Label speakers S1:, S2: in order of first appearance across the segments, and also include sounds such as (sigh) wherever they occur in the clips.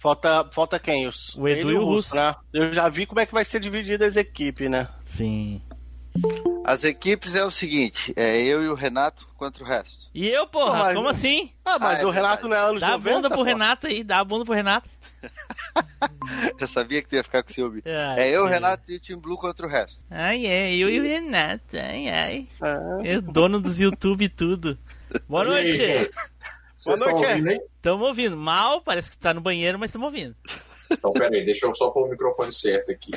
S1: Falta, falta quem? Os,
S2: O Edu
S1: ele
S2: e o Russo.
S1: né? Eu já vi como é que vai ser dividida as equipes, né?
S2: Sim.
S3: As equipes é o seguinte: é eu e o Renato contra o resto.
S2: E eu, porra,
S1: Não, mas-
S2: como assim?
S1: Ah, mas
S3: Ah, é
S1: o Renato
S3: verdade.
S1: não é anos
S2: Dá a
S1: 90,
S2: bunda pro
S1: pô.
S2: Renato aí, dá a bunda pro Renato.
S3: (laughs) Eu sabia que tu ia ficar com ciúme.
S2: Ai,
S3: É eu, o
S2: cara.
S3: Renato e o Team Blue contra o resto.
S2: Ai, é, eu e o Renato, ai, ai.
S1: É.
S2: Eu, dono dos YouTube e tudo. Boa
S4: E aí,
S2: noite.
S4: gente? é. Vocês
S1: Boa
S4: estão
S1: noite,
S4: ouvindo aí?
S2: Tamo ouvindo. Mal, parece que tu tá no banheiro, mas tamo ouvindo.
S4: Então, peraí, deixa eu só pôr o microfone certo aqui.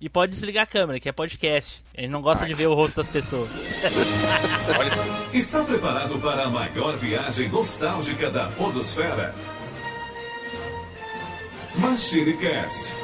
S2: E pode desligar a câmera, que é podcast. Ele não gosta de ver o rosto das pessoas. (laughs)
S5: Está preparado para a maior viagem nostálgica da Podosfera? Machinecast.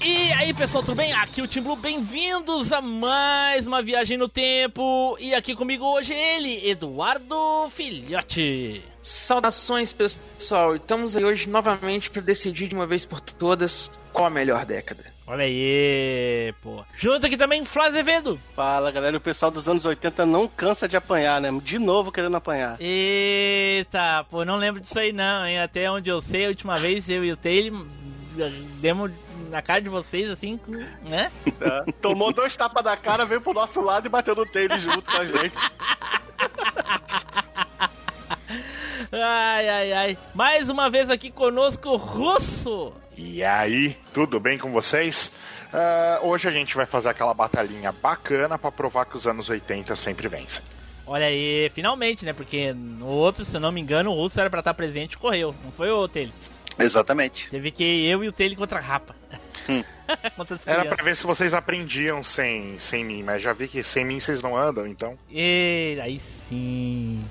S2: E aí, pessoal, tudo bem? Aqui é o Tim Blue, bem-vindos a mais uma viagem no tempo. E aqui comigo hoje ele, Eduardo Filhote.
S6: Saudações, pessoal. Estamos aí hoje novamente para decidir de uma vez por todas qual a melhor década.
S2: Olha aí, pô. Junto aqui também, Flávio Azevedo.
S1: Fala, galera. O pessoal dos anos 80 não cansa de apanhar, né? De novo querendo apanhar.
S2: Eita, pô, não lembro disso aí não, hein? Até onde eu sei, a última vez eu e o Taylor eh, demos na cara de vocês, assim, com- né?
S1: né? Tomou dois tapas da cara, veio pro nosso lado e bateu no tênis junto com a gente.
S2: Ai, ai, ai. Mais uma vez aqui conosco, Russo.
S7: E aí, tudo bem com vocês? Ah, hoje a gente vai fazer aquela batalhinha bacana pra provar que os anos 80 sempre vencem.
S2: Olha aí, finalmente, né? Porque no outro, se eu não me engano, o Russo era pra estar presente e correu. Não foi o Taylor.
S3: Exatamente.
S2: Teve que ir eu e o Taylor contra a rapa. contra as
S7: Era
S2: crianças.
S7: pra ver se vocês aprendiam sem, sem mim, mas já vi que sem mim vocês não andam, então.
S2: E aí sim.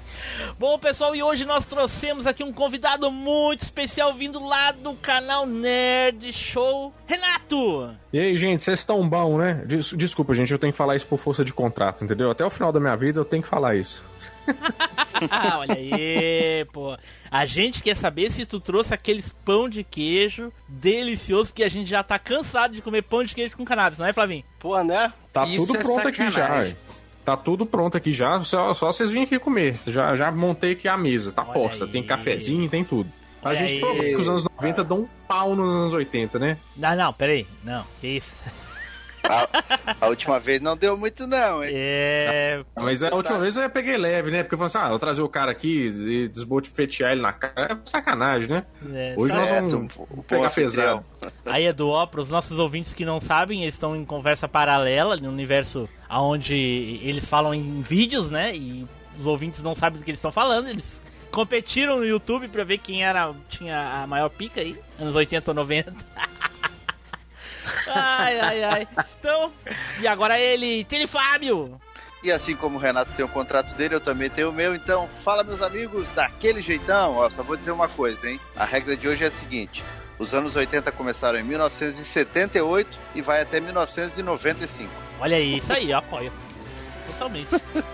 S2: Bom, pessoal, e hoje nós trouxemos aqui um convidado muito especial vindo lá do canal Nerd Show, Renato. (laughs)
S8: E aí, gente, vocês estão bom, né? Des- desculpa, gente, eu tenho que falar isso por força de contrato, entendeu? Até o final da minha vida eu tenho que falar isso.
S2: Ah, Olha aí, pô. A gente quer saber se tu trouxe aqueles pão de queijo delicioso, porque a gente já tá cansado de comer pão de queijo com cannabis, não é, Flavinho?
S1: Pô, né?
S8: Tá
S6: Isso
S8: tudo
S6: é
S8: pronto aqui já.
S6: sacanagem.
S8: ué. Tá tudo pronto aqui já, só, só vocês virem aqui comer. Já, já montei aqui a mesa, tá
S2: Olha
S8: posta.
S2: aí.
S8: Tem cafezinho, tem tudo. A
S2: Olha
S8: gente
S2: aí.
S8: provou que os anos 90 dão um pau nos anos 80, né?
S2: Não, não, peraí. Não, que isso.
S3: A última vez não deu muito, não, hein?
S2: É.
S8: Mas a
S3: Verdade.
S8: última vez eu peguei leve, né? Porque eu falei assim, ah, eu trazer o cara aqui e desbotifetear ele na cara. É sacanagem, né?
S2: é
S8: Hoje nós
S1: tá
S3: É,
S8: vamos
S3: tu- o
S8: pegar
S3: bom anfitrião.
S8: pesado.
S2: Aí, Edu, ó, pros nossos ouvintes que não sabem, eles estão em conversa paralela, no universo onde eles falam em vídeos, né? E os ouvintes não sabem do que eles estão falando, eles competiram no YouTube pra ver quem era tinha a maior pica aí, anos 80 ou 90. ai, ai, ai. Então, e agora ele, Tele Fábio.
S3: E assim como o Renato tem o contrato dele, eu também tenho o meu. Então, fala, meus amigos, daquele jeitão. Ó, só vou dizer uma coisa, hein? A regra de hoje é a seguinte: os anos 80 começaram em 1978 e vai até 1995.
S2: Olha aí, isso aí, eu apoio. Totalmente. (laughs)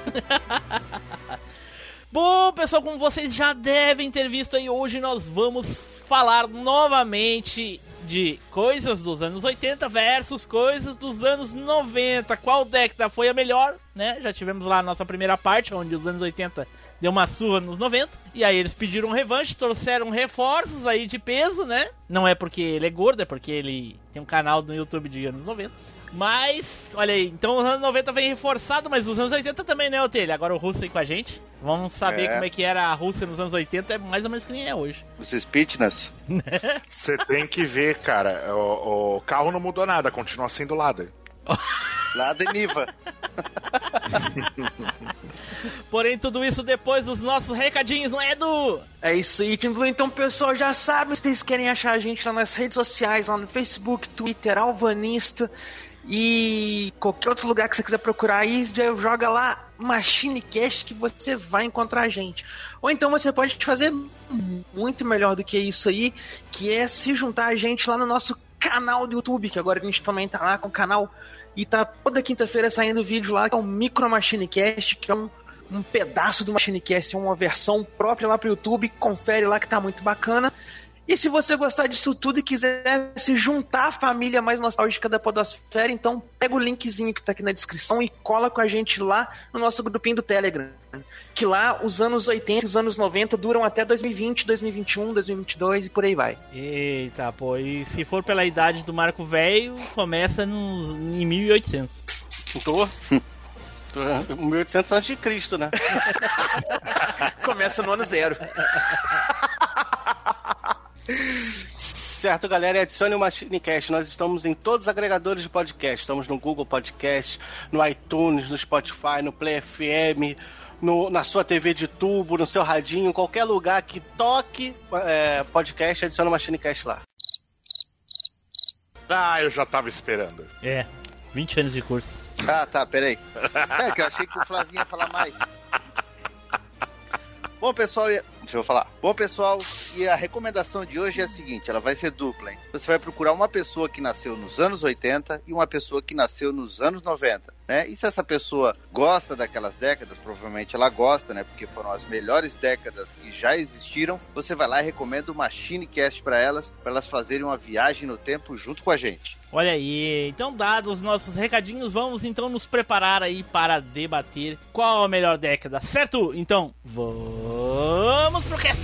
S2: Bom, pessoal, como vocês já devem ter visto aí, hoje nós vamos falar novamente de coisas dos anos 80 versus coisas dos anos 90. Qual década foi a melhor, né? Já tivemos lá a nossa primeira parte, onde os anos 80 deu uma surra nos 90. E aí eles pediram revanche, trouxeram reforços aí de peso, né? Não é porque ele é gordo, é porque ele tem um canal no YouTube de anos 90. Mas, olha aí, então os anos 90 vem reforçado, mas os anos 80 também, né, Otelha? Agora o Russo aí com a gente. Vamos saber
S3: É.
S2: como é que era a Rússia nos anos 80, é mais ou menos que nem é hoje.
S3: Os Spitness.
S7: Você tem que ver, cara. O, o carro não mudou nada, continua
S3: (laughs)
S7: sendo lado.
S3: Lada e Niva.
S2: Porém, tudo isso depois dos nossos recadinhos, não é, Edu?
S6: É isso aí, Team Blue. Então, pessoal, já sabem, vocês querem achar a gente lá nas redes sociais, lá no Facebook, Twitter, Alvanista e qualquer outro lugar que você quiser procurar aí, já joga lá MachineCast que você vai encontrar a gente. Ou então você pode fazer muito melhor do que isso aí, que é se juntar a gente lá no nosso canal do YouTube, que agora a gente também tá lá com o canal e tá toda quinta-feira saindo vídeo lá, que é o Micro MachineCast, que é um um pedaço do Machinecast, uma versão própria lá pro YouTube, confere lá que tá muito bacana. E se você gostar disso tudo e quiser se juntar à família mais nostálgica da Podosfera, então pega o linkzinho que tá aqui na descrição e cola com a gente lá no nosso grupinho do Telegram. Que lá os anos 80 e os anos 90 duram até 2020, 2021, 2022 e por aí vai.
S2: Eita, pô, e se for pela idade do Marco Velho, começa nos, em 1800.
S6: (laughs)
S1: Tô. Tô- é, 1800 antes de Cristo, (laughs) né?
S6: Começa no ano (laughs) zero.
S1: Certo, galera, e adicione o MachineCast. Nós estamos em todos os agregadores de podcast. Estamos no Google Podcast, no iTunes, no Spotify, no Play FM, no- na sua TV de tubo, no seu radinho, em qualquer lugar que toque é, podcast, adicione o MachineCast lá.
S7: Ah, eu já tava esperando.
S2: É, 20 anos de curso.
S3: Ah, tá, peraí. É que eu achei que o Flavinho ia falar mais. Bom, pessoal, e... deixa eu falar. Bom, pessoal, e a recomendação de hoje é a seguinte, ela vai ser dupla, hein? Você vai procurar uma pessoa que nasceu nos anos 80 e uma pessoa que nasceu nos anos 90, né? E se essa pessoa gosta daquelas décadas, provavelmente ela gosta, né? Porque foram as melhores décadas que já existiram. Você vai lá e recomenda o Machine Cast para elas, para elas fazerem uma viagem no tempo junto com a gente.
S2: Olha aí, então dados os nossos recadinhos, vamos então nos preparar aí para debater qual a melhor década, certo? Então, vamos pro cast!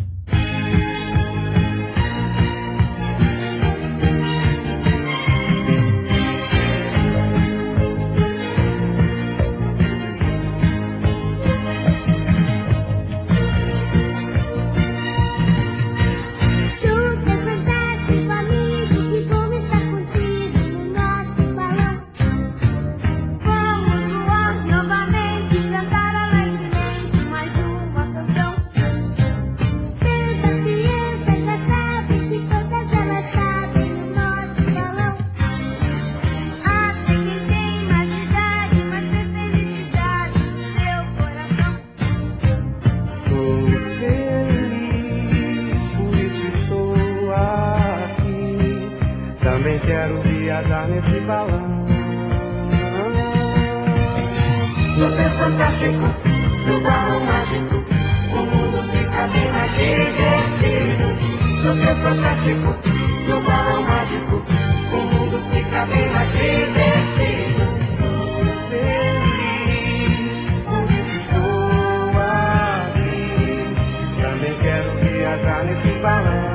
S9: Tudo é fantástico, amigo, que bom estar contigo no nosso balanço. Vamos voar novamente, cantar alegremente mais uma canção. Tanta criança já sabe que todas elas sabem no nosso salão. Até quem tem mais idade, mais felicidade no seu coração.
S6: Sou feliz, por isso estou aqui. Também quero viajar nesse balão.
S9: Super fantástico, lugar mágico, o mundo fica bem mais divertido. Super fantástico, lugar mágico, o mundo fica bem mais divertido. Feliz, por isso estou aqui. Também quero viajar nesse balão.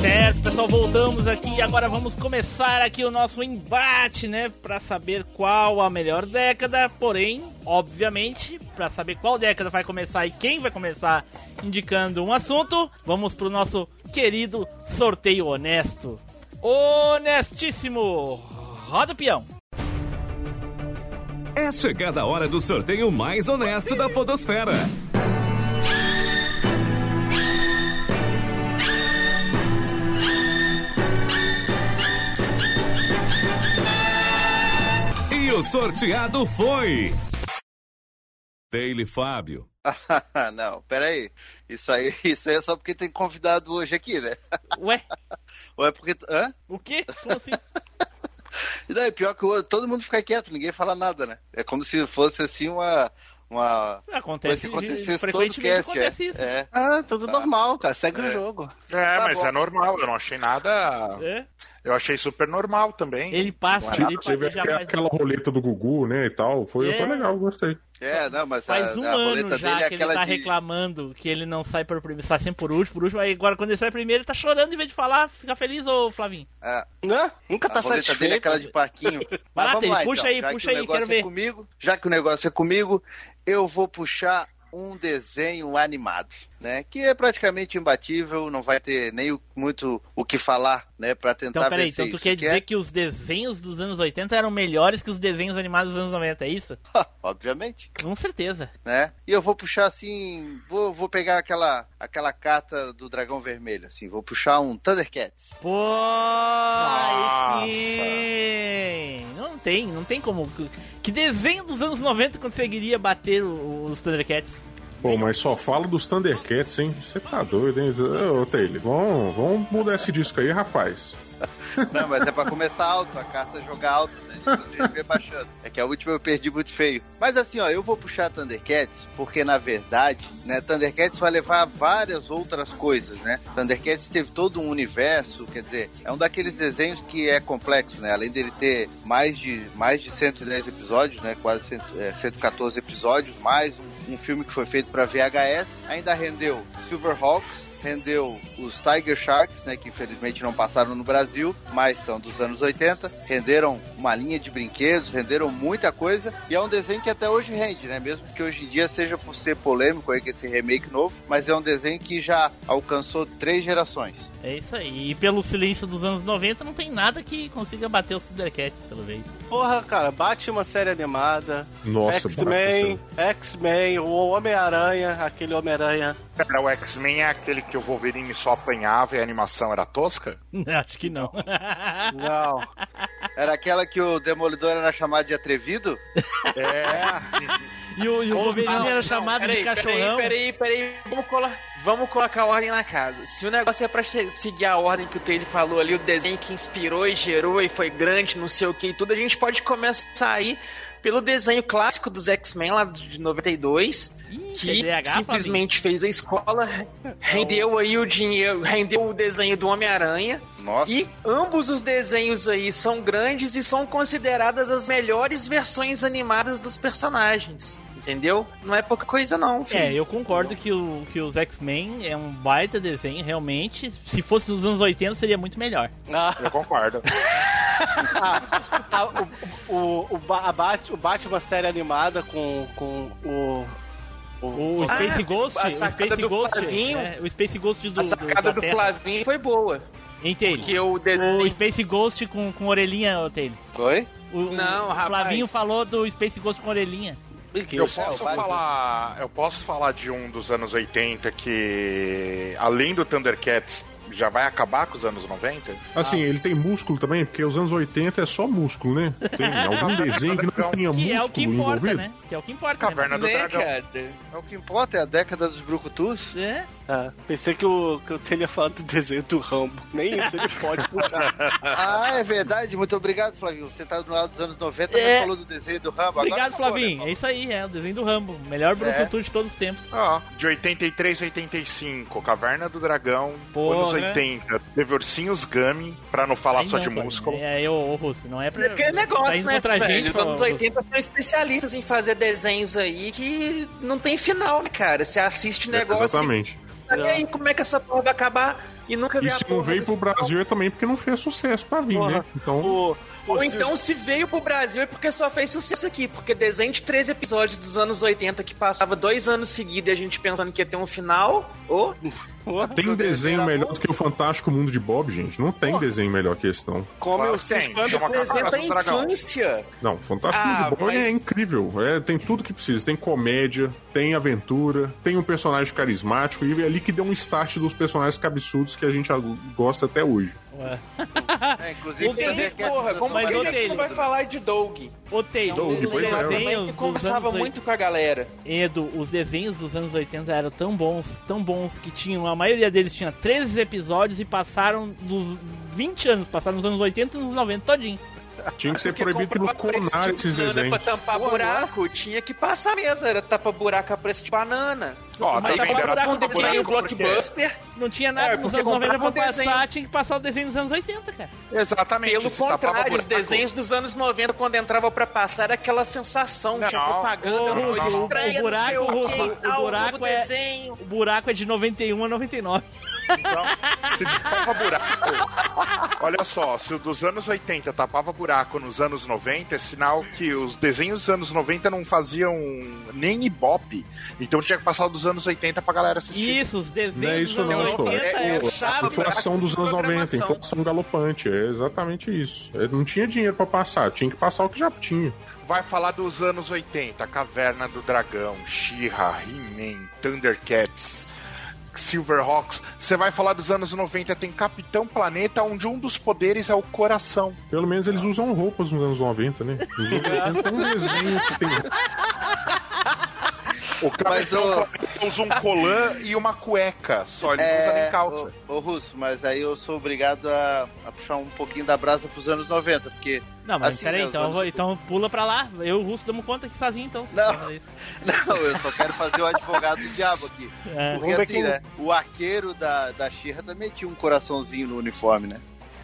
S2: Certo, pessoal, voltamos aqui e agora vamos começar aqui o nosso embate, né? Pra saber qual a melhor década, porém, obviamente, pra saber qual década vai começar e quem vai começar indicando um assunto, vamos pro nosso querido sorteio honesto. Honestíssimo! Roda o peão!
S10: É chegada a hora do sorteio mais honesto da Podosfera. E
S5: o sorteado foi. Daily Fábio.
S3: (laughs) não, peraí. Isso aí, (laughs) isso aí é só porque tem convidado hoje aqui, né?
S2: Ué?
S3: (laughs) Ou é porque. tu- Hã?
S2: O quê?
S3: (laughs)
S2: Como assim?
S3: E daí, pior que o outro, todo mundo fica quieto, ninguém fala nada, né? É como se fosse assim uma. uma...
S2: Acontece,
S3: coisa que acontecesse todo
S2: frequentemente
S3: cast,
S2: acontece
S3: é.
S2: isso.
S3: É.
S1: Ah, tudo normal, cara. Segue o jogo.
S7: É,
S3: Tá
S7: mas
S3: bom.
S7: é normal, eu não achei nada.
S2: É?
S7: Eu achei super normal também.
S2: Ele passa,
S7: Não é
S2: ele
S7: nada.
S2: passa,
S8: Tive
S2: já
S8: aquela,
S2: faz,
S8: aquela roleta do Gugu, né, e tal. Foi,
S2: É.
S8: foi legal, gostei.
S3: É, não, mas
S2: faz
S3: a,
S2: um
S3: a
S2: ano
S3: roleta
S2: já
S3: dele é
S2: que ele
S3: aquela
S2: tá
S3: de.
S2: reclamando que ele não sai por primeiro, sai sempre por último, por último. Aí agora quando ele sai primeiro, ele tá chorando em vez de falar, fica feliz, ô Flavinho.
S3: a-
S1: Né? Nunca
S3: a
S1: tá
S3: roleta
S1: satisfeito.
S3: dele é aquela de
S2: (laughs)
S3: parquinho. Mas
S2: Barata,
S3: vamos lá,
S2: puxa
S3: então.
S2: aí,
S3: já
S2: puxa
S3: que o
S2: aí,
S3: negócio
S2: quero
S3: é
S2: ver.
S3: Comigo, já que o negócio é comigo, eu vou puxar um desenho animado, né? Que é praticamente imbatível, não vai ter nem o- muito o que falar, né? Pra tentar
S2: Então, peraí,
S3: vencer
S2: então tu
S3: isso,
S2: quer
S3: é-
S2: dizer que os desenhos dos anos 80 eram melhores que os desenhos animados dos anos 90, é isso?
S3: (laughs) Obviamente.
S2: Com certeza.
S3: né? E eu vou puxar assim, vou, vou pegar aquela aquela carta do dragão vermelho, assim, vou puxar um Thundercats.
S2: Pô, aí sim! Não tem, não tem como. Que desenho dos anos 90 conseguiria bater o- os Thundercats?
S8: Pô, mas só fala dos Thundercats, hein? Você tá doido, hein? Ô, Taylor, vamos, vamos mudar esse disco aí, rapaz.
S3: Não, mas é pra começar alto, a carta jogar alto, né? A gente vê baixando. É que a última eu perdi muito feio. Mas assim, ó, eu vou puxar Thundercats, porque na verdade, né, Thundercats vai levar a várias outras coisas, né? Thundercats teve todo um universo, quer dizer, é um daqueles desenhos que é complexo, né? Além dele ter mais de, mais de 110 episódios, né? Quase cento, é, 114 episódios, mais um, um filme que foi feito pra VHS, ainda rendeu Silverhawks, rendeu os Tiger Sharks, né, que infelizmente não passaram no Brasil, mas são dos anos 80, renderam uma linha de brinquedos, renderam muita coisa, e é um desenho que até hoje rende, né, mesmo que hoje em dia seja por ser polêmico aí com esse remake novo, mas é um desenho que já alcançou três
S2: (laughs)
S3: gerações.
S2: É isso aí. E pelo silêncio dos anos 90, não tem nada que consiga bater os Thundercats, pelo jeito.
S1: Porra, cara, bate uma série animada.
S8: Nossa,
S1: X-Men, X-Men, o Homem-Aranha, aquele Homem-Aranha.
S7: Cara, o X-Men é aquele que o Wolverine só apanhava e a animação era tosca?
S2: (laughs) Acho que não.
S1: Não.
S3: Era aquela que o Demolidor era chamado de atrevido?
S7: É.
S2: E o, e o Wolverine
S6: Não,
S2: era
S6: não,
S2: chamado
S6: peraí,
S2: de cachorrão.
S6: Peraí, peraí, peraí. Vamos, colo- vamos colocar ordem na casa. Se o negócio é pra che- seguir a ordem que o Taylor falou ali, o desenho que inspirou e gerou e foi grande, não sei o que e tudo, a gente pode começar aí pelo desenho clássico dos X-Men lá de 92. Que
S2: TDAH,
S6: simplesmente fez a
S2: (laughs)
S6: escola, rendeu aí o dinheiro, rendeu o desenho do Homem-Aranha.
S3: Nossa,
S6: E ambos os desenhos aí são grandes e são consideradas as melhores versões animadas dos personagens. Entendeu? Não é pouca coisa, não, filho.
S2: É, eu concordo que, o, que os X-Men é um baita desenho, realmente. Se fosse dos anos 80, seria muito melhor.
S1: Ah,
S7: Eu concordo.
S1: a- Tá, o- o, o, ba- a Bat- o Batman série animada com, com o.
S2: O
S6: Ah,
S2: Space Ghost,
S6: a
S2: o
S6: sacada
S2: Space
S6: do
S2: Ghost,
S6: Flavinho.
S2: é, o Space Ghost do,
S6: A
S2: do, da
S6: sacada do
S2: Terra.
S6: Flavinho foi boa.
S2: Hein, Taylor?
S6: Que o
S2: O
S6: desenho.
S2: Space Ghost com, com orelhinha, ô, Taylor.
S3: oi?
S2: O, o
S6: Não, rapaz.
S2: Flavinho falou do Space Ghost com orelhinha.
S7: Eu
S3: céu,
S2: é,
S7: posso,
S3: vai.
S7: falar, eu posso falar de um dos anos 80 que, além do Thundercats, já vai acabar com os anos 90?
S8: Assim, ele tem músculo também, porque os anos 80 é só músculo, né? Tem
S2: (laughs)
S8: algum desenho que não tinha
S2: Que
S8: músculo
S2: é o que importa,
S8: envolvido?
S2: né? Que é o que importa.
S7: Caverna do
S6: Né,
S7: Dragão.
S6: cara?
S3: É o que importa é a década dos brucutus.
S2: Né?
S1: Ah, pensei que o que eu teria falado do desenho do Rambo. Nem
S3: (laughs)
S1: isso ele pode puxar.
S3: Ah, é verdade. Muito obrigado, Flavinho. Você tá do lado dos anos 90,
S2: É.
S3: já falou do desenho do Rambo. É. Agora
S2: Obrigado,
S3: falou, né?
S2: Flavinho. É isso aí, é o desenho do Rambo. Melhor Brucutu de todos os tempos.
S7: Ah, de 83 a 85, Caverna do Dragão,
S2: Porra.
S7: anos 80, teve Ursinhos Gummy, pra não falar
S2: Aí
S7: só
S2: né? não,
S7: de
S2: cara.
S7: músculo.
S2: É, eu, ô, Russo, não é pra...
S6: É porque é
S2: tá
S6: negócio,
S2: indo
S6: né?
S2: contra a
S6: velho?
S2: gente,
S6: Os anos
S2: ô,
S6: 80 são especialistas em fazer desenhos aí que não tem final, né, cara? Você assiste o
S8: É,
S6: negócio
S8: Exatamente.
S6: e e aí como é que essa porra vai acabar e nunca vê
S8: E
S6: a
S8: se não
S6: porra
S8: veio
S6: do
S8: pro
S6: final.
S8: Brasil é também porque não fez sucesso pra vir, né? Então,
S1: O,
S6: Ou então, se veio pro Brasil é porque só fez sucesso aqui. Porque desenho de três episódios dos anos 80 que passava dois anos seguidos e a gente pensando que ia ter um final. Ou.
S8: tem um desenho
S3: era
S8: melhor
S3: bom.
S8: do que o Fantástico Mundo de Bob, gente? Não tem desenho melhor que esse, não.
S1: come
S7: Claro
S1: o
S7: que tem,
S1: Cisbando
S7: chama
S1: com-
S7: Caverna
S6: Representa a
S7: do Dragão.
S6: infância.
S8: Não, Fantástico
S6: Ah,
S8: Mundo de Bob
S6: mas-
S8: é incrível. É, tem tudo que precisa. Tem comédia, tem aventura, tem um personagem carismático. E é ali que deu um start dos personagens cabeçudos que a gente a- gosta até hoje.
S3: É, inclusive,
S2: O Taylor,
S3: fazer aqui a
S2: porra,
S3: discussão
S2: como é que
S3: mais-
S2: ele- Taylor.
S6: vai falar de Doug.
S2: O Taylor,
S6: Doug,
S2: os
S6: pois é, né?
S2: desenhos
S6: Que
S2: dos
S6: conversava
S2: anos
S6: muito com a galera.
S2: Edo, os desenhos dos anos 80 eram tão bons, tão bons, que tinham, a maioria deles tinha 13 episódios e passaram dos 20 anos, passaram nos anos 80 e nos 90 todinho.
S8: Tinha que ser
S6: Ah, Porque
S8: proibido pelo
S6: comprava preço
S8: Conar
S6: de
S8: esses
S6: banana
S8: desenhos.
S6: Pra tampar buraco, tinha que passar mesmo. Era tapa buraco a preço de banana.
S8: Ó, tá
S2: Mas tava
S8: vendo?
S2: buraco
S8: Era
S2: no
S8: tapa
S2: desenho,
S8: buraco porque-
S6: um blockbuster.
S2: Não tinha nada
S6: É,
S2: nos
S6: porque
S2: anos 90 pra
S6: comprava um
S2: passar,
S6: desenho.
S2: tinha que passar o desenho dos anos 80, cara.
S7: Exatamente.
S6: Pelo
S7: se tapava
S6: contrário, os
S7: buraco.
S6: desenhos dos anos 90, quando entrava pra passar, era aquela sensação,
S7: Não,
S6: tinha propaganda,
S2: Ô,
S6: uma coisa
S2: Russo, o-
S6: estranha,
S2: o
S6: não sei
S2: buraco,
S6: o
S2: Russo,
S6: que,
S2: o
S6: tal,
S2: buraco
S6: novo
S2: é-
S6: desenho.
S2: O buraco é de 91 a 99.
S7: Se tapava buraco. Olha só, se o dos anos 80 tapava buraco nos anos 90, é sinal que os desenhos dos anos 90 não faziam nem ibope. Então tinha que passar dos anos 80 pra galera assistir.
S2: Isso, os desenhos
S8: Não é isso
S2: dos
S8: não,
S2: anos
S8: Escola.
S2: 80 é,
S8: É
S2: a chave.
S8: inflação dos anos 90, inflação galopante. É exatamente isso. É, Não tinha dinheiro pra passar, tinha que passar o que já tinha.
S7: é, Vai falar dos anos 80, Caverna do Dragão, She-Ra, He-Man, Thundercats, Silverhawks. Você vai falar dos anos 90, tem Capitão Planeta, onde um dos poderes é o coração.
S8: Pelo menos eles usam roupas nos anos 90, né? Nos anos
S2: É.
S8: 80 tem um desenho que tem.
S7: O
S3: Mas
S7: Capitão
S3: o-
S7: Planeta usa um colã e uma cueca, só ele não usa
S3: É,
S7: nem calça.
S3: Ô, ô, Russo, mas aí eu sou obrigado a, a puxar um pouquinho da brasa pros anos 90, porque.
S2: Não, mas
S3: assim,
S2: peraí,
S3: né, os
S2: então, eu
S3: anos-
S2: vou- então pula pra lá. Eu e o Russo damos conta aqui sozinho, então. se
S3: Não.
S2: você fazer isso.
S3: (laughs) Não, eu só quero fazer o advogado do diabo aqui.
S2: É.
S3: Porque assim, né? O arqueiro da, da Xirra também tinha um coraçãozinho no uniforme, né?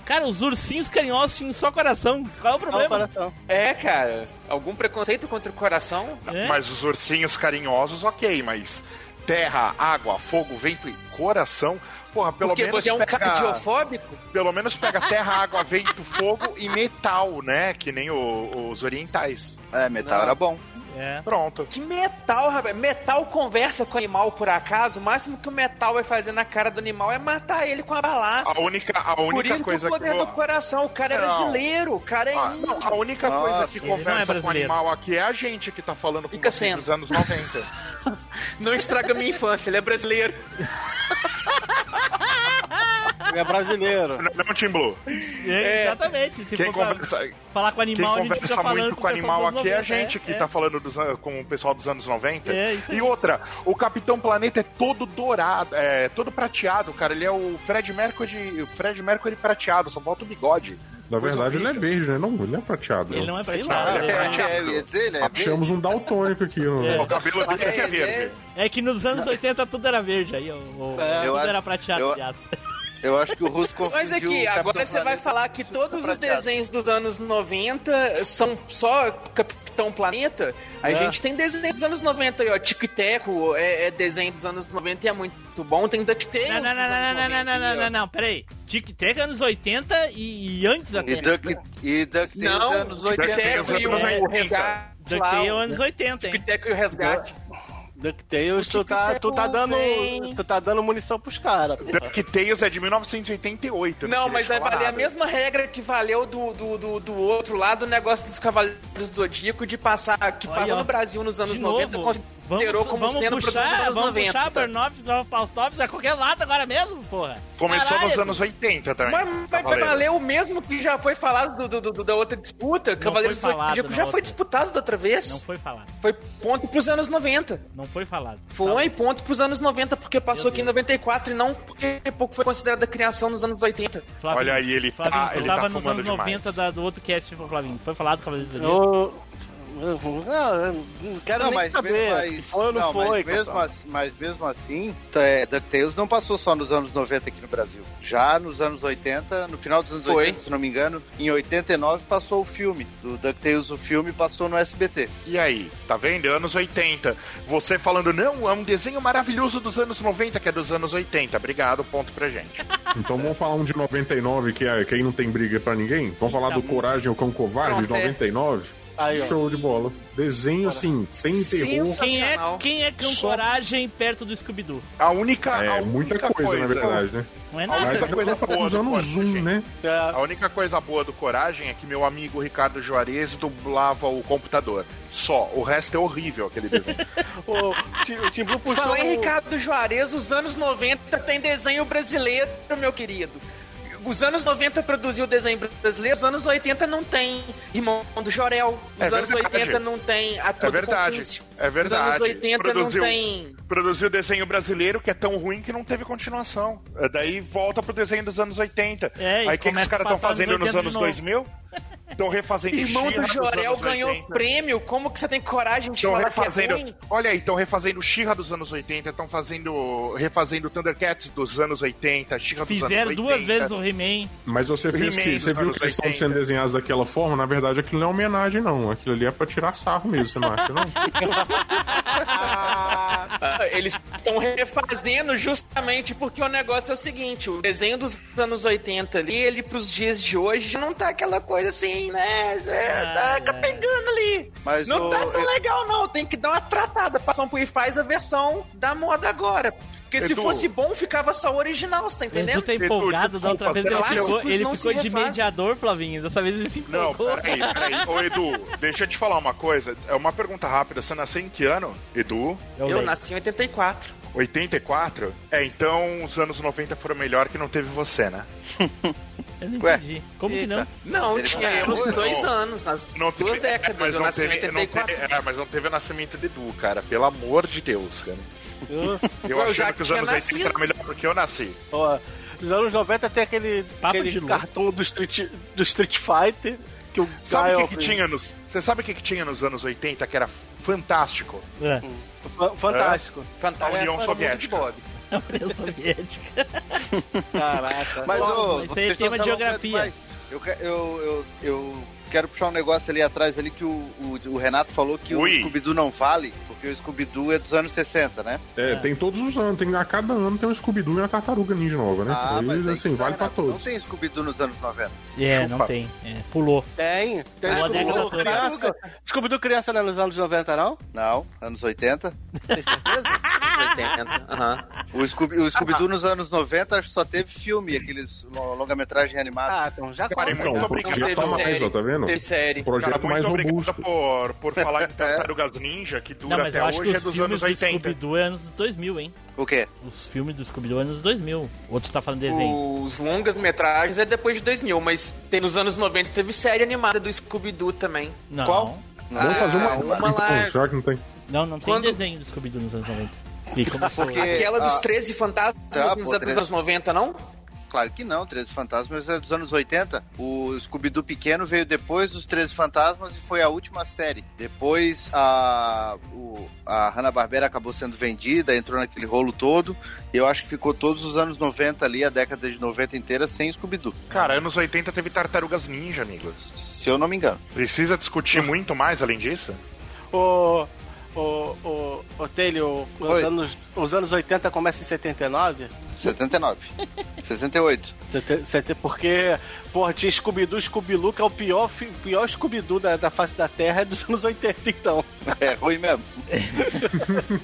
S2: Cara, os ursinhos carinhosos tinham só coração. Qual é o problema?
S6: É, cara. Algum preconceito contra o coração?
S2: É?
S7: Mas os ursinhos carinhosos, ok, mas terra, água, fogo, vento e coração, porra, pelo
S6: Porque
S7: menos
S6: você é um cara
S7: pega...
S6: geofóbico?
S7: Pelo menos pega terra, água, vento, fogo e metal, né? Que nem o- os orientais.
S3: É, metal
S6: Não.
S3: era bom.
S2: É.
S7: Pronto.
S6: Que metal, rapaz. Metal conversa com animal por acaso. O máximo que o metal vai fazer na cara do animal é matar ele com a balaça.
S7: A única, a
S6: Por
S7: única
S6: isso que
S7: coisa
S6: o
S7: que.
S6: poder do coração, o cara é
S7: Não.
S6: brasileiro, o cara é
S7: Ah,
S6: índio.
S7: não, a única coisa que
S2: ele não é
S7: conversa com o
S2: brasileiro.
S7: animal aqui é a gente que tá falando com
S6: Fica
S7: vocês
S6: sendo.
S7: dos anos 90.
S6: Não estraga minha infância, ele é brasileiro.
S1: Ele é brasileiro.
S7: não, não, Tim Blue.
S2: É, exatamente. Se
S7: Quem
S2: for pra
S7: conversa,
S2: falar com
S7: quem
S2: animal, a gente
S7: conversa
S2: fica falando
S7: muito com o animal
S2: pessoal dos
S7: aqui é a
S2: 90,
S7: gente
S2: é,
S7: que
S2: é.
S7: tá falando dos an- com o pessoal dos anos 90.
S2: É, isso
S7: e outra, o Capitão Planeta é todo dourado, é todo prateado, cara. Ele é o Fred Mercury, o Fred Mercury prateado, só falta o bigode.
S8: Na verdade, ele é verde, né? Não, ele é prateado.
S2: Ele não é
S8: prateado.
S2: prateado.
S7: Ele é
S2: ele
S3: É, eu ia dizer, né?
S8: Achamos um daltônico aqui. No...
S2: É.
S7: O cabelo dele é que é
S6: Ele é-
S7: verde.
S2: É que nos anos 80 tudo era verde aí, o, o,
S6: É.
S2: tudo
S3: Eu
S2: era
S3: acho-
S2: prateado,
S3: eu-
S2: viado.
S3: Eu acho que o
S2: (laughs)
S3: Russo confundiu
S6: Mas aqui,
S3: o um Capitão
S6: agora você vai
S3: Planeta
S6: falar
S3: com
S6: que
S3: o
S6: todos os
S3: prateado.
S6: desenhos dos anos 90 são só Capitão Planeta. A
S1: É.
S6: gente tem desenhos dos anos 90 aí, ó. Tico e Teco é, é desenho dos anos 90 e é muito bom. Tem DuckTales
S2: Não, não,
S6: dos
S2: não, não,
S6: anos
S2: não,
S6: 90
S2: não, não, não,
S6: aí, ó.
S2: não, não, peraí. Tic-tac é anos 80 e, e antes
S3: (laughs)
S2: até.
S3: E Duck, e Duck tem os
S6: Não,
S3: anos né?
S6: Tico e
S3: 80.
S7: DuckTales
S6: Teco e
S7: anos
S2: É.
S6: o
S7: 80.
S6: Resgate. lá,
S2: Ducktail anos 80,
S6: Tico e
S2: hein?
S6: Teco e o Resgate.
S1: DuckTales,
S6: O
S1: tu tá, tu tá
S6: Tic-Tac
S1: dando.
S6: tem-
S1: Tu tá dando munição pros caras.
S7: DuckTales é de 1988. eu
S6: Não,
S2: é
S7: queria
S6: mas vai
S7: falar
S6: valer a
S7: nada.
S2: né?
S6: mesma regra que valeu do, do, do, do outro lá do negócio dos Cavaleiros do Zodíaco de passar. Que
S2: Olha,
S6: passou
S2: ó.
S6: no Brasil nos anos
S2: De
S6: 90
S2: novo,
S6: considerou como
S2: vamos
S6: sendo produto dos
S2: puxar,
S6: anos tá?
S2: vamos
S6: 90.
S2: puxar Bernoff, Paustovs a qualquer lado agora mesmo, porra.
S7: Começou
S2: Caralho,
S7: nos anos 80 também. Tá
S6: Mas, mas vai
S7: Cavaleiro.
S6: valer o mesmo que já foi falado do- do- do- do- da outra disputa. Cavaleiros do
S2: foi falado
S6: Zodíaco
S2: na
S6: já foi
S2: outra.
S6: disputado da outra vez.
S2: Não foi falado,
S6: Foi ponto pros anos 90.
S2: não foi falado. Tá
S6: Foi ponto pros anos 90, porque passou aqui em 94 e não porque pouco foi considerada a criação nos anos 80.
S2: Flavinho,
S7: Olha aí, ele tá-
S2: Flavinho,
S7: ele
S2: eu tava
S7: tá
S2: nos
S7: fumando
S2: anos 90
S7: demais.
S2: da- do outro cast, Flavinho. Foi falado Cavaleiros do Zodíaco?
S1: Eu. eu- eu não quero
S3: Não,
S1: nem
S3: mas,
S1: saber
S3: mas-
S1: se foi ou
S3: mas
S1: não, foi.
S3: mesmo
S1: pessoal.
S3: assim- mas mesmo assim, tá, é, DuckTales não passou só nos anos 90 aqui no Brasil. Já nos anos 80, no final dos anos
S6: Foi.
S3: 80, se não me engano, em 89 passou o filme. Do DuckTales, o filme passou no SBT.
S7: E aí, tá vendo? Anos 80. Você falando, não, é um desenho maravilhoso dos anos 90, que é dos anos 80. Obrigado, ponto
S6: (laughs)
S7: pra gente.
S8: Então vamos falar um de 99, que, é, que aí não tem briga pra ninguém? Vamos falar do Coragem, o Cão Covarde, de
S6: Pronto, é.
S8: 99?
S1: Aí, ó.
S8: Show de bola. Desenho, assim, sem terror.
S6: Sensa-
S2: Quem é,
S6: Sensacional.
S2: quem é com
S7: Só-
S2: coragem perto do Scooby-Doo?
S7: A única. a
S8: É,
S7: única
S8: muita coisa, na verdade, né?
S2: Não é nada.
S8: Mas
S7: única
S8: a
S7: coisa
S8: coisa foi
S7: boa
S8: dos
S7: do
S8: anos
S7: Coragem,
S8: Zoom,
S7: gente.
S8: né?
S1: É.
S7: A única coisa boa do Coragem é que meu amigo Ricardo Juarez dublava o computador. Só. O resto é horrível
S6: (laughs)
S7: aquele desenho.
S1: O, Ti- o Timbu puxou.
S6: Falou em
S1: o-
S6: Ricardo Juarez, os anos 90 tem desenho brasileiro, meu querido. Os anos 90 produziu desenho brasileiro, os anos 80 não tem Irmão do Jorel, os
S7: É
S6: anos
S7: verdade.
S6: 80 não tem a
S7: É
S6: Todo
S7: verdade.
S6: Confúcio,
S7: É verdade.
S6: Os anos 80 não tem...
S7: Produziu desenho brasileiro que é tão ruim que não teve continuação. É, Daí volta pro desenho dos anos 80.
S6: É, e
S7: Aí o que, que os
S6: começa
S7: caras
S6: a
S7: estão
S6: passar
S7: fazendo
S6: nos
S7: nos
S6: 80 de
S7: anos
S6: novo.
S7: 2000?
S6: (laughs)
S7: Estão refazendo
S6: Irmão
S7: She-Ra
S6: do
S7: dos
S6: Jorel
S7: anos
S6: ganhou
S7: 80.
S6: prêmio, como que você tem coragem de
S7: Estão
S6: falar que
S7: refazendo.
S6: é ruim?
S7: olha aí, estão refazendo Xirra dos anos 80, estão fazendo. refazendo Thundercats dos anos 80, Xirra dos anos 80.
S2: Fizeram duas vezes o He-Man.
S8: Mas você fez
S7: He-Man
S8: que. Você
S7: dos
S8: viu
S7: anos
S8: que eles estão
S7: 80.
S8: sendo desenhados daquela forma? Na verdade, aquilo não é homenagem, não. Aquilo ali é pra tirar sarro mesmo, você não acha,
S2: (laughs)
S8: não?
S6: Ah, (laughs) Eles estão refazendo justamente porque o negócio é o seguinte: o desenho dos anos 80 ali, ele pros dias de hoje não tá aquela coisa assim, né? É, tá
S11: Ah, é.
S6: pegando ali.
S3: Mas
S6: não
S3: o-
S6: tá tão
S3: eu-
S6: legal, não. Tem que dar uma tratada. Passam por e faz a versão da moda agora. Porque se
S2: Edu.
S6: fosse bom, ficava só original, você tá entendendo?
S2: Edu tá empolgado da outra vez, ele ficou, ele
S6: não
S2: ficou
S6: se
S2: de
S6: refazem.
S2: mediador, Flavinho. Dessa vez ele se
S7: Não,
S2: empolgou.
S7: peraí, peraí. Ô, Edu, deixa eu te falar uma coisa. É uma pergunta rápida. Você nasceu em que ano, Edu?
S2: É
S6: Eu nasci em 84.
S7: 84? É, então os anos 90 foram melhor que não teve você, né?
S2: (laughs) Eu não
S7: Ué.
S2: entendi. Como que não?
S6: Não, tinha uns dois anos, nas duas
S2: é
S6: décadas.
S7: mas
S6: eu
S7: não
S6: nasci em
S7: teve- não
S6: 84.
S7: teve- é, mas não teve o nascimento de Edu, cara. Pelo amor de Deus, cara.
S1: Eu-
S7: Eu,
S1: Eu já
S7: achando que os
S1: tinha
S7: anos 80
S1: nascido.
S7: era melhor porque eu nasci.
S1: Ó, os anos 90 tem aquele,
S7: de
S1: aquele
S7: louco.
S1: cartão do Street, do Street Fighter. Que o
S7: Sabe
S1: Guile-
S7: o que, que tinha nos. Você sabe o que, que tinha nos anos 80 que era fantástico?
S2: É.
S1: Fa- Fantástico.
S7: É? Fantástico. A União
S1: Era o mundo de
S7: Soviética.
S1: Bob.
S2: União Soviética.
S3: (laughs)
S1: Caraca.
S3: Mas,
S2: Bom,
S3: ô,
S2: isso aí é
S3: vocês
S2: tema
S3: estão falando
S2: de geografia.
S3: demais. Eu, que- eu, eu, eu quero puxar um negócio ali atrás ali que o, o, o Renato falou que
S8: Ui.
S3: o Scooby-Doo não vale, porque o Scooby-Doo é dos anos 60, né?
S8: É, tem todos os anos. Tem, a cada ano tem um Scooby-Doo e uma tartaruga ninja nova, né?
S3: Ah,
S8: Aí,
S3: mas aí
S8: assim,
S3: que tá,
S8: vale pra
S3: Renato, Não
S8: todos.
S3: tem Scooby-Doo nos anos 90.
S2: É, não tem. É, tá pulou.
S1: Tem. Tem
S2: Uma década
S1: Scooby-Doo
S2: toda.
S1: criança. Scooby-Doo criança não é nos anos 90, não?
S3: Não, anos 80.
S1: Tem certeza?
S3: O Scooby- o Scooby-Doo nos anos 90 acho que só teve filme, aqueles lo- longa-metragem animado.
S1: Ah, então já
S3: Cara,
S8: Então, o projeto a mais, ó, tá vendo? Projeto
S7: Cara, muito
S8: mais
S7: obrigado
S8: robusto.
S7: por, por
S1: (laughs) É.
S7: falar em Tartarugas Ninja, que dura
S2: Não, mas
S7: até
S2: eu acho
S7: hoje,
S2: que
S7: é
S2: os
S7: dos
S2: filmes
S7: anos
S2: do
S7: 80.
S2: Scooby-Doo é anos 2000, hein?
S3: O quê?
S2: Os filmes do Scooby-Doo é anos 2000. Outro tá falando desenho.
S6: Os longas metragens é depois de 2000, mas tem, nos anos 90 teve série animada do Scooby-Doo também.
S2: Não.
S8: Vamos fazer uma.
S6: Ah, uma lá.
S8: então, já que não tem.
S2: Não, não tem desenho do Scooby-Doo nos anos 90. E
S6: (laughs)
S2: começou...
S3: Porque-
S6: Aquela dos
S3: ah,
S6: 13 fantasmas
S3: tá,
S6: nos
S3: pô,
S6: é anos
S3: 13.
S6: 90, não?
S3: Claro que não, 13 Fantasmas é dos anos 80. O Scooby-Doo pequeno veio depois dos 13 Fantasmas e foi a última série. Depois a, o- a Hanna-Barbera acabou sendo vendida, entrou naquele rolo todo. E eu acho que ficou todos os anos 90 ali, a década de 90 inteira, sem Scooby-Doo.
S7: Cara, anos 80 teve Tartarugas Ninja, amigos.
S3: Se eu não me engano.
S7: Precisa discutir muito mais além disso?
S1: O. O. O. O Telho, os
S3: Oi.
S1: anos, os anos 80 começam em 79?
S6: (laughs)
S3: 79. 68.
S1: Sete- sete- Porque, porra, tinha Scooby-Doo, Scooby-Loo, que é o pior, fi- pior Scooby-Doo da, da face da Terra é dos anos 80, então.
S3: É ruim mesmo.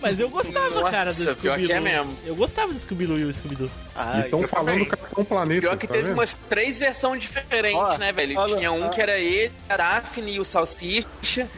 S2: Mas eu gostava,
S6: Nossa,
S2: cara, do
S6: pior que
S2: Scooby-Doo.
S6: é mesmo.
S2: Eu gostava do Scooby-Doo e o Scooby-Doo.
S1: Ah,
S8: E tão falando Capitão Planeta.
S6: Pior que
S8: tá
S6: teve
S8: vendo?
S6: umas três versões diferentes,
S1: Ó,
S6: né, velho?
S1: olha,
S6: tinha um
S1: ó.
S6: que era ele, a Daphne e o Salsicha.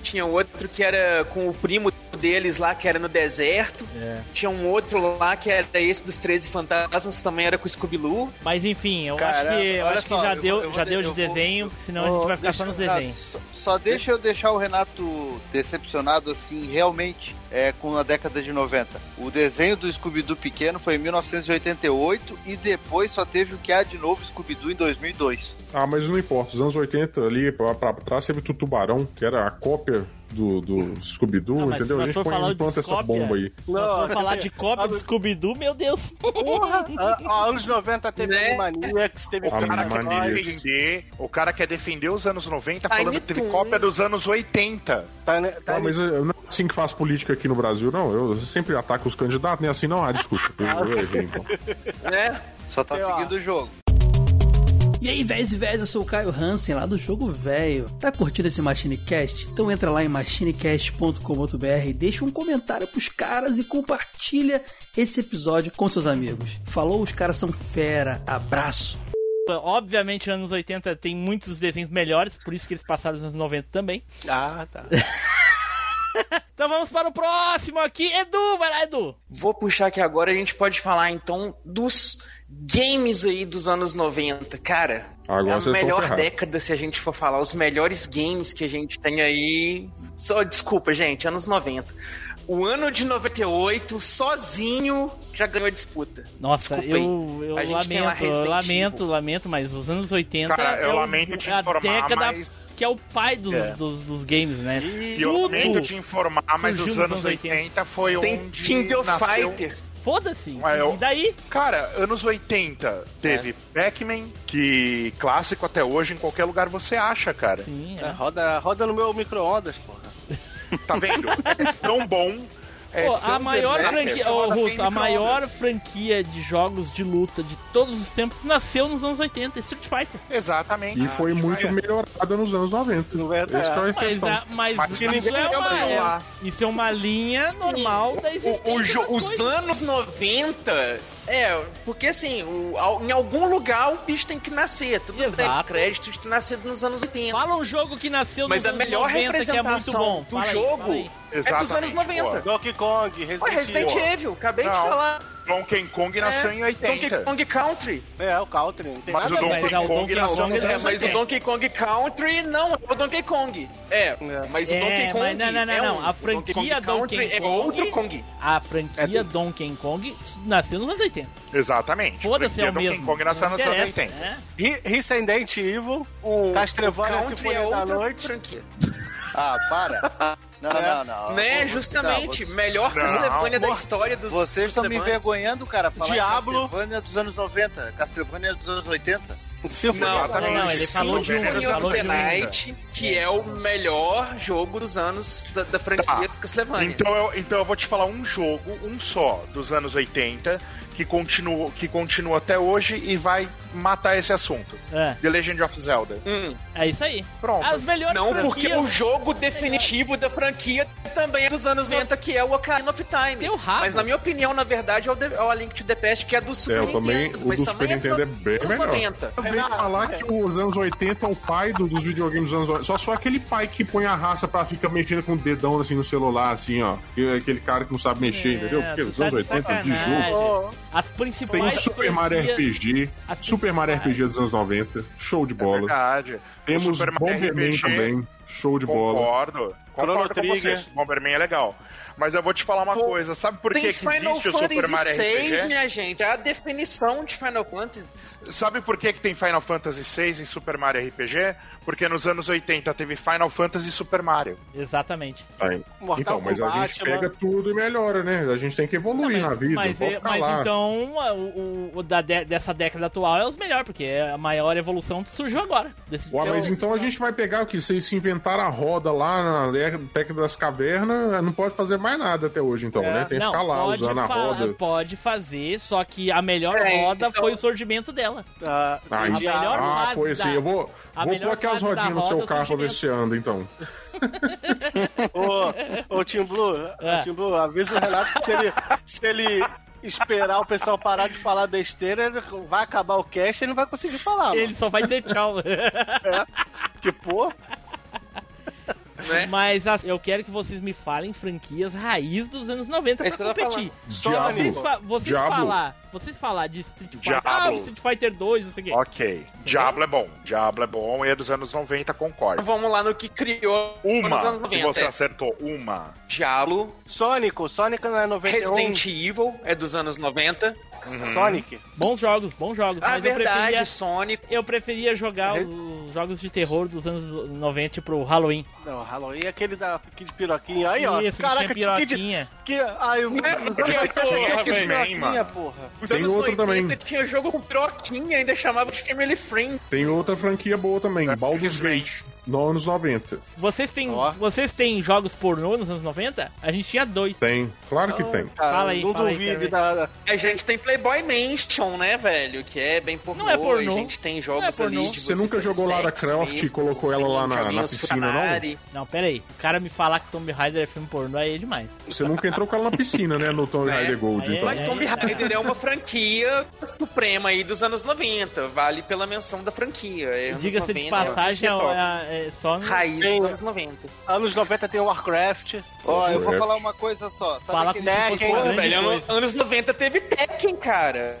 S6: Tinha outro que era com o primo deles lá, que era no deserto.
S2: É.
S6: Tinha um outro lá que era esse dos 13 fantasmas, que também era com o Scooby-Doo.
S2: Mas enfim, eu
S6: Cara,
S2: acho que, eu
S6: olha
S2: acho que
S6: só,
S2: já
S6: eu vou-
S2: deu,
S6: eu vou
S2: já
S6: de-
S2: deu de
S6: eu vou-
S2: desenho, senão a
S3: Ô,
S2: gente vai ficar
S3: deixa
S2: só nos
S3: eu- Renato,
S2: desenhos.
S3: só- Só deixa eu deixar o Renato decepcionado, assim, realmente, é, com a década de 90. O desenho do Scooby-Doo pequeno foi em 1988 e depois só teve o que há de novo Scooby-Doo em 2002.
S8: Ah, mas não importa. Os anos 80 ali pra, pra trás teve o Tubarão, que era a cópia do, do Scooby-Doo,
S2: Ah, mas se
S8: entendeu? A
S2: nós
S8: gente
S2: for falar
S8: põe
S2: de
S8: em planta essa
S2: cópia- é
S8: bomba aí.
S2: Nós vamos falar de
S1: Ah,
S2: cópia do Scooby-Doo, meu Deus. (laughs)
S1: Porra! ah, ah, anos 90 teve
S6: Né?
S1: Animaniacs, teve
S7: O cara, quer
S1: Animaniacs.
S7: defender, o cara quer defender os anos
S2: Tá
S7: 90
S1: Tiny
S7: falando que teve
S1: Toon.
S7: cópia dos anos 80.
S1: Tá, né?
S8: Ah, mas eu, não é assim que faz política aqui no Brasil, não. Eu sempre ataco os candidatos, nem assim, não.
S7: (laughs)
S8: Ah, desculpa. Eu, eu errei, então.
S2: É?
S6: Né?
S3: Só tá seguindo o jogo.
S12: E aí, véis e véis, eu sou o Caio Hansen, lá do Jogo Velho. Tá curtindo esse MachineCast? Então entra lá em machinecast.com.br, deixa um comentário pros caras e compartilha esse episódio com seus amigos. Falou, os caras são fera. Abraço.
S2: Obviamente, anos 80 tem muitos desenhos melhores, por isso que eles passaram nos anos 90 também.
S1: Ah,
S2: (laughs)
S1: tá.
S2: Então vamos para o próximo aqui. Edu, vai lá, Edu.
S6: Vou puxar aqui agora, a gente pode falar então dos games aí dos anos 90, cara.
S8: Agora
S6: é
S8: vocês
S6: a
S8: estão
S6: melhor
S8: ferrados.
S6: década, se a gente for falar, os melhores games que a gente tem aí. Só, desculpa, gente, anos 90. O ano de 98, sozinho, já ganhou a disputa.
S2: Nossa,
S6: Desculpa aí.
S2: eu, eu
S6: A gente tem lá
S2: lamento, eu
S6: Resident
S2: lamento, lamento, mas os anos 80
S7: Cara, eu
S2: é o-
S7: lamento te
S2: é a
S7: informar,
S2: década
S7: mas-
S2: que é o pai dos,
S7: É.
S2: dos, dos games, né?
S7: E eu lamento te informar, mas os
S2: surgiu nos
S7: anos 80, foi
S6: Tem
S7: onde
S6: King of
S7: nasceu...
S6: Fighters.
S2: Foda-se.
S7: Ué, eu-
S2: E daí? É.
S7: Cara, anos 80 teve Pac-Man, que clássico até hoje, em qualquer lugar você acha, cara.
S2: Sim,
S1: É, roda, roda no meu micro-ondas, porra.
S7: Tá
S2: (laughs)
S7: vendo? É tão bom. é
S2: Pô,
S7: tão
S2: a maior
S7: versátil,
S2: franquia,
S7: que
S2: ô,
S7: roda bem
S2: Russo, a
S7: micro-ondas.
S2: maior franquia de jogos de luta de todos os tempos nasceu nos anos 80, Street Fighter.
S7: Exatamente. Ah, é.
S8: E foi muito melhorada nos anos 90. Esse que é a
S2: Mas,
S8: questão.
S2: a- mas
S7: Mas
S2: isso,
S7: ninguém
S2: é uma,
S7: lembra, lá.
S2: é- isso é uma linha normal da existência.
S6: O- o jo-
S2: das
S6: os
S2: coisas.
S6: anos 90. É, porque assim, o- ao- em algum lugar o bicho tem que nascer. Tudo bem,
S2: Exato.
S6: créditos de nascido nos anos 80.
S2: Fala um jogo que nasceu
S6: Mas
S2: nos
S6: a
S2: anos
S6: melhor
S2: 90 que é muito
S6: representação
S2: bom.
S6: do
S2: Fala aí,
S6: jogo
S2: fala aí.
S6: é dos anos
S7: Exatamente,
S6: 90.
S7: pô.
S1: Donkey Kong,
S6: Olha,
S1: Resident,
S6: Resident
S1: Evil.
S6: Evil, acabei de
S7: Não.
S6: falar. É,
S7: Donkey Kong nasceu em
S6: Donkey
S7: 80.
S6: Kong Country.
S1: É, o Country. Não tem
S7: Mas o
S1: nada a ver.
S7: Donkey
S2: mas é o
S7: Kong
S2: Donkey
S7: nasceu
S2: Kong
S7: nos
S2: é
S6: É,
S7: anos
S6: mas o
S7: 80.
S6: Donkey Kong Country não é o Donkey Kong. É, mas o
S2: É,
S6: Donkey
S2: mas
S6: Kong.
S2: não, não, não,
S6: é
S2: não.
S6: um-
S2: A
S6: o Donkey Kong
S2: franquia
S6: Country
S2: Donkey
S6: é
S2: Kong-
S6: outro Kong. É.
S2: A franquia Donkey Kong nasceu nos anos 80.
S7: Exatamente.
S2: Foda-se, é o
S7: Donkey
S2: mesmo.
S7: Kong nasceu
S2: Não
S7: nos anos
S2: interessa,
S7: 80.
S2: né?
S1: Re- Resident Evil,
S6: O
S1: Castrevana
S6: Tá Country é
S1: Sinfonia da
S6: outra
S1: Noite.
S6: franquia.
S3: Ah,
S2: (laughs)
S3: para. Não, não, não.
S2: é
S6: Né,
S3: Eu vou-
S6: justamente,
S3: tá,
S6: melhor
S7: Não,
S6: Castlevania da história dos
S3: Vocês estão me
S6: Castlevanias.
S3: envergonhando, cara. Falar em
S1: Diablo.
S3: Castlevania dos anos 90. Castlevania dos anos 80.
S1: Sinfonia
S6: Não,
S1: da Noite.
S2: não, não, ele falou de um,
S6: Symphony
S2: ele
S6: of
S2: falou
S6: the
S2: de um.
S6: Night, que é o melhor jogo dos anos da, da
S8: Tá.
S6: franquia Castlevania.
S7: Tá. Então eu, então eu vou te falar um jogo, um só, dos anos 80, que continua, que continua até hoje e vai matar esse assunto.
S2: É,
S7: The Legend of Zelda.
S6: Hum,
S2: é isso aí.
S7: Pronto.
S2: As melhores
S6: não,
S2: franquias...
S6: porque o jogo definitivo da franquia também é dos anos 90, que é o Ocarina of Time.
S2: Teu rabo.
S6: Mas na minha opinião, na verdade, é o, The- é o A Link to the Past, que é do Super
S8: eu
S6: Nintendo.
S8: também- o
S6: mas
S8: do
S6: também
S8: Super Nintendo é
S6: dos
S8: bem
S6: anos
S8: melhor.
S6: 90.
S8: Eu venho
S2: é.
S8: falar que os anos 80 é o pai do- dos videogames dos anos 80. Só só aquele pai que põe a raça pra ficar mexendo com o dedão assim no celular, assim, ó. Que é Aquele cara que não sabe mexer, entendeu? Porque
S2: tu
S8: os
S2: tá
S8: anos
S2: de
S8: 80 de
S2: sacanagem.
S8: jogo.
S2: As
S8: Tem o
S2: principais
S8: Super Mario
S2: franquias-
S8: RPG,
S2: as
S8: Super Mario
S2: principais-
S8: RPG dos anos 90, show de
S7: É
S8: bola.
S7: verdade. O
S8: Temos
S7: Super Mario
S8: Bomberman
S7: RPG,
S8: também, show de bola.
S7: Concordo. Concordo com
S1: Trigger.
S7: vocês. Bomberman é legal. Mas eu vou te falar uma
S6: Pô,
S7: coisa. Sabe por que, que
S6: Tem Final
S7: existe o Super Mario
S6: Fantasy VI,
S7: RPG?
S6: minha gente. É a definição de Final Fantasy.
S7: Sabe por que, que tem Final Fantasy VI e Super Mario RPG? Porque nos anos 80 teve Final Fantasy e Super Mario.
S2: Exatamente.
S8: Aí.
S1: Mortal
S8: Então, mas a
S1: Kombat,
S8: gente pega tudo e melhora, né? A gente tem que evoluir
S2: Não,
S8: na vida,
S2: mas,
S8: não pode
S2: é-
S8: ficar
S2: mas
S8: lá.
S2: então a- o, o da dé- dessa década atual é os melhores, porque é a maior evolução que surgiu agora. Desse
S8: Ué, mas
S2: Eu-
S8: então a gente vai pegar o que? Vocês se inventaram a roda lá na década das cavernas, não pode fazer mais nada até hoje, então, né? Tem que
S2: É, não,
S8: ficar lá
S2: pode
S8: usando a
S2: fa-
S8: roda.
S2: Pode fazer, só que a melhor
S6: É,
S2: roda
S6: então-
S2: foi o surgimento dela.
S1: Ah,
S8: Ah,
S1: tem
S8: então-
S1: Diablo.
S2: melhor
S8: ah
S2: fase
S8: foi assim.
S2: da-
S8: Eu vou,
S2: a
S8: vou
S2: melhor
S8: pôr aqui as
S2: fase da
S8: rodinhas no seu
S2: roda é o
S8: carro pra ver
S2: surgimento.
S8: se anda, então.
S1: Ô, ô Tim Blue,
S2: É.
S1: ô, Tim Blue, avisa o Renato que se ele, se ele esperar o pessoal parar de falar besteira, ele vai acabar o cast e ele não vai conseguir falar.
S2: Ele
S1: Ele...
S2: só vai ter tchau. (laughs) É?
S1: Que pô,
S6: Né?
S2: mas as- eu quero que vocês me falem franquias raiz dos anos 90
S6: É isso que
S2: pra
S6: eu tô
S2: competir.
S8: Diablo.
S2: Vocês, fa- vocês
S8: Diablo.
S2: falar, vocês falar de Street Fighter, ah,
S7: Diablo.
S2: o Street Fighter 2, não sei o quê.
S7: Ok. Diablo é bom. Diablo é bom e é dos anos 90, concordo.
S6: Então Vamos lá no que criou nos anos
S7: Uma que
S6: 90.
S7: você
S6: é.
S7: acertou. Uma.
S6: Diablo,
S1: Sonic, o Sonic não é 91.
S6: Resident Evil é dos anos 90. Uhum.
S1: Sonic.
S2: Bons jogos, bons jogos.
S6: Ah,
S2: mas eu
S6: verdade,
S2: preferia,
S6: Sonic.
S2: eu preferia
S8: É.
S2: jogar os jogos de terror dos anos 90 pro Halloween.
S1: Não, Halloween é aquele da Kid Piroquinha. Aí, ó.
S2: Isso, que
S1: caraca,
S2: tinha
S1: que, que,
S2: piroquinha.
S1: que. Ai, eu. é
S7: Porra,
S1: Kid
S7: velho,
S1: Piroquinha,
S7: mano.
S1: porra.
S6: Os
S8: Tem
S6: anos
S8: outro
S6: 80
S8: também.
S6: Tinha jogo com troquinha, ainda chamava de Family Friend.
S8: Tem outra franquia boa
S6: É,
S8: também, Baldur's Gate, no anos 90.
S2: Vocês têm,
S1: Ó.
S2: vocês têm jogos pornô nos anos 90? A gente tinha dois.
S8: Tem, claro que tem.
S1: Cara,
S2: Fala aí,
S1: não
S2: fala aí,
S1: duvide
S2: quero
S1: da.
S6: A gente tem Playboy Mansion, né, velho? Que é bem pornô.
S2: Não é pornô.
S6: A gente tem
S2: Não é
S6: jogos
S2: pornô.
S6: ali de
S8: Você nunca
S6: fazer
S8: jogou Lara
S6: sexo
S8: Croft
S6: mesmo,
S8: e colocou ela lá na- na
S6: joguinhos
S8: piscina, não?
S6: Ferrari.
S2: Não, pera aí. O cara me falar que Tomb Raider é filme pornô aí é demais.
S8: Você nunca entrou com ela na piscina, né? No Tomb
S6: É.
S8: Raider Gold,
S2: Aí é-
S8: então.
S6: Mas Tomb Raider é uma franquia suprema aí dos anos 90. Vale pela menção da franquia. É anos
S2: Diga-se
S6: 90,
S2: de passagem,
S6: é top.
S2: é, é só no...
S6: Raiz
S1: Tem-
S6: dos anos 90.
S1: Anos 90 tem Warcraft.
S3: Ó, eu vou
S8: Correto.
S3: falar uma coisa só. Sabe
S2: Fala
S3: aquele
S2: como se fosse
S1: Tekken,
S2: uma
S6: Pô,
S2: grande
S6: velho, ano-
S2: coisa.
S6: anos 90 teve Tekken, cara.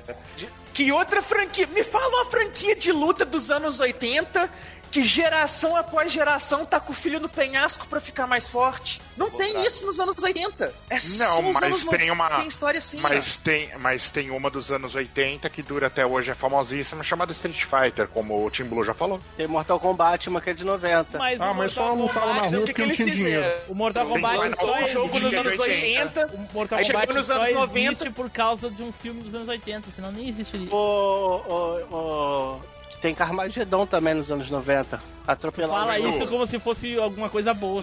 S6: Que outra franquia. Me fala uma franquia de luta dos anos 80 que geração após geração tá com o filho no penhasco pra ficar mais forte. Não tem isso nos anos 80. É só
S7: Não,
S6: os anos
S7: mas tem
S6: 90
S7: uma.
S6: que Tem história assim.
S7: mas
S6: ó.
S7: tem, mas tem uma dos anos 80 que dura até hoje, é famosíssima, chamada Street Fighter, como o Tim Blue já falou.
S1: Tem Mortal Kombat, uma que é de 90.
S2: Mas
S8: Ah,
S2: o
S8: mas
S2: Mortal
S8: só lutava na
S2: Kombat-
S8: rua porque não tinha dinheiro.
S2: O Mortal
S7: Tem
S2: Kombat
S7: lá,
S2: só
S7: não,
S2: é
S7: um
S8: tipo
S6: jogo nos anos 80,
S2: O Mortal
S6: aí chegou
S2: Kombat
S6: nos
S2: só
S6: anos
S2: existe
S6: 90.
S2: por causa de um filme dos anos 80, senão nem existe.
S1: O, o, o- tem Carmageddon também nos anos 90. Atropelar
S2: Fala
S1: um-
S2: isso como se fosse alguma coisa boa.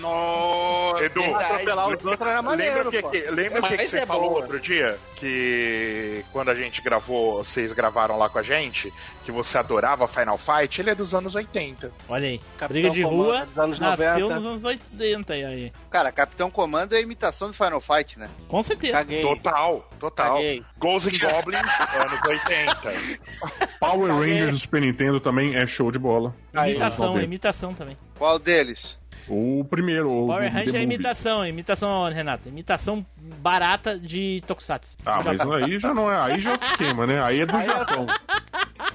S7: Edu,
S1: Atropelar os outros era maneiro,
S7: é lembra o que,
S1: pô.
S7: que- lembra o que,
S6: Mas
S7: que você
S6: é
S7: falou
S6: boa.
S7: outro dia? Que quando a gente gravou, vocês gravaram lá com a gente, que você adorava Final Fight, ele é dos anos 80.
S2: Olha aí.
S1: Capitão
S2: Briga de
S1: Comando
S2: rua
S1: dos anos
S2: nasceu
S1: 90.
S2: nos anos 80 e aí.
S3: Cara, Capitão Comando é a imitação de Final Fight, né?
S2: Com certeza.
S1: Caguei.
S7: Total, total.
S1: Caguei.
S7: Ghosts and Goblins, anos
S3: (laughs)
S7: 80.
S8: Power Rangers do Super Nintendo também é show de bola.
S2: imitação,
S8: Vamos ver.
S2: imitação também.
S3: Qual deles?
S8: O primeiro, o
S2: Power
S8: The
S2: Ranger é
S8: Movie.
S2: imitação, é imitação, Renato. Imitação barata de Tokusatsu. tá.
S8: Ah, mas aí já não é, aí já é outro esquema, né? Aí é do Japão.
S1: (laughs)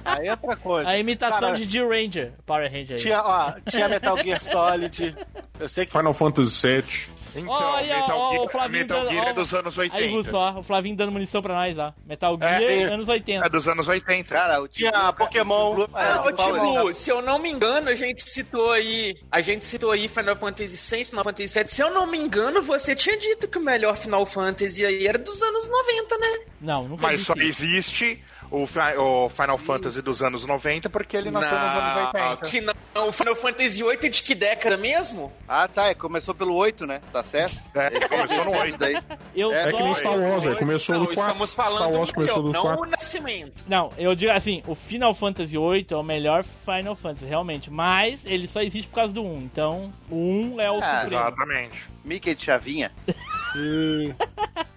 S1: Aí é outra coisa.
S2: A imitação
S1: Cara,
S2: de D-Ranger, Power Ranger. aí.
S1: Tinha, ó, tinha Metal Gear
S2: (laughs)
S1: Solid. Eu sei que
S8: Final Fantasy VII.
S7: Então,
S2: Olha,
S7: Metal
S2: ó,
S7: Gear,
S2: o Flavinho
S7: Metal
S2: dando-
S7: Gear é
S2: ó,
S7: dos anos 80.
S2: Aí, Russo, ó, o Flavinho dando munição pra nós, ó. Metal
S7: É,
S2: Gear,
S7: tem-
S2: anos 80.
S7: É dos anos 80.
S3: Cara, o
S1: tinha
S3: Tim Blue-
S1: Pokémon.
S3: Blue-
S1: É,
S3: Ah,
S6: Ô,
S3: o Tim Blue-
S6: Tibu, se eu não me engano, a gente citou aí. A gente citou aí Final Fantasy VI, Final Fantasy VII. Se eu não me engano, você tinha dito que o melhor Final Fantasy aí era dos anos 90, né?
S2: Não, nunca
S7: Mas
S2: disse
S7: só
S2: isso.
S7: existe o, Fi- o Final Fantasy dos anos 90 porque ele nasceu nos anos 80.
S6: que não. O Final Fantasy VIII é de que década mesmo?
S3: Ah, tá. é, Começou pelo 8, né? Tá certo?
S7: É, começou no 8.
S3: Daí.
S2: Eu
S3: É
S8: É
S2: só...
S8: que nem Star Wars, aí começou
S6: não,
S8: do 4.
S6: estamos falando
S8: Star Wars
S6: do melhor,
S8: começou do
S6: não
S8: 4.
S6: o nascimento.
S2: Não, eu digo assim, o Final Fantasy VIII é o melhor Final Fantasy, realmente. Mas ele só existe por causa do 1. Então, o 1 é o
S3: Ah,
S2: supremo.
S7: Exatamente.
S3: Mickey de Chavinha.
S2: (laughs)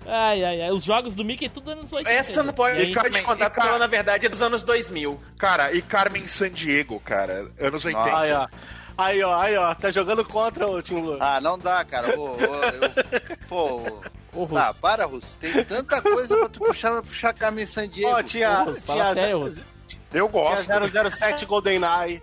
S2: Ai, ai, ai. Os jogos do Mickey é tudo anos 80.
S6: Essa não pode,
S2: E aí,
S7: Mickey-
S6: pode
S7: Carmen,
S6: contar,
S7: e
S6: porque
S7: Car-
S6: ela, na verdade, é dos anos 2000.
S7: Cara, e Carmen San Diego, cara, anos 80.
S1: Aí, ó. Aí, ó, aí, ó. Tá jogando contra o Tim Blue.
S3: Ah, não dá, cara. Ô, ô, eu- Pô. ô.
S2: Ô, Russo.
S3: Tá, para, Russo. Tem tanta coisa pra tu puxar, pra puxar Carmen San Diego.
S1: Ó, tinha,
S2: Porra, fala
S1: tinha,
S2: sério, Russo.
S7: Eu gosto. (laughs)
S1: tinha 007 GoldenEye.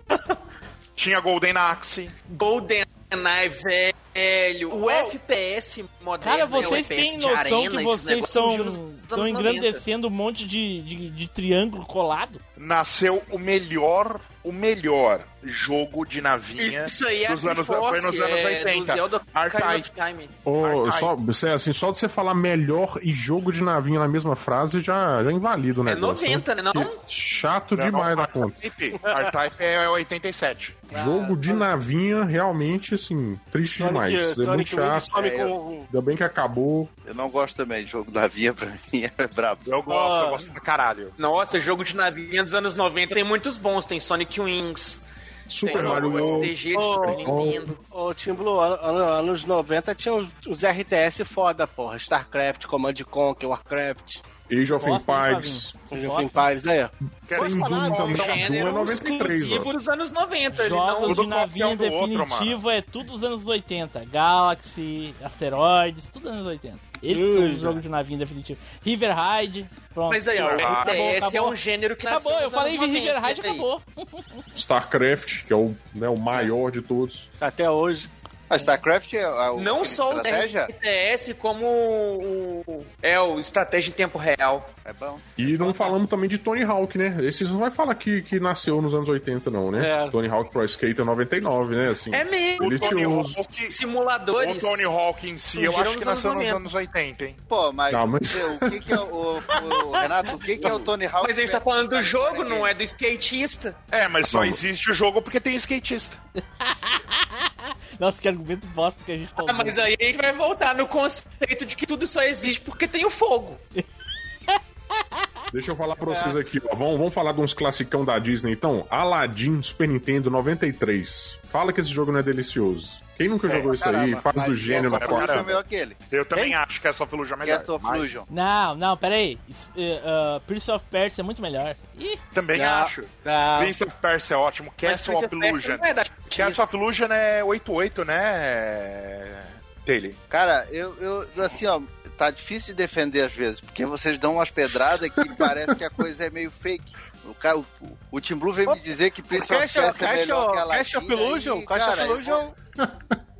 S7: Tinha Golden Axe.
S6: GoldenEye, é velho. O FPS moderno.
S2: Cara,
S6: né? O
S2: vocês
S6: FPS
S2: têm
S6: de
S2: noção
S6: arena,
S2: que
S6: esse
S2: vocês
S6: negócio
S2: estão,
S6: surgiu nos anos
S2: estão
S6: 90.
S2: engrandecendo um monte de, de, de triângulo colado?
S7: Nasceu o melhor, o melhor jogo de navinha
S6: Isso aí é
S7: dos
S6: a
S7: anos,
S6: Triforce,
S7: foi nos anos
S6: é,
S7: 80.
S6: do Zelda Ocarina of Time.
S8: Ô,
S7: Ai, ai.
S8: só, sério, assim, só de você falar melhor e jogo de navinha na mesma frase já, já invalida o
S6: É
S8: negócio.
S6: 90, né, não?
S8: Que Chato
S7: Não,
S8: demais
S7: não,
S8: da conta.
S7: R-Type, R-Type é 87.
S8: Jogo de navinha, realmente, assim, triste demais. é muito
S1: Sonic Wings
S8: chato.
S1: come
S3: É,
S1: com...
S8: Ainda bem que acabou.
S3: Eu não gosto também de jogo da via, pra mim é (laughs) brabo.
S7: Eu gosto,
S1: Ah.
S7: eu gosto pra caralho.
S6: Nossa, jogo de navinha dos anos 90 tem muitos bons. Tem Sonic Wings,
S8: Super
S6: tem
S8: Mario
S6: o
S8: World.
S6: STG de
S1: Oh,
S6: Super
S1: oh.
S6: Nintendo.
S1: Ô, Tim Blue, an- an- anos 90 tinha os, os RTS foda, porra. StarCraft, Command Conquer, Warcraft,
S8: Age of
S2: Gosto, hein,
S8: Empires.
S1: Age
S2: Foda.
S1: of Empires, aí, ó.
S7: Quero
S8: Tem Doom também.
S7: Então,
S8: Doom é 93, ó.
S6: exclusivo dos anos 90. Ele não
S2: Jogos
S7: tudo
S2: de
S7: qualquer
S2: navinha
S7: um do outro,
S2: definitiva é tudo dos anos 80. Galaxy, asteroides, tudo dos anos 80. Esses são os
S1: Ih,
S2: jogos de navinha definitiva. River Ride, pronto.
S6: Mas aí, ó, o
S7: Acabou,
S6: RTS é
S2: acabou.
S6: um gênero que
S2: Acabou,
S6: nasceu
S2: eu
S6: nos
S2: falei
S6: anos
S2: em River
S6: 90,
S2: Ride,
S6: aí.
S2: acabou.
S8: StarCraft, que é o, né, o maior de todos.
S1: Até hoje.
S3: A StarCraft é a, o-
S6: Não
S3: aquele
S6: só o
S3: estratégia?
S6: RTS, como o- o- é o estratégia em tempo real.
S3: É bom.
S8: E não falamos também de Tony Hawk, né? Esse não vai falar que, que nasceu nos anos 80, não, né?
S1: É.
S8: Tony Hawk Pro Skater 99, né? Assim,
S6: É mesmo.
S8: Ele
S7: o Tony
S8: tinha uns-
S7: Hawk, o
S6: Simuladores.
S7: Tony Hawk em si, eu
S6: Surgiram
S7: acho que
S6: nos anos
S7: nasceu nos
S6: 90.
S7: anos 80, hein?
S3: Pô, mas,
S8: Não, Tá, mas-
S3: o que que é o, o- o- Renato, o que que é né? Tá o Tony Hawk?
S6: Mas a gente tá falando do jogo, não é do skatista.
S7: É, mas só
S8: Não.
S7: existe o jogo porque tem skatista.
S2: (laughs) Nossa, que argumento bosta que a gente tá
S6: Ah,
S2: usando.
S6: mas aí a gente vai voltar no conceito de que tudo só existe porque tem o fogo.
S8: Deixa eu falar pra vocês aqui, ó. Vamos, vamos falar de uns classicão da Disney, então? Aladdin, Super Nintendo 93. Fala que esse jogo não é delicioso. Quem
S7: É,
S8: nunca jogou isso aí? Faz do gênio na
S3: porta.
S8: porta.
S3: É melhor aquele.
S7: Eu também acho que essa Fallujah é melhor.
S3: Cast of
S7: mas
S3: Fusion.
S2: Não, não, peraí. Isso, eh, ah, Prince of Persia é muito melhor. Ih,
S7: Também
S1: Não,
S7: acho.
S1: não.
S7: Prince of Persia é ótimo.
S6: Mas
S7: Castle
S6: Prince
S7: of (laughs)
S6: of Persia
S7: Illusion.
S6: não é da-
S7: Castle of Illusion é 88, né? dele.
S3: Cara, eu, eu, assim, ó, tá difícil de defender às vezes, porque vocês dão umas pedradas que (laughs) parece que a coisa é meio fake. O, ca- o, o Tim Blue veio me dizer que Prince of
S1: Cash,
S3: Persia é
S1: Cash,
S3: melhor que a
S1: Cash of
S3: Aladdin,
S1: Illusion,
S3: aí,
S1: Cash of
S3: cara,
S1: Illusion.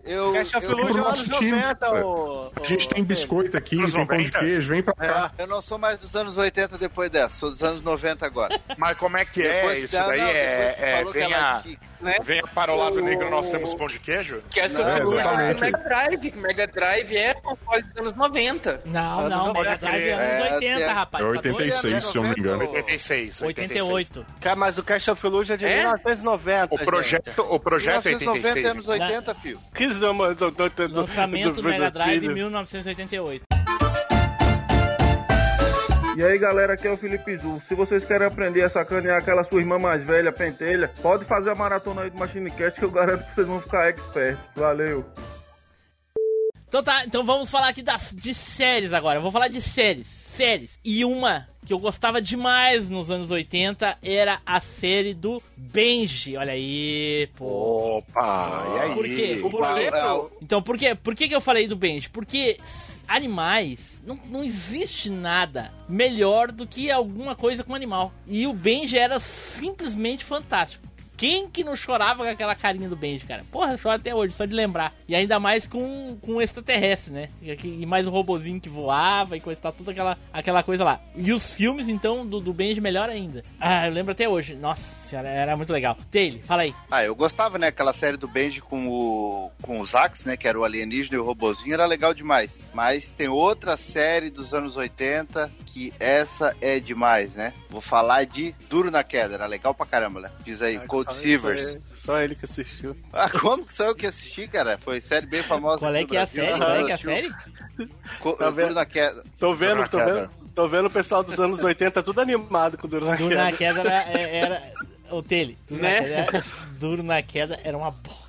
S3: Eu,
S1: Cash of
S3: eu-
S1: Illusion
S8: pro
S1: é anos
S8: nosso time.
S1: 90,
S8: É.
S1: o... É.
S8: A gente tem biscoito aqui,
S7: Nos
S8: tem pão de
S7: 90.
S8: queijo, vem pra cá.
S3: eu não sou mais dos anos 80 depois dessa, sou dos anos 90 agora.
S7: (laughs) Mas como é que é
S3: Depois
S7: isso
S3: da-
S7: daí?
S3: não, depois
S7: é,
S3: que
S7: é,
S3: falou que
S7: vem,
S3: ela
S7: a,
S3: fica.
S6: Né?
S7: vem a parolar do
S6: O-
S7: negro, nós temos pão de queijo?
S6: Castle
S7: Não,
S6: of Illusion é
S7: exatamente.
S6: Mega Drive. Mega Drive é console dos anos 90.
S2: Não, não, Mega Drive é
S7: É,
S2: anos
S3: até-
S2: 80, rapaz.
S8: É
S2: tá doido?
S8: 86, se eu não me engano.
S7: 86,
S2: 88.
S1: Cara, mas o Cash of Illusion é de
S6: É?
S1: 1990.
S7: O projeto, o projeto é
S3: 1990
S7: 86.
S3: anos 80, filho.
S1: Que zama- do- do- do- do-
S2: Lançamento
S1: do- do-
S2: Mega
S1: do-
S2: Drive
S1: filho.
S2: 1988.
S13: E aí galera, aqui é o Felipe Zu. Se vocês querem aprender a sacanear aquela sua irmã mais velha, pentelha, pode fazer a maratona aí do Machine Cast que eu garanto que vocês vão ficar expert. Valeu.
S2: Então tá, então vamos falar aqui das, de séries agora. Eu vou falar de séries. Séries. E uma que eu gostava demais nos anos 80 era a série do Benji. Olha aí, pô.
S7: Opa, e aí?
S2: Por quê?
S7: O
S2: Por quê?
S3: Ah, o-
S2: Então, por quê? Por que, que eu falei do Benji? Porque animais, não, não existe nada melhor do que alguma coisa com animal. E o Benji era simplesmente fantástico. Quem que não chorava com aquela carinha do Benji, cara? Porra, eu choro até hoje, só de lembrar. E ainda mais com, com o extraterrestre, né? E, aqui- e mais o robozinho que voava e coisa, e tal, toda aquela, aquela coisa lá. E os filmes, então, do, do Benji, melhor ainda. Ah, eu lembro até hoje. Nossa senhora, era muito legal. Taylor, fala aí.
S3: Ah, eu gostava, né? Aquela série do Benji com o, com o Zax, né? Que era o alienígena e o robozinho, era legal demais. Mas tem outra série dos anos 80 que essa é demais, né? Vou falar de Duro na Queda, era legal pra caramba, né? Diz aí,
S1: Ah,
S3: Cold
S1: só-
S3: Silvers.
S1: só ele- Só ele que assistiu.
S3: (laughs) Ah, como que sou eu que assisti, cara? Foi série bem famosa.
S2: Qual é
S3: do
S2: que é a
S3: Brasil.
S2: série? Qual é que é a
S3: Assistiu
S2: série?
S3: Co-
S1: Tá
S3: Duro
S1: vendo?
S3: na Queda.
S1: Tô vendo,
S7: Duro
S1: tô
S7: na
S1: vendo. Tô vendo o pessoal dos anos 80 tudo animado com o Duro na
S2: Duro na
S1: Queda.
S2: queda era. é- era o Tele. Duro,
S6: Né?
S2: na queda, era- duro na queda era uma bosta.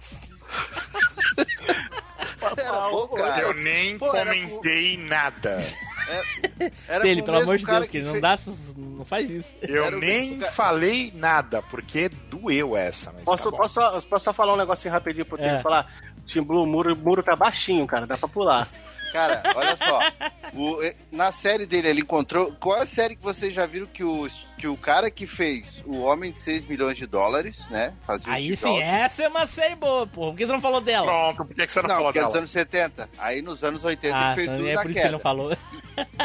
S3: Era bom,
S7: Eu
S3: cara.
S7: nem
S3: Pô, era É,
S7: comentei nada.
S3: Era
S2: Tele,
S3: com o
S2: pelo
S3: mesmo
S2: amor de
S3: cara
S2: Deus, que
S3: que
S2: não
S3: fe-
S2: dá. essas- Não faz isso.
S7: Eu
S3: Era o
S7: nem
S3: mesmo cara-
S7: falei nada, porque doeu essa. Mas
S1: Posso,
S7: tá bom.
S1: posso, só- posso só falar um negocinho rapidinho pro tempo
S2: É.
S1: falar? Tim Blue, o muro, o muro tá baixinho, cara, dá pra pular.
S3: Cara, olha só. O- eh, na série dele, ele encontrou. Qual é a série que vocês já viram que o, que o cara que fez o Homem de 6 milhões de dólares, né? Fazia os
S2: Aí
S3: Steve
S2: sim,
S3: Jobs.
S2: essa é uma série boa, porra. Por que você não falou dela?
S7: Pronto, por que que você não,
S3: Não,
S7: falou
S3: porque é dos
S7: dela?
S3: anos 70. Aí nos anos 80
S2: Ah,
S3: ele fez
S2: então
S3: tudo
S2: é
S3: na
S2: por isso que ele
S3: queda.
S2: não falou.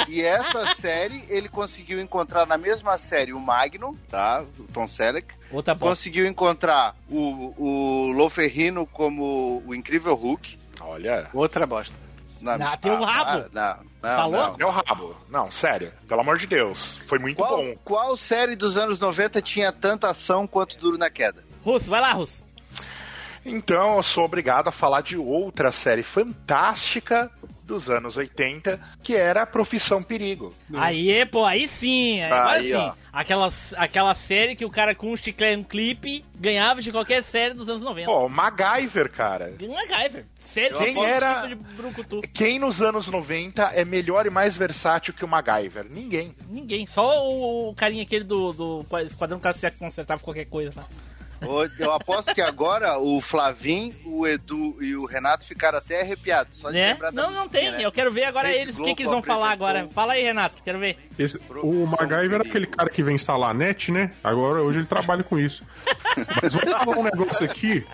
S3: E
S2: (laughs)
S3: essa série, ele conseguiu encontrar na mesma série o Magnum, tá? O Tom Selleck.
S2: Outra bosta.
S3: Conseguiu encontrar o, o Lou Ferrino como o incrível Hulk.
S7: Olha.
S1: Outra bosta.
S3: Na,
S2: Ah, tem o
S3: ah,
S2: rabo.
S3: ah, não, não,
S2: Tá
S3: não.
S2: louco?
S7: Meu é rabo. Não, sério. Pelo amor de Deus. Foi muito
S3: Qual,
S7: bom.
S3: qual série dos anos 90 tinha tanta ação quanto Duro na Queda?
S2: Russo, vai lá, Russo.
S7: Então eu sou obrigado a falar de outra série fantástica dos anos 80, que era Profissão Perigo.
S2: Aí, pô, aí sim. Aí,
S3: Tá
S2: agora
S3: aí, ó.
S2: sim. Aquela, aquela série que o cara com um chiclete um clipe ganhava de qualquer série dos anos 90.
S7: Pô, MacGyver, cara.
S2: MacGyver. Série
S7: Quem
S2: qualquer
S7: era-
S2: tipo de brucutu.
S7: Quem nos anos 90 é melhor e mais versátil que o MacGyver? Ninguém.
S2: Ninguém. Só o, o carinha aquele do, do Esquadrão Classe que consertava qualquer coisa lá.
S3: Ô, Eu aposto que agora o Flavim, o Edu e o Renato ficaram até arrepiados. Só de
S2: Né?
S3: lembrar da
S2: Não, não tem.
S3: musiquinha, né?
S2: Eu quero ver agora
S3: Rede
S2: eles o que,
S3: Globo
S2: que eles vão falar agora.
S3: apresentou-
S2: Fala aí, Renato. Quero ver.
S8: Esse- o MacGyver era aquele cara que vem instalar a net, né? Agora, hoje ele trabalha com isso. Mas vamos falar um negócio aqui.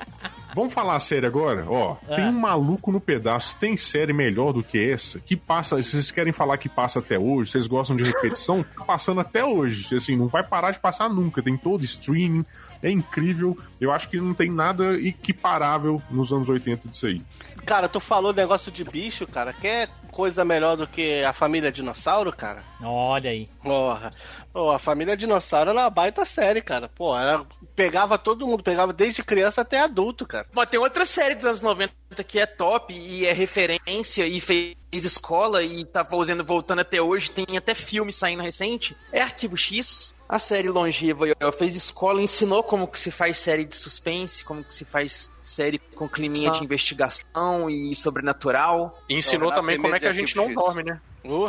S8: Vamos falar sério agora? Ó, tem um maluco no pedaço, tem série melhor do que essa? Que passa, se vocês querem falar que passa até hoje, vocês gostam de repetição, tá passando até hoje. Assim, não vai parar de passar nunca. Tem todo streaming, é incrível. Eu acho que não tem nada equiparável nos anos 80 disso aí.
S1: Cara, tu falou negócio de bicho, cara. Quer coisa melhor do que a família dinossauro, cara?
S2: Olha aí.
S1: Porra. Pô, a família dinossauro era uma baita série, cara. Pô, era... pegava todo mundo, pegava desde criança até adulto, cara.
S6: Bom, tem outra série dos anos 90 que é top e é referência e fez escola e tá fazendo, voltando até hoje. Tem até filme saindo recente. É Arquivo X. A série longeva e- fez escola, ensinou como que se faz série de suspense, como que se faz série com climinha de investigação e sobrenatural.
S14: E
S3: Não,
S14: ensinou
S3: Renato
S14: também
S3: tem
S14: como é
S3: medo
S14: que a
S3: de
S14: gente
S3: Então, arquivo
S14: não
S3: X.
S14: dorme, né?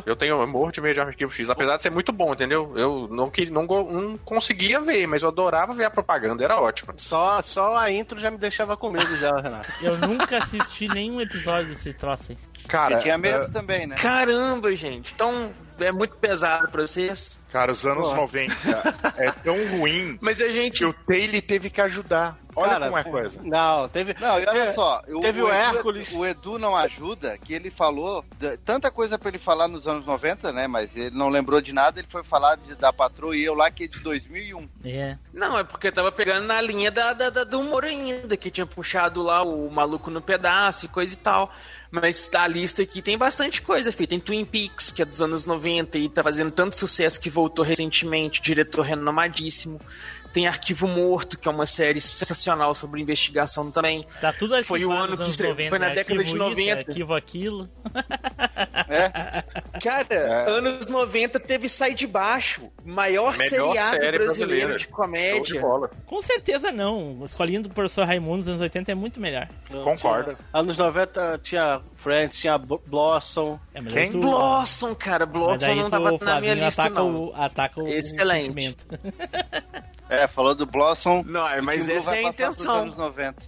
S14: Eu tenho eu morro de medo de Arquivo X, apesar de ser muito bom, entendeu? Eu não, que- não, go- não conseguia ver, mas eu adorava ver a propaganda, era ótimo.
S1: Só, só a intro já me deixava com medo já, Renato.
S2: Eu nunca assisti nenhum episódio desse troço aí.
S7: Cara,
S14: é.
S6: ah,
S3: também, né?
S6: Caramba, gente. Então é muito pesado pra vocês.
S7: Cara, os anos
S6: Pô.
S7: 90
S3: (laughs)
S7: é tão ruim
S6: Mas a gente...
S7: que o Taylor teve que ajudar. Olha
S3: Cara,
S7: como é a coisa.
S1: Não, teve.
S3: Não, e olha só, o,
S7: teve
S3: É, o
S7: o
S3: Edu-
S7: Hércules.
S3: o Edu não ajuda que ele falou d- tanta coisa pra ele falar nos anos 90, né? Mas ele não lembrou de nada, ele foi falar de, da patroa e eu lá que é de 2001.
S2: É.
S6: Não, é porque eu tava pegando na linha da, da- da- do humor ainda, que tinha puxado lá o maluco no pedaço e coisa e tal. Mas tá a lista aqui tem bastante coisa, filho. Tem Twin Peaks, que é dos anos 90 e tá fazendo tanto sucesso que voltou recentemente, diretor renomadíssimo. Tem Arquivo Morto, que é uma série sensacional sobre investigação também.
S2: Tá tudo
S6: Foi o
S2: arquivado
S6: ano
S2: nos
S6: que
S2: anos
S6: estreou, foi na
S2: né?
S6: década de
S2: Arquivo isso,
S6: 90.
S2: arquivo aquilo.
S6: Cara, anos 90 teve Sai de Baixo, maior
S2: Melhor
S6: seriado
S2: série
S6: brasileiro
S2: brasileira.
S6: de comédia.
S2: Show de bola. Com certeza não. O Escolinha do professor Raimundo nos anos 80 é muito melhor.
S1: Concordo. Anos 90 tinha Friends, tinha Bl- Blossom.
S2: É, mas
S6: Quem? Blossom, cara.
S2: Mas
S6: Blossom
S2: aí
S6: não
S2: tu,
S6: tava na minha
S2: Flavinho,
S6: lista,
S2: ataca
S6: não.
S2: o- ataca o
S6: Excelente.
S2: sentimento.
S3: É, falou do Blossom.
S6: Não, mas
S3: que o Lu
S6: essa
S3: vai
S6: é a
S3: passar pros
S6: intenção.
S3: anos 90.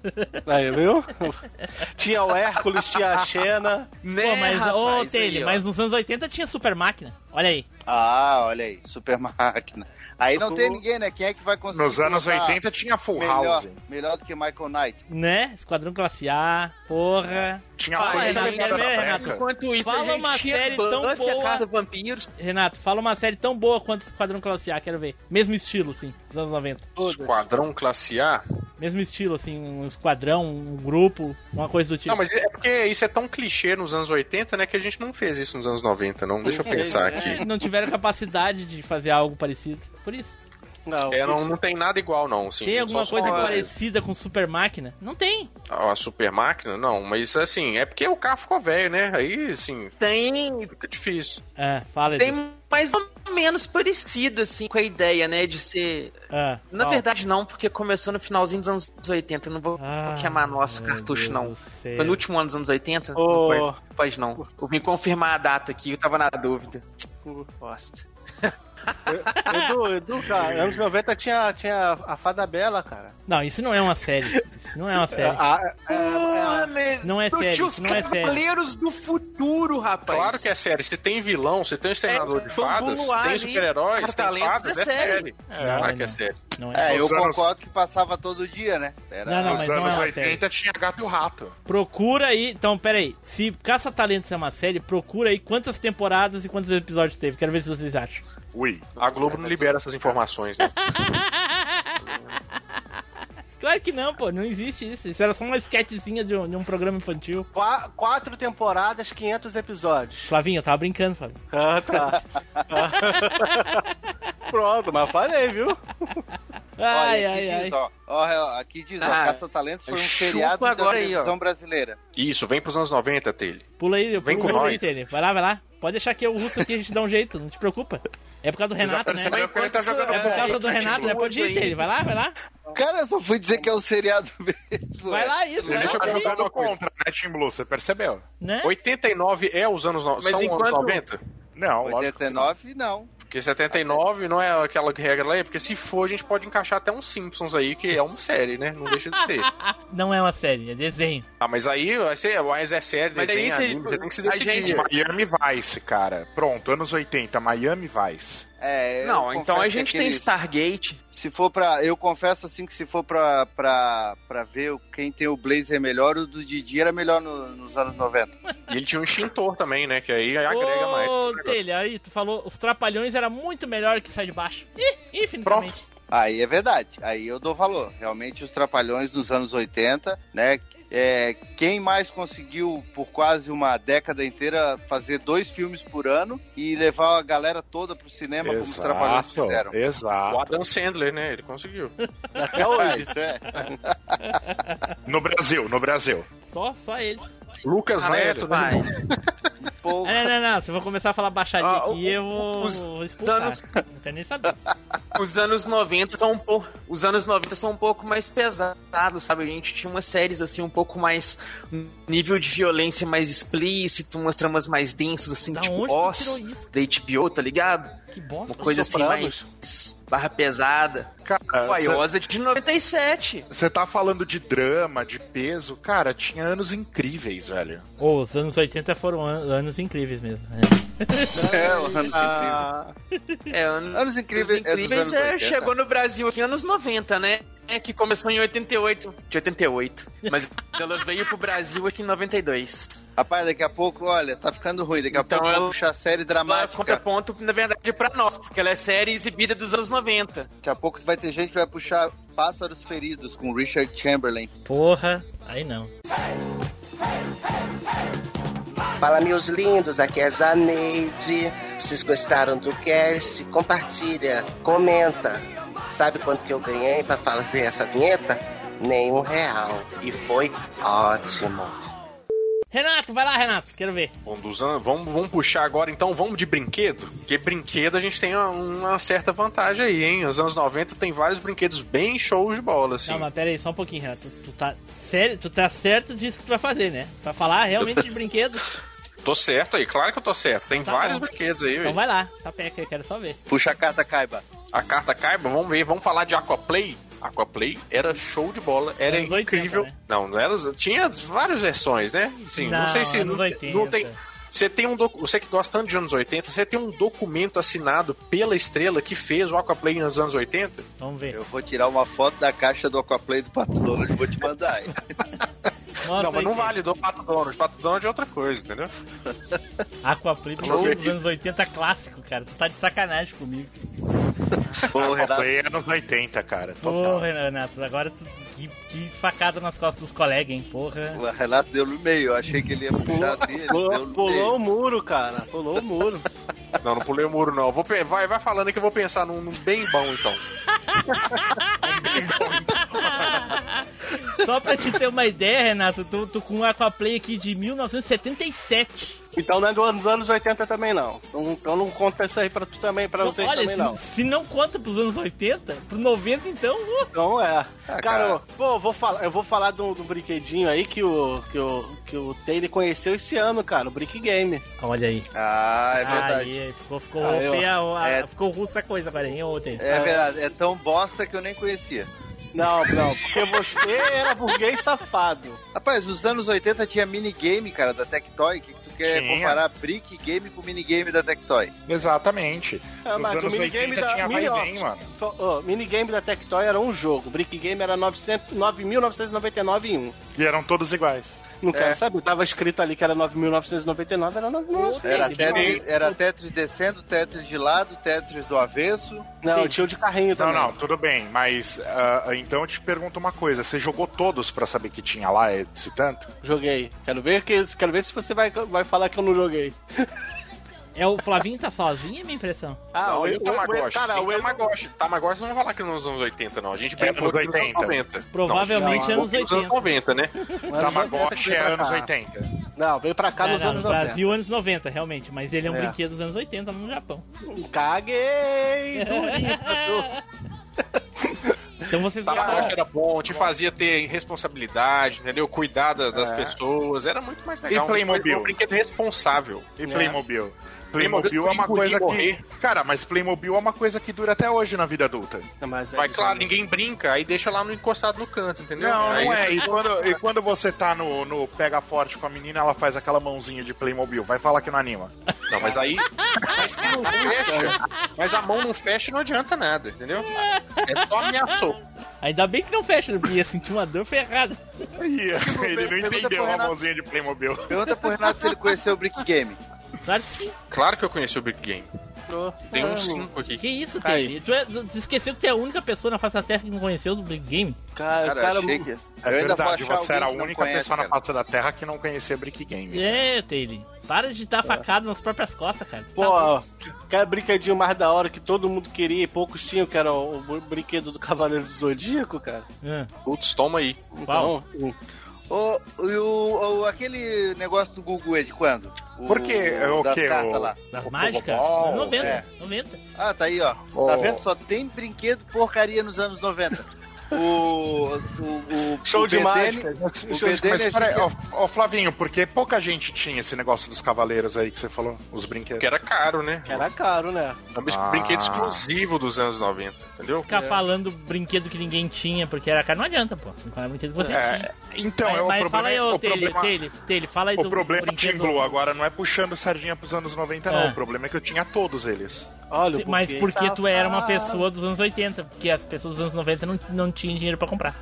S1: Aí, viu?
S6: (laughs)
S1: tinha o Hércules, tinha a Xena.
S6: Né,
S2: Pô, mas, ô, Taylor, mas nos anos 80 tinha super máquina. Olha aí.
S3: Ah, olha aí, super máquina. Aí não tem ninguém, né? Quem é que vai conseguir?
S2: Nos anos
S3: colocar
S2: 80 tinha Full
S3: melhor,
S2: House.
S3: Melhor do que Michael Knight.
S2: Né? Esquadrão Classe A, porra.
S7: Tinha
S2: Fala,
S3: mais
S2: Renato,
S3: gente
S2: quer
S3: na
S2: ver,
S3: beca.
S2: Renato?
S6: Enquanto isso,
S2: fala
S6: a gente
S2: uma
S6: tinha
S2: série
S6: Buffy,
S2: tão
S6: a
S2: boa.
S6: Casa Vampiros.
S2: Renato, fala uma série tão boa quanto Esquadrão Classe A, quero ver. Mesmo estilo, assim, dos anos 90.
S14: Esquadrão Classe A?
S2: Mesmo estilo, assim, um esquadrão, um grupo, uma coisa do tipo.
S14: Não, mas é porque isso é tão clichê nos anos 80, né? Que a gente não fez isso nos anos 90, não. Deixa eu pensar
S2: É,
S14: aqui.
S2: Não tiveram capacidade de fazer algo parecido. Por isso.
S1: Não,
S14: É, não, não tem nada igual, não. Assim,
S2: Tem alguma
S14: Só
S2: coisa
S14: só-
S2: parecida com Super Máquina? Não tem.
S14: A super máquina? Não, mas assim, é porque o carro ficou velho, né? Aí, assim,
S6: Tem.
S14: fica difícil.
S2: É, fala Edu.
S6: Tem mais ou menos parecido, assim, com a ideia, né? De ser.
S2: Ah,
S6: Na
S2: qual?
S6: verdade, não, porque começou no finalzinho dos anos 80. Eu não vou
S2: Ah,
S6: queimar nosso cartucho, não. Foi no último ano dos anos 80?
S1: Ô.
S6: Não foi, pode não. Eu vim confirmar a data aqui, eu tava na dúvida. Bosta.
S1: Edu, Edu, cara, anos 90 tinha, tinha a Fada Bela, cara.
S2: Não, isso não é uma série.
S14: (laughs)
S2: Isso não é uma série.
S14: Ah,
S1: A-
S6: Ah,
S2: não é série, isso não é série.
S6: do futuro, rapaz.
S14: Claro que é série. Se tem vilão, se tem o Exterminador
S2: É,
S14: de Fadas,
S6: Bambu Luar
S14: tem
S6: ali,
S14: super-heróis, tem
S6: Portalentos,
S14: fadas, é
S6: é série.
S14: série.
S6: Não,
S14: Claro
S6: não,
S14: que é
S6: não.
S14: série.
S2: Não
S3: É, eu
S14: Os anos-
S3: concordo que passava todo dia, né? Era...
S2: Não, não, mas
S7: Nos
S2: não é
S7: anos
S2: uma
S7: 80 tinha gato e o rato.
S2: Procura aí. Então, pera aí. Se Caça Talentos é uma série, procura aí quantas temporadas e quantos episódios teve. Quero ver se vocês acham.
S14: Ui, a Globo não libera essas informações,
S2: (laughs)
S14: né?
S2: Claro que não, pô. Não existe isso. Isso era só uma sketchzinha de um, de um programa infantil.
S1: Qua- quatro temporadas, 500 episódios.
S2: Flavinho, eu tava brincando, Flavinho.
S1: Ah, tá. (laughs) Pronto, mas falei, viu?
S2: Ai,
S3: Olha, aqui
S2: ai,
S3: diz,
S2: ai.
S3: Ó, ó, aqui diz, ó,
S2: Ah,
S3: Caça Talentos foi um
S14: chupa
S3: feriado da
S14: agora aí, ó.
S3: televisão brasileira.
S14: Isso, vem pros anos 90, Tele.
S2: Pula aí, eu
S14: Vem
S2: pulo
S14: com
S2: pula aí,
S14: nós.
S2: Tene. Vai lá, vai lá. Pode deixar que eu russo aqui, a gente dá um jeito, não te preocupa. É por causa do
S3: Você já
S2: Renato, né?
S3: percebeu que ele tá jogando
S2: é por
S3: bola,
S2: causa do
S3: tá
S2: Renato, né? Pode ir,
S3: justo,
S2: Tene.
S3: hein?
S2: Vai lá, vai lá.
S3: Cara, eu só fui dizer que é um seriado mesmo.
S2: Vai
S3: é.
S2: lá, isso, vai
S7: Deixa
S2: lá.
S7: eu
S2: Flavinho.
S7: perguntar uma coisa. Contra, né, Tim Blue? Você percebeu?
S2: Né?
S14: 89 é os anos, no...
S7: Mas
S14: são
S7: enquanto-
S14: anos 90?
S7: Não,
S3: 89 não.
S14: Porque 79 não é aquela regra lá, porque se for, a gente pode encaixar até uns Simpsons aí, que é uma série, né? Não deixa de
S3: (laughs)
S14: ser.
S2: Não é uma série, é desenho.
S14: Ah, mas aí vai ser, mas é série,
S7: Mas
S14: desenho,
S7: aí você-
S14: anime, você tem que se
S7: a
S14: decidir.
S7: gente- Miami Vice, cara. Pronto, anos 80, Miami Vice.
S3: É, eu
S7: Não, então
S3: confesso
S7: a gente
S3: que
S7: tem
S3: aqueles-
S6: Stargate.
S3: Se for pra. Eu confesso assim que se for pra, pra, pra ver o- quem tem o Blazer melhor, o do Didi era melhor no- nos anos 90.
S14: E ele tinha um extintor também, né? Que aí agrega mais.
S2: Ô, Tele, aí tu falou, os Trapalhões era muito melhor que Sai de Baixo. Ih, infinitamente.
S3: Aí é verdade, aí eu dou valor. Realmente os trapalhões dos anos 80, né? É, quem mais conseguiu por quase uma década inteira fazer dois filmes por ano e levar a galera toda pro cinema como os trapalhões fizeram.
S7: Exato.
S14: O Adam Sandler, né? Ele conseguiu.
S3: (laughs) Até hoje, isso é. (laughs)
S7: No Brasil, no Brasil.
S2: Só, só eles.
S14: Lucas
S2: Ah,
S14: Neto,
S2: vai. (laughs)
S14: né?
S2: Ah, não, não, não. Se eu vou começar a falar baixadinha
S6: Ah,
S2: aqui,
S6: o-
S2: eu vou,
S6: os
S2: vou expulsar.
S6: Thanos-
S2: Não quero nem saber.
S15: (laughs) Os anos 90 são um pouco. Os anos 90 são um pouco mais pesados, sabe? A gente tinha umas séries assim, um pouco mais. um nível de violência mais explícito, umas tramas mais densas, assim,
S2: Da
S15: tipo
S2: onde tu
S15: Oz, da
S2: tirou
S15: HBO, tá ligado?
S2: Que bosta.
S15: Uma coisa assim,
S7: Sopranos.
S15: mais. Barra pesada.
S7: Cara,
S15: Pô, aí,
S7: cê-
S15: Oz é de 97.
S7: Você tá falando de drama, de peso. Cara, tinha anos incríveis, velho.
S2: Ô, os anos 80 foram an- anos incríveis mesmo.
S14: (laughs)
S2: né?
S3: É, o Anos
S15: Ah. É, anos,
S3: Anos Incríveis é dos anos
S15: é,
S3: 80.
S15: chegou no Brasil aqui anos 90, né? É que começou em 88. De 88. Mas ela veio pro Brasil aqui em 92.
S3: Rapaz, daqui a pouco, olha, tá ficando ruim. Daqui a
S15: Então
S3: pouco eu
S15: ela-
S3: vou puxar série
S15: Ela
S3: dramática.
S15: conta ponto, na verdade, pra nós, porque ela é série exibida dos anos 90.
S3: Daqui a pouco vai ter gente que vai puxar Pássaros Feridos com Richard Chamberlain.
S2: Porra, aí não.
S16: Fala, meus lindos, aqui é Janeide. Vocês gostaram do cast? Compartilha, comenta. Sabe quanto que eu ganhei para fazer essa vinheta? Nenhum real. E foi ótimo.
S2: Renato, vai lá, Renato, quero ver.
S14: Bom, Um dos anos- vamos, vamos puxar agora então, vamos de brinquedo? Porque brinquedo a gente tem uma, uma certa vantagem aí, hein? Os anos 90 tem vários brinquedos bem shows de bola, assim.
S2: Não, mas pera aí, só um pouquinho, Renato. Tu, tu tá, sério, tu tá certo disso que tu vai fazer, né? Pra falar realmente
S14: (laughs)
S2: de brinquedo.
S14: Tô certo aí, claro que eu tô certo. Tem
S2: Tá
S14: vários
S2: bom.
S14: brinquedos aí,
S2: Então
S14: velho.
S2: vai lá, sapeca, eu quero só ver.
S3: Puxa a carta caiba.
S14: A carta caiba, vamos ver, vamos falar de Aquaplay. Aquaplay era show de bola, era
S2: Anos 80,
S14: incrível.
S2: né?
S14: Não, não era, tinha várias versões, né? Sim, não,
S2: Não,
S14: sei se
S2: anos
S14: não,
S2: 80.
S14: não tem você tem um docu- você que gosta tanto de anos 80, você tem um documento assinado pela estrela que fez o Aquaplay nos anos 80?
S2: Vamos ver.
S3: Eu vou tirar uma foto da caixa do Aquaplay do Pato Donald e vou te mandar. hein?
S14: não, mas não vale do Pato Donald. Pato Donald é outra coisa, entendeu?
S2: Aquaplay dos
S14: Deixa eu ver aqui.
S2: anos 80 clássico, cara. Tu tá de sacanagem comigo.
S3: Pô,
S7: Renato... Foi anos 80, cara.
S2: Porra, Renato, agora tu, que, que facada nas costas dos colegas, hein? Porra.
S3: (laughs) O Renato deu no meio, eu achei que ele ia puxar dele. deu no meio.
S1: Pulou o muro, cara. Pulou o muro.
S14: Não, não pulei o muro, não. Vou pe- vai, vai falando que eu vou pensar num, num bem bom, então.
S2: Só pra te ter uma ideia, Renato, tu, tu com um Aquaplay aqui de 1977.
S1: Então não é dos anos 80 também, não. Então, então não conta isso aí pra tu também, pra vocês
S2: Olha,
S1: também,
S2: se,
S1: não.
S2: se não conta pros anos 80, pro 90 então. uh.
S1: Então é.
S2: Ah,
S1: cara,
S2: cara.
S1: eu- pô, eu vou falar, eu vou falar de um, de um brinquedinho aí que o, que o, que o Taylor conheceu esse ano, cara, o Brick Game.
S2: Olha aí.
S3: Ah, é verdade.
S2: Aí, ficou, ficou,
S3: Ah, eu-
S2: feia, a-
S3: é-
S2: ficou russa a coisa agora, hein, ontem.
S3: É verdade, é tão bosta que eu nem conhecia.
S1: Não, não, porque você era burguês safado.
S3: Rapaz, os anos 80 tinha minigame, cara, da Tectoy. O que, que tu quer
S7: Tinha.
S3: comparar brick game com minigame da Tectoy?
S7: Exatamente.
S1: É, mas o minigame da. Mini Ops. Só- ó, minigame da Tectoy era um jogo, o Brick Game era 900 9.999 em um.
S7: E eram todos iguais.
S1: Não
S7: É.
S1: quero saber, tava escrito ali que era 9.999, era 9.999.
S3: Era Tetris, era Tetris descendo, Tetris de lado, Tetris do avesso.
S1: Não, tinha o de carrinho
S7: Não,
S1: também.
S7: não, tudo bem, mas ah, então eu te pergunto uma coisa: você jogou todos pra saber que tinha lá esse tanto?
S1: Joguei. Quero ver, que, quero ver se você vai, vai falar que eu não joguei.
S2: É o Flavinho tá sozinho, é minha impressão.
S1: Ah,
S14: não,
S1: o-
S14: e o
S1: o-
S14: Tamagotchi?
S1: cara,
S14: Tem
S1: o-
S14: Tamagotchi. Tamagotchi não vai falar que é nos anos 80, não. A gente
S7: É,
S14: brincou
S7: anos
S14: aqui nos
S7: 80.
S14: 90.
S2: Provavelmente
S14: Não, a gente brincou
S2: anos
S14: nos anos 90, né?
S7: Tamagotchi é anos 80.
S1: Não, veio pra cá
S2: Não,
S1: nos
S2: não,
S1: anos
S2: no
S1: 90.
S2: Brasil, anos 90, realmente. Mas ele é um
S1: É.
S2: brinquedo dos anos 80 no Japão. (laughs)
S1: Caguei, durinho.
S2: Então vocês
S14: Tamagotchi
S2: gostaram.
S14: era bom, te fazia ter responsabilidade, entendeu? Cuidar da- das
S7: É.
S14: pessoas. Era muito mais legal.
S7: E
S14: Mas foi
S7: Playmobil?
S14: Um brinquedo responsável.
S7: E
S14: É.
S7: Playmobil?
S14: Playmobil
S7: Playmobil é uma coisa
S14: podia
S7: que.
S14: morrer.
S7: Cara, mas Playmobil é uma coisa que dura até hoje na vida adulta.
S1: Mas, é
S14: Mas claro, ninguém brinca, aí deixa lá no encostado no canto, entendeu?
S7: Não,
S14: Aí-
S7: não é. E quando, e quando você tá no, no pega forte com a menina, ela faz aquela mãozinha de Playmobil. Vai falar que não anima.
S14: Não, mas aí. Mas que não fecha. Mas a mão não fecha e não adianta nada,
S2: (laughs)
S14: entendeu? É só ameaçou.
S2: Ainda bem que não fecha, eu ia sentir uma dor ferrada. (laughs)
S7: Ele não entendeu a mãozinha de Playmobil.
S3: Pergunta pro Renato se ele conheceu o Brick Game.
S2: Claro que sim.
S14: Claro que eu conheci o Big Game. Tem uns cinco aqui.
S2: Que isso,
S14: Aí.
S2: Teve? Tu, é- tu esqueceu que tu é a única pessoa na face da Terra que não conheceu do Big Game?
S1: Cara,
S3: Cara, eu cara- achei que- eu
S7: É verdade, você era a
S3: não
S7: única
S3: conhece,
S7: pessoa na
S3: cara.
S7: face da Terra que não conhecia Brick Game. né?
S2: É, Taylor. Para de
S3: É.
S2: dar facada nas próprias costas, cara.
S1: Pô, ó, aquele brinquedinho mais da hora que todo mundo queria e poucos tinham, que era o, o brinquedo do Cavaleiro do Zodíaco, cara.
S2: É.
S14: Putz, toma aí.
S1: Então,
S3: O, e o, o- aquele negócio do Gugu é de quando? O,
S7: Por quê? É o
S3: das
S7: quê?
S3: cartas
S7: O-
S3: lá.
S7: Das
S3: O
S7: mágicas?
S3: Pogobol,
S7: Anos 90,
S3: é.
S2: 90.
S3: Ah, tá aí, ó.
S7: Oh.
S3: Tá vendo? Só tem brinquedo porcaria nos anos 90. O, o, o
S7: Show
S3: o
S7: de
S3: Bedene-
S7: mágica.
S3: O
S7: Mas
S3: Bedene a gente-
S7: peraí, ó, ó, Flavinho, porque pouca gente tinha esse negócio dos cavaleiros aí que você falou, os brinquedos.
S14: Que era caro, né?
S1: Era caro, né?
S14: É um bis-
S7: Ah.
S14: brinquedo exclusivo dos anos 90, entendeu?
S2: Ficar
S14: É.
S2: falando brinquedo que ninguém tinha, porque era caro, não adianta, pô. Não era brinquedo que você
S7: É,
S2: tinha.
S7: então,
S2: mas,
S7: é o
S2: mas
S7: problema-
S2: Fala aí, ô,
S7: o
S2: Tele,
S7: problema-
S2: Tele, Tele, fala aí
S7: O
S2: do
S7: problema é Team
S2: brinquedo.
S7: Blue, agora não é puxando sardinha pros anos 90, não.
S2: É.
S7: O problema é que eu tinha todos eles.
S1: Olha,
S2: Se- Mas porque tu era uma pessoa dos anos 80, porque as pessoas dos anos 90 não, não tinham dinheiro pra comprar.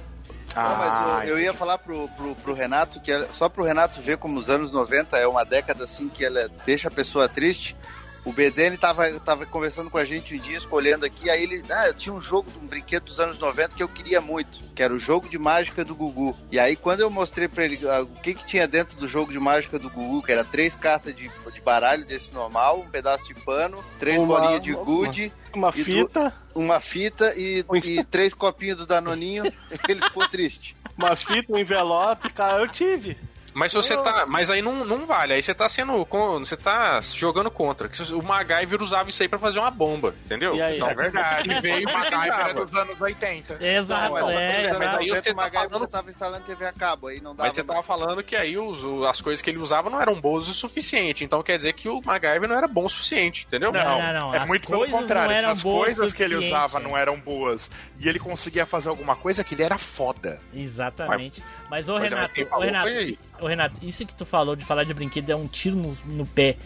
S3: Não, mas eu, eu ia falar pro, pro, pro Renato que era- só pro Renato ver como os anos 90 é uma década assim que ela deixa a pessoa triste. O BDN tava, tava conversando com a gente um dia, escolhendo aqui, aí ele. Ah, eu tinha um jogo, um brinquedo dos anos 90 que eu queria muito, que era o jogo de mágica do Gugu. E aí, quando eu mostrei pra ele ah, o que, que tinha dentro do jogo de mágica do Gugu, que era três cartas de, de baralho desse normal, um pedaço de pano, três
S1: Uma-
S3: bolinhas de gude.
S1: uma
S3: e du-
S1: fita. um
S3: uma fita e, e três copinhos do Danoninho, (laughs) ele ficou triste.
S1: Uma fita, um envelope, cara, eu tive.
S14: Mas se você tá. Mas aí não, não vale. Aí você tá sendo. con- Você tá se jogando contra. Que se- O MacGyver usava isso aí pra fazer uma bomba, entendeu?
S7: E aí?
S14: Então,
S7: É verdade.
S14: Ele veio e
S7: MacGyver é
S14: precisava.
S7: dos anos 80.
S2: Exato,
S3: Não, mas
S2: é,
S3: tá
S2: exato.
S3: falando
S14: aí
S3: que
S14: você
S3: o
S14: tá
S3: MacGyver
S14: falando-
S3: tava instalando TV a cabo, aí não dava.
S14: Mas você tava falando que aí os- o- as coisas que ele usava não eram boas o suficiente. Então quer dizer que o MacGyver não era bom o suficiente, entendeu?
S7: Não, é muito pelo contrário. Se as coisas que ele usava não eram boas e ele conseguia fazer alguma coisa que ele era foda.
S2: Exatamente. Mas, ô
S7: Mas é, mas
S2: Renato,
S7: quem
S2: ô,
S7: falou
S2: Renato,
S7: foi ele.
S2: ô, Renato, isso que tu falou de falar de brinquedo é um tiro no, no pé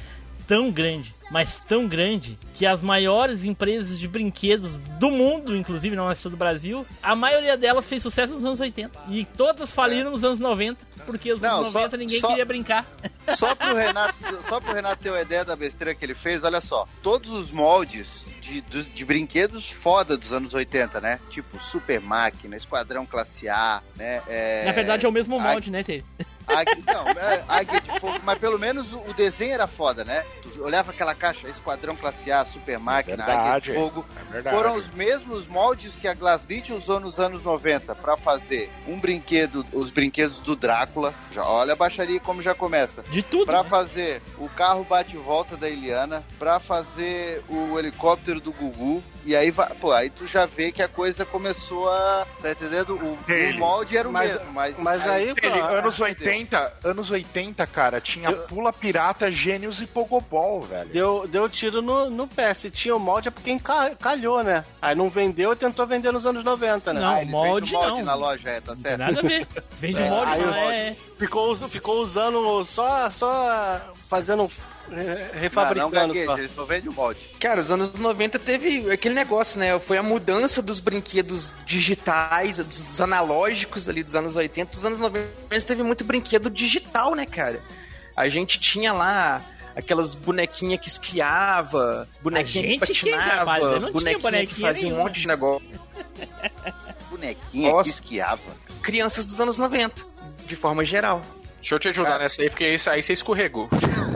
S2: tão grande, mas tão grande, que as maiores empresas de brinquedos do mundo, inclusive não é só do Brasil, a maioria delas fez sucesso nos anos 80. E todas faliram nos anos 90, porque nos
S3: Não,
S2: anos
S3: só-
S2: 90 ninguém
S3: só-
S2: queria brincar.
S14: tá-
S3: Só pro, Renato, só pro Renato ter uma ideia da besteira que ele fez, olha só. Todos os moldes de, de- de brinquedos foda dos anos 80, né? Tipo Super Máquina, Esquadrão Classe A, né? É,
S2: (laughs) Na verdade é o
S3: (laughs)
S2: mesmo molde, né, Tê?
S3: Águia, não, é, Águia de Fogo, mas pelo menos o o desenho era foda, né? Tu olhava aquela caixa, Esquadrão Classe A, Super Máquina, Águia de Fogo.
S7: É verdade.
S3: Foram os mesmos moldes que a Glaslit usou nos anos 90 pra fazer um brinquedo, os brinquedos do Drácula. Já, olha a baixaria como já começa.
S2: De tudo. né?
S3: Pra fazer o carro bate-volta da Eliana, pra fazer o helicóptero do Gugu. E aí, va- pô, aí tu já vê que a coisa começou a. Tá entendendo? O, o molde era o
S7: Mas-
S3: mesmo, mas. tá.
S7: Ele, anos 80, anos 80, cara, tinha pula pirata, gênios e pogobol, velho.
S1: Deu, deu tiro no, no pé. Se tinha o molde é porque enca- calhou, né? Aí não vendeu e tentou vender nos anos 90, né?
S2: Não, Ah, ele molde vende o molde não.
S3: na loja, é, tá certo.
S2: Nada a ver. Vende
S1: É,
S2: molde,
S1: aí
S2: não
S1: o-
S2: é.
S1: Ficou, us- ficou usando só, só fazendo.
S3: Ah,
S1: eh, Refabricando. só.
S3: só vende o molde.
S6: Cara, os anos 90 teve aquele negócio, né? Foi a mudança dos brinquedos digitais, dos, dos analógicos ali dos anos 80. Dos anos 90 teve muito brinquedo digital, né, cara? A gente tinha lá aquelas bonequinhas que esquiava, bonequinha
S2: gente,
S6: que
S2: quem,
S6: patinava,
S2: rapaz? Eu né? não
S6: bonequinha,
S2: tinha
S6: que
S2: bonequinha
S6: fazia um
S2: nenhuma.
S6: monte de negócio.
S3: Bonequinha
S6: Nossa.
S3: que esquiava.
S6: Crianças dos anos 90, de forma geral.
S14: Deixa eu te ajudar nessa aí, porque isso aí você escorregou.
S3: (laughs)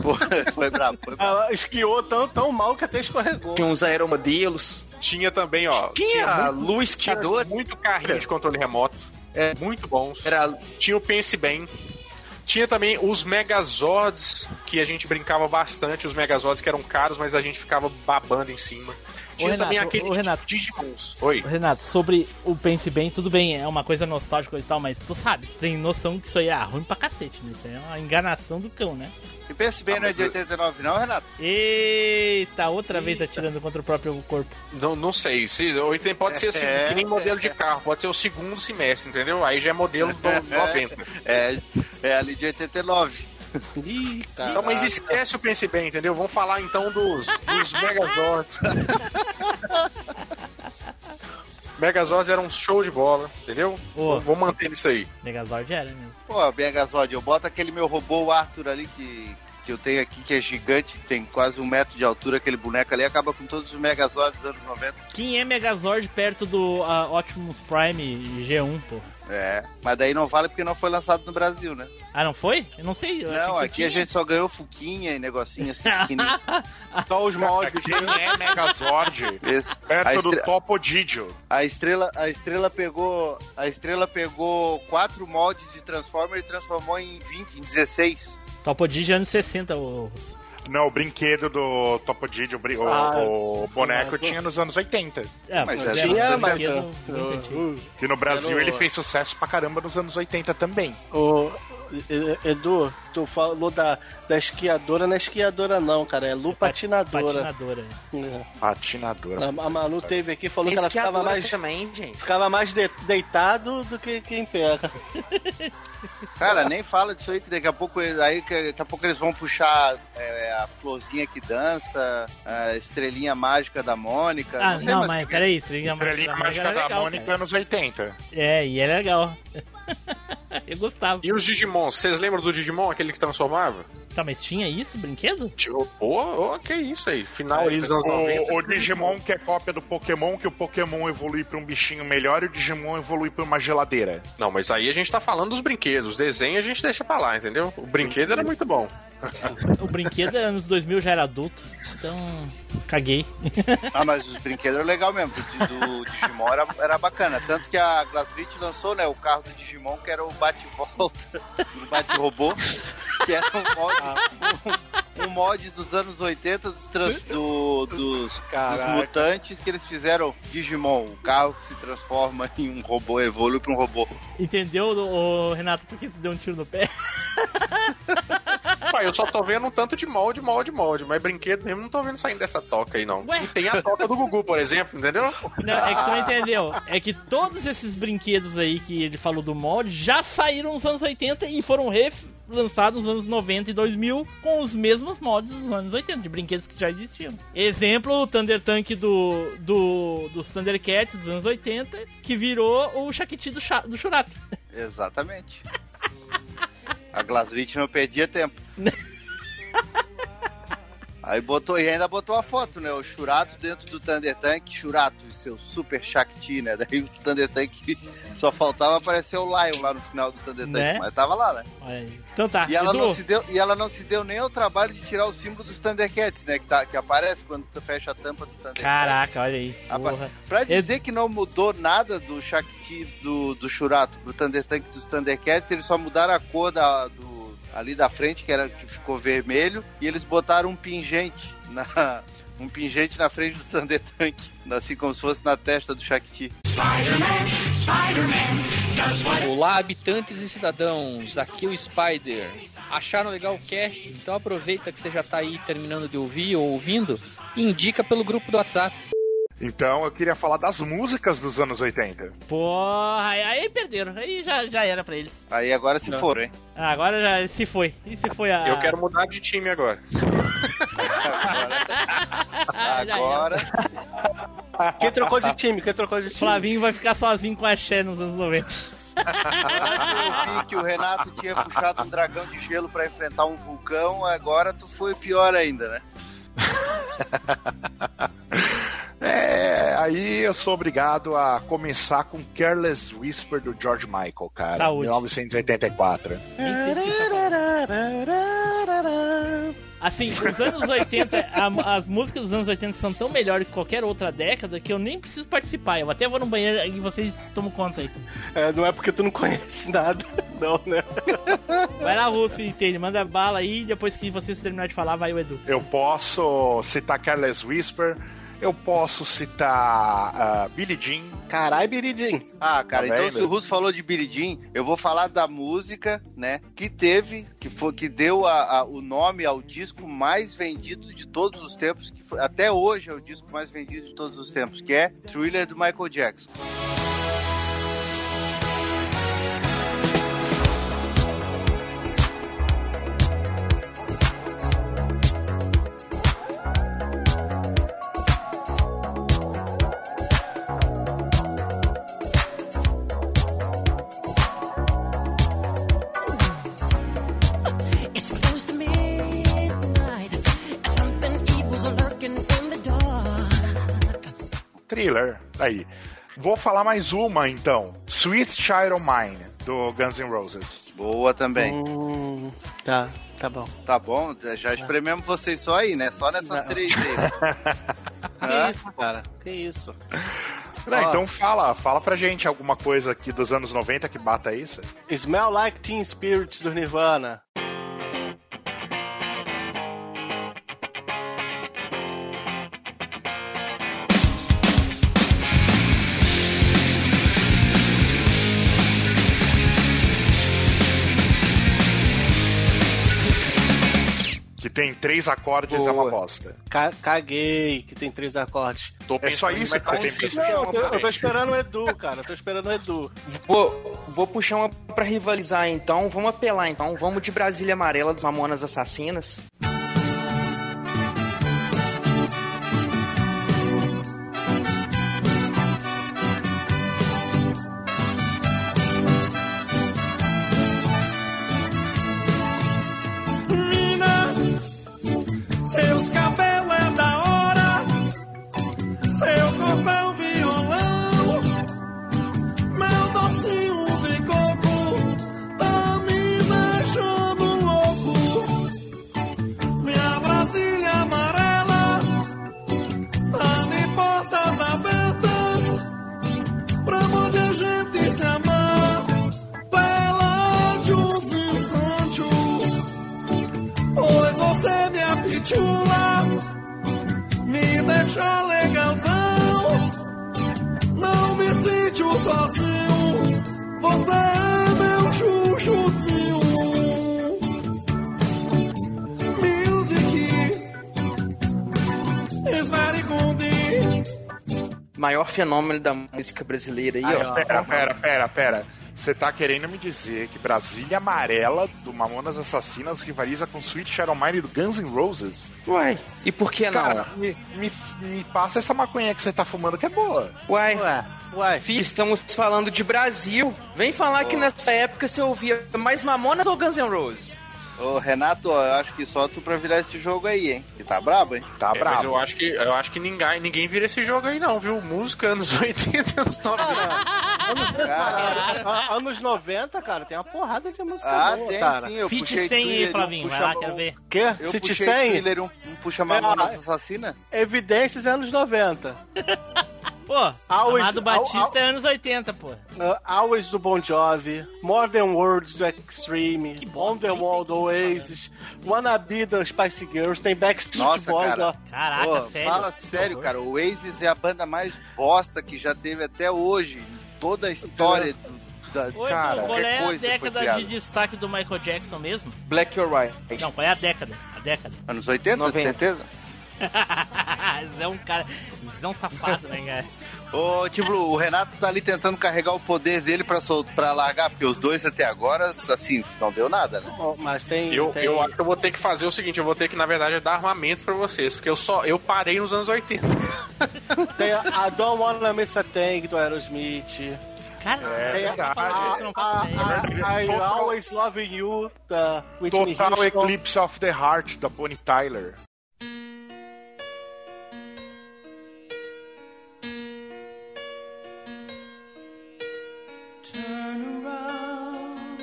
S3: foi brabo, foi
S1: brabo. Ela esquiou tão, tão mal que até escorregou.
S6: Tinha uns aeromodelos.
S14: Tinha também, ó.
S6: Tinha
S14: muito-
S6: luz esquiadora.
S14: Muito carrinho de controle remoto.
S6: É.
S14: Muito bons.
S6: Era...
S14: Tinha o Pense Bem. Tinha também os Megazords, que a gente brincava bastante. Os Megazords que eram caros, mas a gente ficava babando em cima. Tinha
S2: Renato,
S14: também aquele tipo
S2: ô, Renato.
S14: Digimons. Oi.
S2: Renato, sobre o Pense Bem, tudo bem, é uma coisa nostálgica e tal, mas tu sabe, tu tem noção que isso aí é ruim pra cacete, né? Isso aí é uma enganação do cão, né?
S3: E pense bem, não é de 89, não, Renato?
S2: Eita, outra vez atirando contra o próprio corpo.
S14: Não, não sei. Se, ou tem- pode ser assim,
S2: É.
S14: que nem modelo de carro, pode ser o segundo semestre, entendeu? Aí já é modelo do 90.
S3: É, é ali de 89.
S1: Ih,
S14: Então, mas esquece o Pense Bem, entendeu? Vamos falar então dos, dos Megazords. Megazords era um show de bola, entendeu? Vou, vou manter isso aí.
S2: Megazord é era mesmo.
S3: Pô, Megazord, eu boto aquele meu robô, o Arthur, ali, que que eu tenho aqui, que é gigante, tem quase um metro de altura, aquele boneco ali, acaba com todos os Megazords dos anos 90.
S2: Quem é Megazord perto do ah, Optimus Prime G1, pô?
S3: É, mas daí não vale porque não foi lançado no Brasil, né?
S2: Ah, não foi? Eu não sei. eu
S3: Não,
S2: achei que
S3: aqui a
S2: tinha.
S3: gente só ganhou Fuquinha e negocinho
S2: (laughs)
S3: assim. pequenininho.
S1: Só os
S3: moldes.
S7: Quem
S3: né,
S7: é Megazord?
S3: Isso.
S7: Perto
S3: A
S7: do
S3: estre-
S7: Topodídio.
S3: A estrela, a estrela pegou, a estrela pegou quatro moldes de Transformer e transformou em 20, em 16.
S2: Topodigia é anos 60, o...
S7: Não, o brinquedo do Topodídio, o, brin- o-
S3: Ah,
S7: o boneco,
S3: mas-
S7: tinha nos anos 80.
S2: É,
S3: mas era um brinquedo
S1: muito antigo.
S7: Que no Brasil
S1: Era o-
S7: ele fez sucesso pra caramba nos anos 80 também.
S1: Ô, E- E- Edu, tu falou da, da esquiadora, não é esquiadora não, cara, é lupatinadora.
S2: Patinadora.
S1: É.
S7: Patinadora.
S1: A, a Manu teve aqui e falou
S6: Tem
S1: que ela ficava
S6: esquiadora
S1: mais,
S6: também, gente.
S1: ficava mais de- deitado do que quem pega. (laughs)
S3: Cara, nem fala disso aí, que daqui a pouco, eles- aí, que- daqui a pouco eles vão puxar é, a florzinha que dança, a estrelinha mágica da Mônica.
S2: Ah,
S3: sei
S2: não,
S3: mais
S2: mas
S3: o que- é
S2: peraí, Estrelinha
S7: Estrelinha
S2: Mágica da
S7: Mágica
S2: Mônica
S7: da
S2: era legal,
S7: Mônica
S2: cara.
S7: anos 80.
S2: É, e era legal. (laughs) Eu gostava.
S14: E os Digimon? Vocês lembram do Digimon, aquele que transformava?
S2: Tá, mas tinha isso, brinquedo?
S14: Tipo, pô, ô, que isso aí? Final aí dos anos 90.
S7: O, o Digimon que é cópia do Pokémon, que o Pokémon evolui pra um bichinho melhor e o Digimon evolui pra uma geladeira.
S14: Não, mas aí a gente tá falando dos brinquedos. Os desenhos a gente deixa pra lá, entendeu? O brinquedo era muito bom. (laughs)
S2: O brinquedo é anos 2000 já era adulto, então caguei. (laughs)
S3: Ah, mas os brinquedos eram legal mesmo, porque do Digimon era, era bacana. Tanto que a Glasrit lançou, né, o carro do Digimon, que era o bate-volta, (laughs) o bate-robô, que era um mod, um, um mod dos anos 80 dos, trans- do- dos, dos
S1: Caraca.
S3: mutantes que eles fizeram Digimon, o carro que se transforma em um robô, evolui pra um robô.
S2: Entendeu, ô, ô, Renato, por que tu deu um tiro no pé?
S14: Pai, eu só tô vendo um tanto de molde, molde, molde. Mas brinquedo mesmo não tô vendo saindo dessa toca aí, não. E tem a toca do Gugu, por exemplo, entendeu?
S2: (laughs) Não, é que tu não entendeu. É que todos esses brinquedos aí que ele falou do molde já saíram nos anos 80 e foram relançados nos anos 90 e 2000 com os mesmos moldes dos anos 80, de brinquedos que já existiam. Exemplo, o Thunder Tank do, do dos Thundercats dos anos 80, que virou o Shakiti do, Cha- do Churato.
S3: Exatamente. A Glasrit não perdia tempo. Aí botou, e ainda botou a foto, né? O Churato dentro do Thunder Tank, Churato e seu super Shakti, né? Daí o Thunder Tank só faltava aparecer o Lion lá no final do Thunder Tank,
S2: Né?
S3: mas tava lá, né?
S2: Olha aí. (laughs) Então tá,
S3: E ela,
S2: Edu,
S3: não se deu, e ela não se deu nem ao trabalho de tirar o símbolo dos Thundercats, né? Que, tá, que aparece quando tu fecha a tampa do Thundercats.
S2: Caraca, olha aí. Porra.
S3: Pra dizer que não mudou nada do Shakti do, do Shurato pro Thunder Tank dos Thundercats, eles só mudaram a cor da, do, ali da frente, que, era, que ficou vermelho, e eles botaram um pingente na. (laughs) Um pingente na frente do Thunder Tank, assim como se fosse na testa do Shakti.
S9: (laughs) Olá, habitantes e cidadãos, aqui é o Spider. Acharam legal o cast? Então aproveita que você já tá aí terminando de ouvir ou ouvindo e indica pelo grupo do WhatsApp.
S7: Então eu queria falar das músicas dos anos 80.
S2: Porra, aí- aí perderam. Aí já, já era pra eles.
S3: Aí agora se
S2: Não.
S3: foram, hein?
S2: Ah, Agora já se foi. E se foi a.
S14: Eu quero
S2: (laughs)
S14: mudar de time agora.
S2: Ah,
S3: Agora.
S1: Quem trocou de time? Quem trocou de time?
S2: Flavinho vai ficar sozinho com a Xé nos anos 90.
S3: Eu vi que o Renato tinha puxado um dragão de gelo pra enfrentar um vulcão, agora tu foi pior ainda, né?
S7: É, aí eu sou obrigado a começar com Careless Whisper do George Michael, cara.
S2: Saúde.
S7: 1984.
S2: Assim, os anos 80, a- as músicas dos anos 80 são tão melhores que qualquer outra década que eu nem preciso participar. Eu até vou no banheiro e vocês tomam conta aí.
S1: É, não é porque tu não conhece nada, (laughs) não, né?
S2: Vai lá, Russo, e entende? Manda bala aí. Depois que vocês terminarem de falar, vai o Edu.
S7: Eu posso citar Careless Whisper, eu posso citar ah, Billie Jean.
S1: Caralho, Billie Jean.
S3: Ah, cara,
S7: Tá
S3: então
S7: bem,
S3: se o
S7: meu?
S3: Russo falou de Billie Jean, eu vou falar da música, né, que teve, que foi que deu a- a- o nome ao disco mais vendido de todos os tempos, que foi- até hoje é o disco mais vendido de todos os tempos, que é Thriller do Michael Jackson.
S11: It's close to me.
S7: thriller. Aí. Vou falar mais uma, então. Sweet Child O' Mine, do Guns N' Roses.
S3: Boa também.
S7: Hum.
S1: Uh.
S6: tá, tá bom.
S3: Tá bom, já esprememos vocês só aí, né? Só nessas três aí. É
S7: Hã?
S1: isso, cara? Que isso?
S7: Ah. Não, então fala, fala pra gente alguma coisa aqui dos anos 90 que bata isso.
S1: Smell Like Teen Spirit do Nirvana.
S7: Que tem três acordes e é uma bosta.
S1: Ca- caguei, que tem três acordes.
S7: Tô É só pensando isso em que você tem metal pra
S1: Não,
S7: system.
S1: eu, eu tô esperando o Edu, cara. Eu tô esperando o Edu.
S6: Vou, vou puxar uma pra rivalizar então. Vamos apelar então. Vamos de Brasília Amarela dos Mamonas Assassinas.
S11: Mina, seus cabelos é da hora, seu corpo é um violão, meu docinho de coco, tá me deixando um louco. Minha Brasília amarela, tá de portas abertas, pra onde a gente se amar, pela de uns instantes. Pois você me apitula, me deixa legalzão. Não me sinto sozinho, você é meu chuchuzinho. Music is very good.
S6: Maior fenômeno da música brasileira aí,
S7: Aí,
S6: ó.
S7: pera, pera, pera, pera. Você tá querendo me dizer que Brasília Amarela do Mamonas Assassinas rivaliza com Sweet Shadow Mine do Guns N' Roses?
S6: Uai, e por que não?
S7: Cara, me, me, me passa essa maconha que você tá fumando que é boa.
S6: Uai. Filho, estamos falando de Brasil. Vem falar que nessa época você ouvia mais Mamonas ou Guns
S3: (laughs)
S6: N' Roses?
S3: Ô, Renato, ó, eu acho que só tu pra virar esse jogo aí, hein? Que tá brabo, hein?
S7: Tá
S14: É, mas eu acho que, eu acho que ninguém, ninguém vira esse jogo aí, não, viu? Música anos (laughs) 80, anos 90.
S1: A- Anos 90, cara, tem uma porrada de música
S3: Ah,
S1: boa,
S3: tem
S14: tá, né?
S1: cara.
S3: sim, eu Fit puxei 100 aí, Thriller, Flavinho, vai lá, puxa- quero ver.
S1: Quê?
S3: Eu
S1: Fit
S3: puxei
S1: 100?
S3: thriller, um, um puxa Mamonas Assassina?
S1: Evidências é anos 90.
S2: Pô, Amado Batista é anos 80, pô.
S1: Uh, Hours do Bon Jovi, More Than Words do Extreme, On The Wall do Oasis, Wannabe do Spice Girls, tem Backstreet
S3: Nossa,
S1: Boys
S3: cara.
S1: ó.
S3: Pô, Fala sério, cara. O Oasis é a banda mais bosta que já teve até hoje. em Toda a história do, da...
S2: Oi,
S3: cara,
S2: Edu, qual
S3: que
S2: é a
S3: coisa foi
S2: década
S3: criada.
S2: de destaque do Michael Jackson mesmo?
S6: Black or White.
S2: Não, qual é a década? A década. (laughs)
S3: Anos 80,
S2: 90.
S3: certeza?
S2: Zé é um cara. Zé é um safado, né, cara?
S3: Ô, tipo, o Renato tá ali tentando carregar o poder dele pra, sol... pra largar, porque os dois até agora, assim, não deu nada, né?
S1: Mas tem.
S14: Eu,
S1: tem-
S14: eu acho que eu vou ter que fazer o seguinte, eu vou ter que, na verdade, dar armamento pra vocês, porque eu só eu parei nos anos 80.
S1: Tem a, a Don't Wanna Miss a Thing do Aerosmith.
S2: Cara,
S1: é
S7: verdade.
S1: I Always Love You da Whitney
S7: Total
S1: Houston.
S7: Eclipse of the Heart da Bonnie Tyler.
S11: Turn around.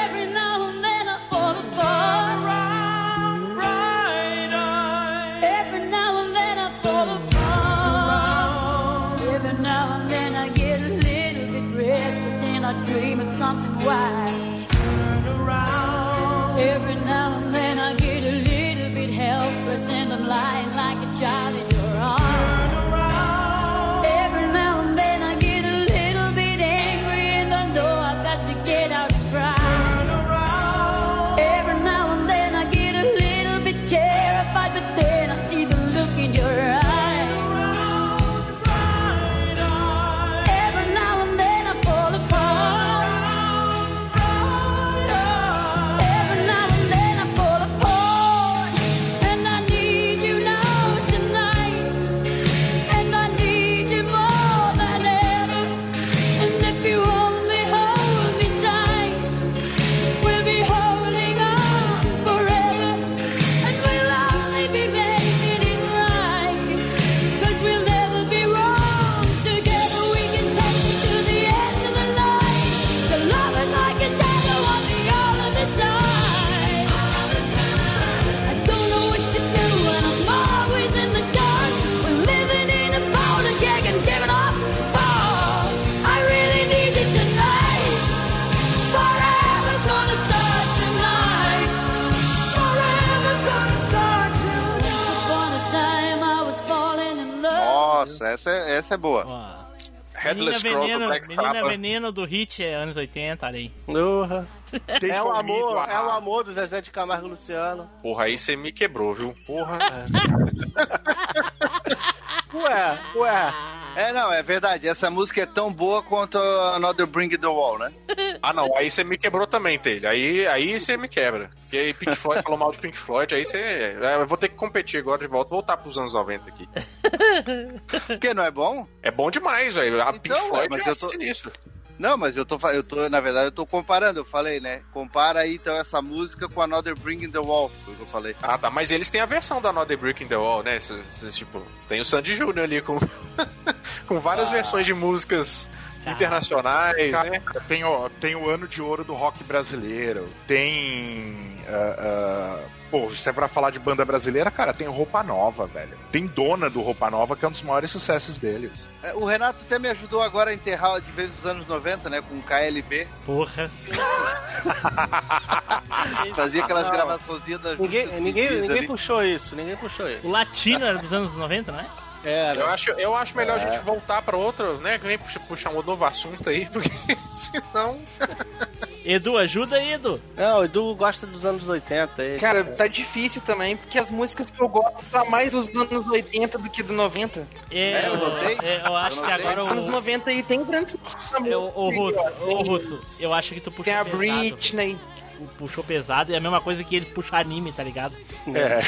S17: Every now and then I fall apart. Every now and then I fall apart. Every now and then I get a little bit restless and I dream of something wild. Every now and then I get a little bit helpless and I'm lying like a child in your arms. Every now and then I get a little bit angry
S3: Isso, essa, é- essa é boa.
S2: Menina Veneno, Menina Veneno do Hit é anos 80, olha aí.
S1: É o amor, é o amor do Zezé de Camargo e Luciano.
S14: Porra, aí você me quebrou, viu? Porra.
S1: Ué, ué.
S3: É, não, é verdade. Essa música é tão boa quanto Another Bring the Wall, né?
S14: Ah, não, aí você me quebrou também, Taylor. Aí, aí você me quebra. Porque aí Pink Floyd falou mal de Pink Floyd, aí você. é, Eu vou ter que competir agora de volta, voltar pros anos 90 aqui.
S3: Porque não é bom?
S14: É bom demais, velho. A Pink
S3: Então,
S14: Floyd
S3: mas
S14: é
S3: eu tô-
S14: sinistro.
S3: Não, mas eu tô, fa- eu tô, na verdade, eu tô comparando, eu falei, né? Compara aí então essa música com Another Bring the Wall, foi o que eu falei.
S14: Ah, tá, mas eles têm a versão da Another Brick in the Wall, né? Cê- cê, tipo, tem o Sandy Jr. ali com, com várias
S7: Ah.
S14: versões de músicas internacionais,
S7: Cara,
S14: né?
S7: tem, o, tem o ano de ouro do rock brasileiro. Tem. ah, ah, pô, se é pra falar de banda brasileira, cara, tem Roupa Nova, velho. Tem Dona do Roupa Nova, que é um dos maiores sucessos deles.
S3: É, O Renato até me ajudou agora a enterrar de vez os anos 90, né? Com KLB.
S2: Porra.
S3: Fazia aquelas
S1: Não.
S3: gravaçãozinhas das
S1: Ninguém,
S3: músicas
S1: ninguém,
S3: pedidas
S1: ninguém
S3: ali.
S1: puxou isso, ninguém puxou isso.
S2: O Latino era dos anos 90, não é?
S1: Era.
S14: Eu acho, eu acho melhor
S1: É.
S14: a gente voltar pra outro, né? Nem puxa- puxar um novo assunto aí, porque senão.
S2: Edu, ajuda aí, Edu.
S1: Não, o Edu gosta dos anos 80 aí.
S6: Cara, tá difícil também, porque as músicas que eu gosto tá mais dos anos 80 do que do 90.
S2: É, eu, é, eu acho que agora
S6: Os anos
S2: o,
S6: 90 aí tem grandes.
S2: eu, o Russo, o Russo, eu acho que tu puxou
S6: Tem a
S2: pesado.
S6: Britney.
S2: Tu Puxou pesado, é a mesma coisa que eles puxam anime, tá ligado?
S7: É.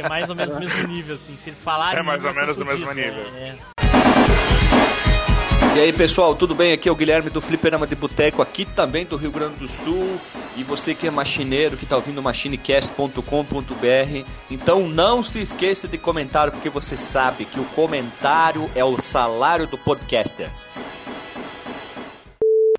S2: É mais ou menos o mesmo nível, assim. Se eles falarem.
S7: É mais ou
S2: anime,
S7: menos
S2: tu
S7: do mesmo
S2: diz,
S7: nível.
S2: É,
S18: E aí pessoal, tudo bem? Aqui é o Guilherme do Fliperama de Boteco, aqui também do Rio Grande do Sul. E você que é machineiro, que tá ouvindo machinecast.com.br, então não se esqueça de comentar, porque você sabe que o comentário é o salário do podcaster.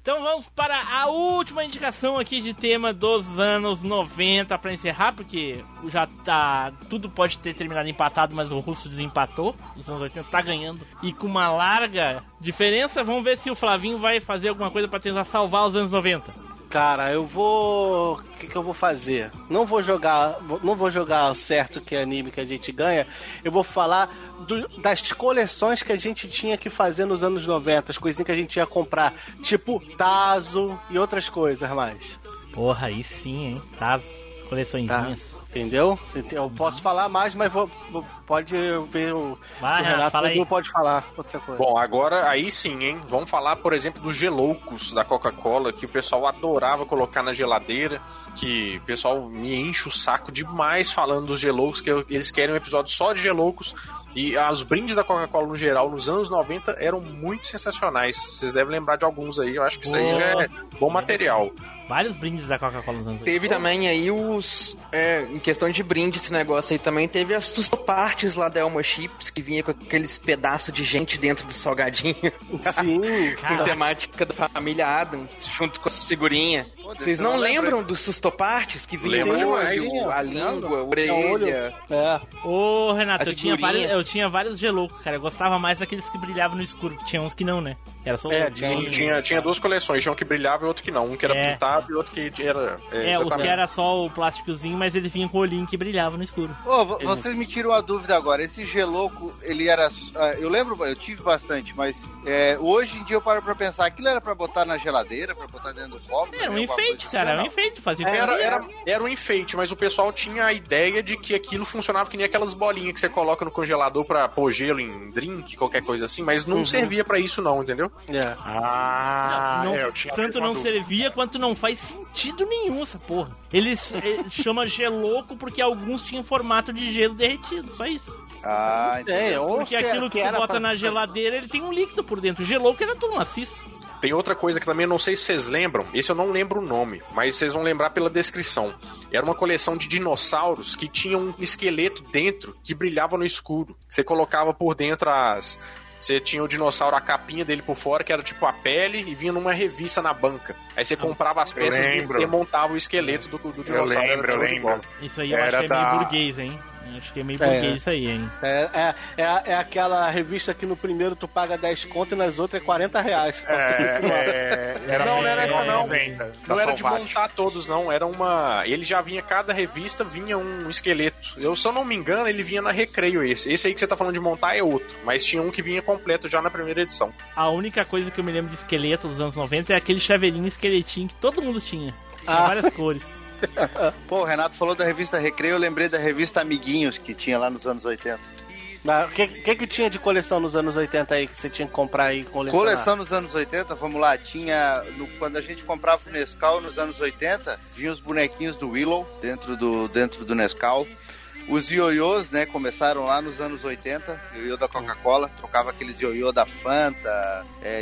S2: Então vamos para a última indicação aqui de tema dos anos 90 para encerrar, porque já tá. Tudo pode ter terminado empatado, mas o russo desempatou. Os anos 80 tá ganhando. E com uma larga diferença, vamos ver se o Flavinho vai fazer alguma coisa para tentar salvar os anos 90.
S1: Cara, eu vou. O que, que eu vou fazer? Não vou jogar. Não vou jogar o certo que é anime que a gente ganha. Eu vou falar do- das coleções que a gente tinha que fazer nos anos 90, as coisinhas que a gente ia comprar, tipo Tazo e outras coisas mais.
S2: Porra, aí sim, hein? Tá as as coleçõezinhas.
S1: Tá. Entendeu? Ent- Eu posso falar mais, mas vou, vou- pode ver o,
S2: Vai,
S1: se o
S2: Renato, fala aí.
S1: não pode falar outra coisa.
S14: Bom, agora aí sim, hein? Vamos falar, por exemplo, dos geloucos da Coca-Cola, que o pessoal adorava colocar na geladeira, que o pessoal me enche o saco demais falando dos geloucos, que eu- eles querem um episódio só de geloucos. E os brindes da Coca-Cola no geral, nos anos 90, eram muito sensacionais. Vocês devem lembrar de alguns aí, eu acho que isso aí
S6: Boa.
S14: já é bom material.
S2: Vários brindes da Coca-Cola nos anos 80.
S6: Teve também aí os. é, em questão de brinde, esse negócio aí também. Teve as sustopartes lá da Elma Chips, que vinha com aqueles pedaços de gente dentro do salgadinho.
S1: Sim,
S6: (laughs) Com
S2: cara.
S6: temática da família Adams, junto com as figurinhas.
S3: Deus,
S6: Vocês
S3: eu
S6: não
S3: não lembro,
S6: lembram dos sustopartes que vinha
S2: Lembro
S6: o
S2: demais.
S6: olho, a língua, a orelha?
S1: É.
S2: Ô, Renato,
S6: As
S2: eu tinha,
S6: figurinhas.
S2: vários, eu tinha vários geloucos, cara. Eu gostava mais daqueles que brilhavam no escuro, que tinha uns que não, né? Era só
S14: É,
S2: um-
S14: tinha, tinha, tinha duas coleções, tinha um que brilhava e outro que não. Um que era
S2: É.
S14: pintado e outro que era.
S2: É, os que
S14: exatamente.
S2: era só o plásticozinho, mas ele vinha com o olhinho que brilhava no escuro.
S3: Ô, vo- vocês me tiram a dúvida agora. Esse geloco, ele era. ah, Eu lembro, eu tive bastante, mas é, hoje em dia eu paro pra pensar. Aquilo era pra botar na geladeira, pra botar assim? dentro do né? copo?
S2: Era um enfeite, cara, era um enfeite, fazia
S14: Era,
S2: terapia.
S14: era, era um enfeite, mas o pessoal tinha a ideia de que aquilo funcionava que nem aquelas bolinhas que você coloca no congelador pra pôr gelo em drink, qualquer coisa assim, mas não
S2: Uhum.
S14: servia pra isso não, entendeu?
S7: Ah,
S2: Não,
S7: é, eu tinha a
S2: tanto
S7: mesma
S2: não
S7: dúvida.
S2: servia quanto não faz sentido nenhum essa porra. Eles eh, (laughs) chama geloco porque alguns tinham formato de gelo derretido, só isso.
S3: Ah,
S2: É,
S1: entendi. ou
S2: Porque
S1: se-
S2: aquilo que,
S1: que
S2: tu
S1: era
S2: bota
S1: pra-
S2: na geladeira, ele tem um líquido por dentro. O geloco era tudo maciço.
S14: Tem outra coisa que também eu não sei se vocês lembram, esse eu não lembro o nome, mas vocês vão lembrar pela descrição. Era uma coleção de dinossauros que tinha um esqueleto dentro que brilhava no escuro. Você colocava por dentro as. Você tinha o dinossauro, a capinha dele por fora, que era tipo a pele, e vinha numa revista na banca. Aí você comprava as peças e
S7: lembro.
S14: montava o esqueleto do, do
S7: Eu
S14: dinossauro. era
S7: lembro, eu
S14: show de
S7: lembro.
S14: bola.
S2: Isso aí eu
S7: Era
S2: achei
S7: da-
S2: meio burguês, hein? Acho que é meio
S1: É.
S2: burguês isso aí, hein?
S1: É, é, é, é aquela revista que no primeiro tu paga 10 conto e nas outras é 40 reais.
S7: É, é, era
S14: não, não era essa não.
S7: da
S2: tá
S14: Não era de
S7: Salvati.
S14: montar todos, não. Era uma. Ele já vinha, cada revista vinha um esqueleto. Eu, se eu não me engano, ele vinha na recreio esse. Esse aí que você tá falando de montar é outro. Mas tinha um que vinha completo já na primeira edição.
S2: A única coisa que eu me lembro de esqueleto dos anos 90 é aquele chaveirinho esqueletinho que todo mundo tinha. Tinha
S3: (laughs) Ah.
S2: várias cores.
S3: Pô, o Renato falou da revista Recreio, eu lembrei da revista Amiguinhos que tinha lá nos anos 80.
S1: Mas O que, que que tinha de coleção nos anos 80 aí que você tinha que comprar aí e colecionar?
S3: Coleção nos anos 80, vamos lá, tinha. no- quando a gente comprava o Nescau nos anos 80, vinha os bonequinhos do Willow dentro do, dentro do Nescau. Os ioiôs, né, começaram lá nos anos 80, ioiô da Coca-Cola, trocava aqueles ioiô da Fanta, é,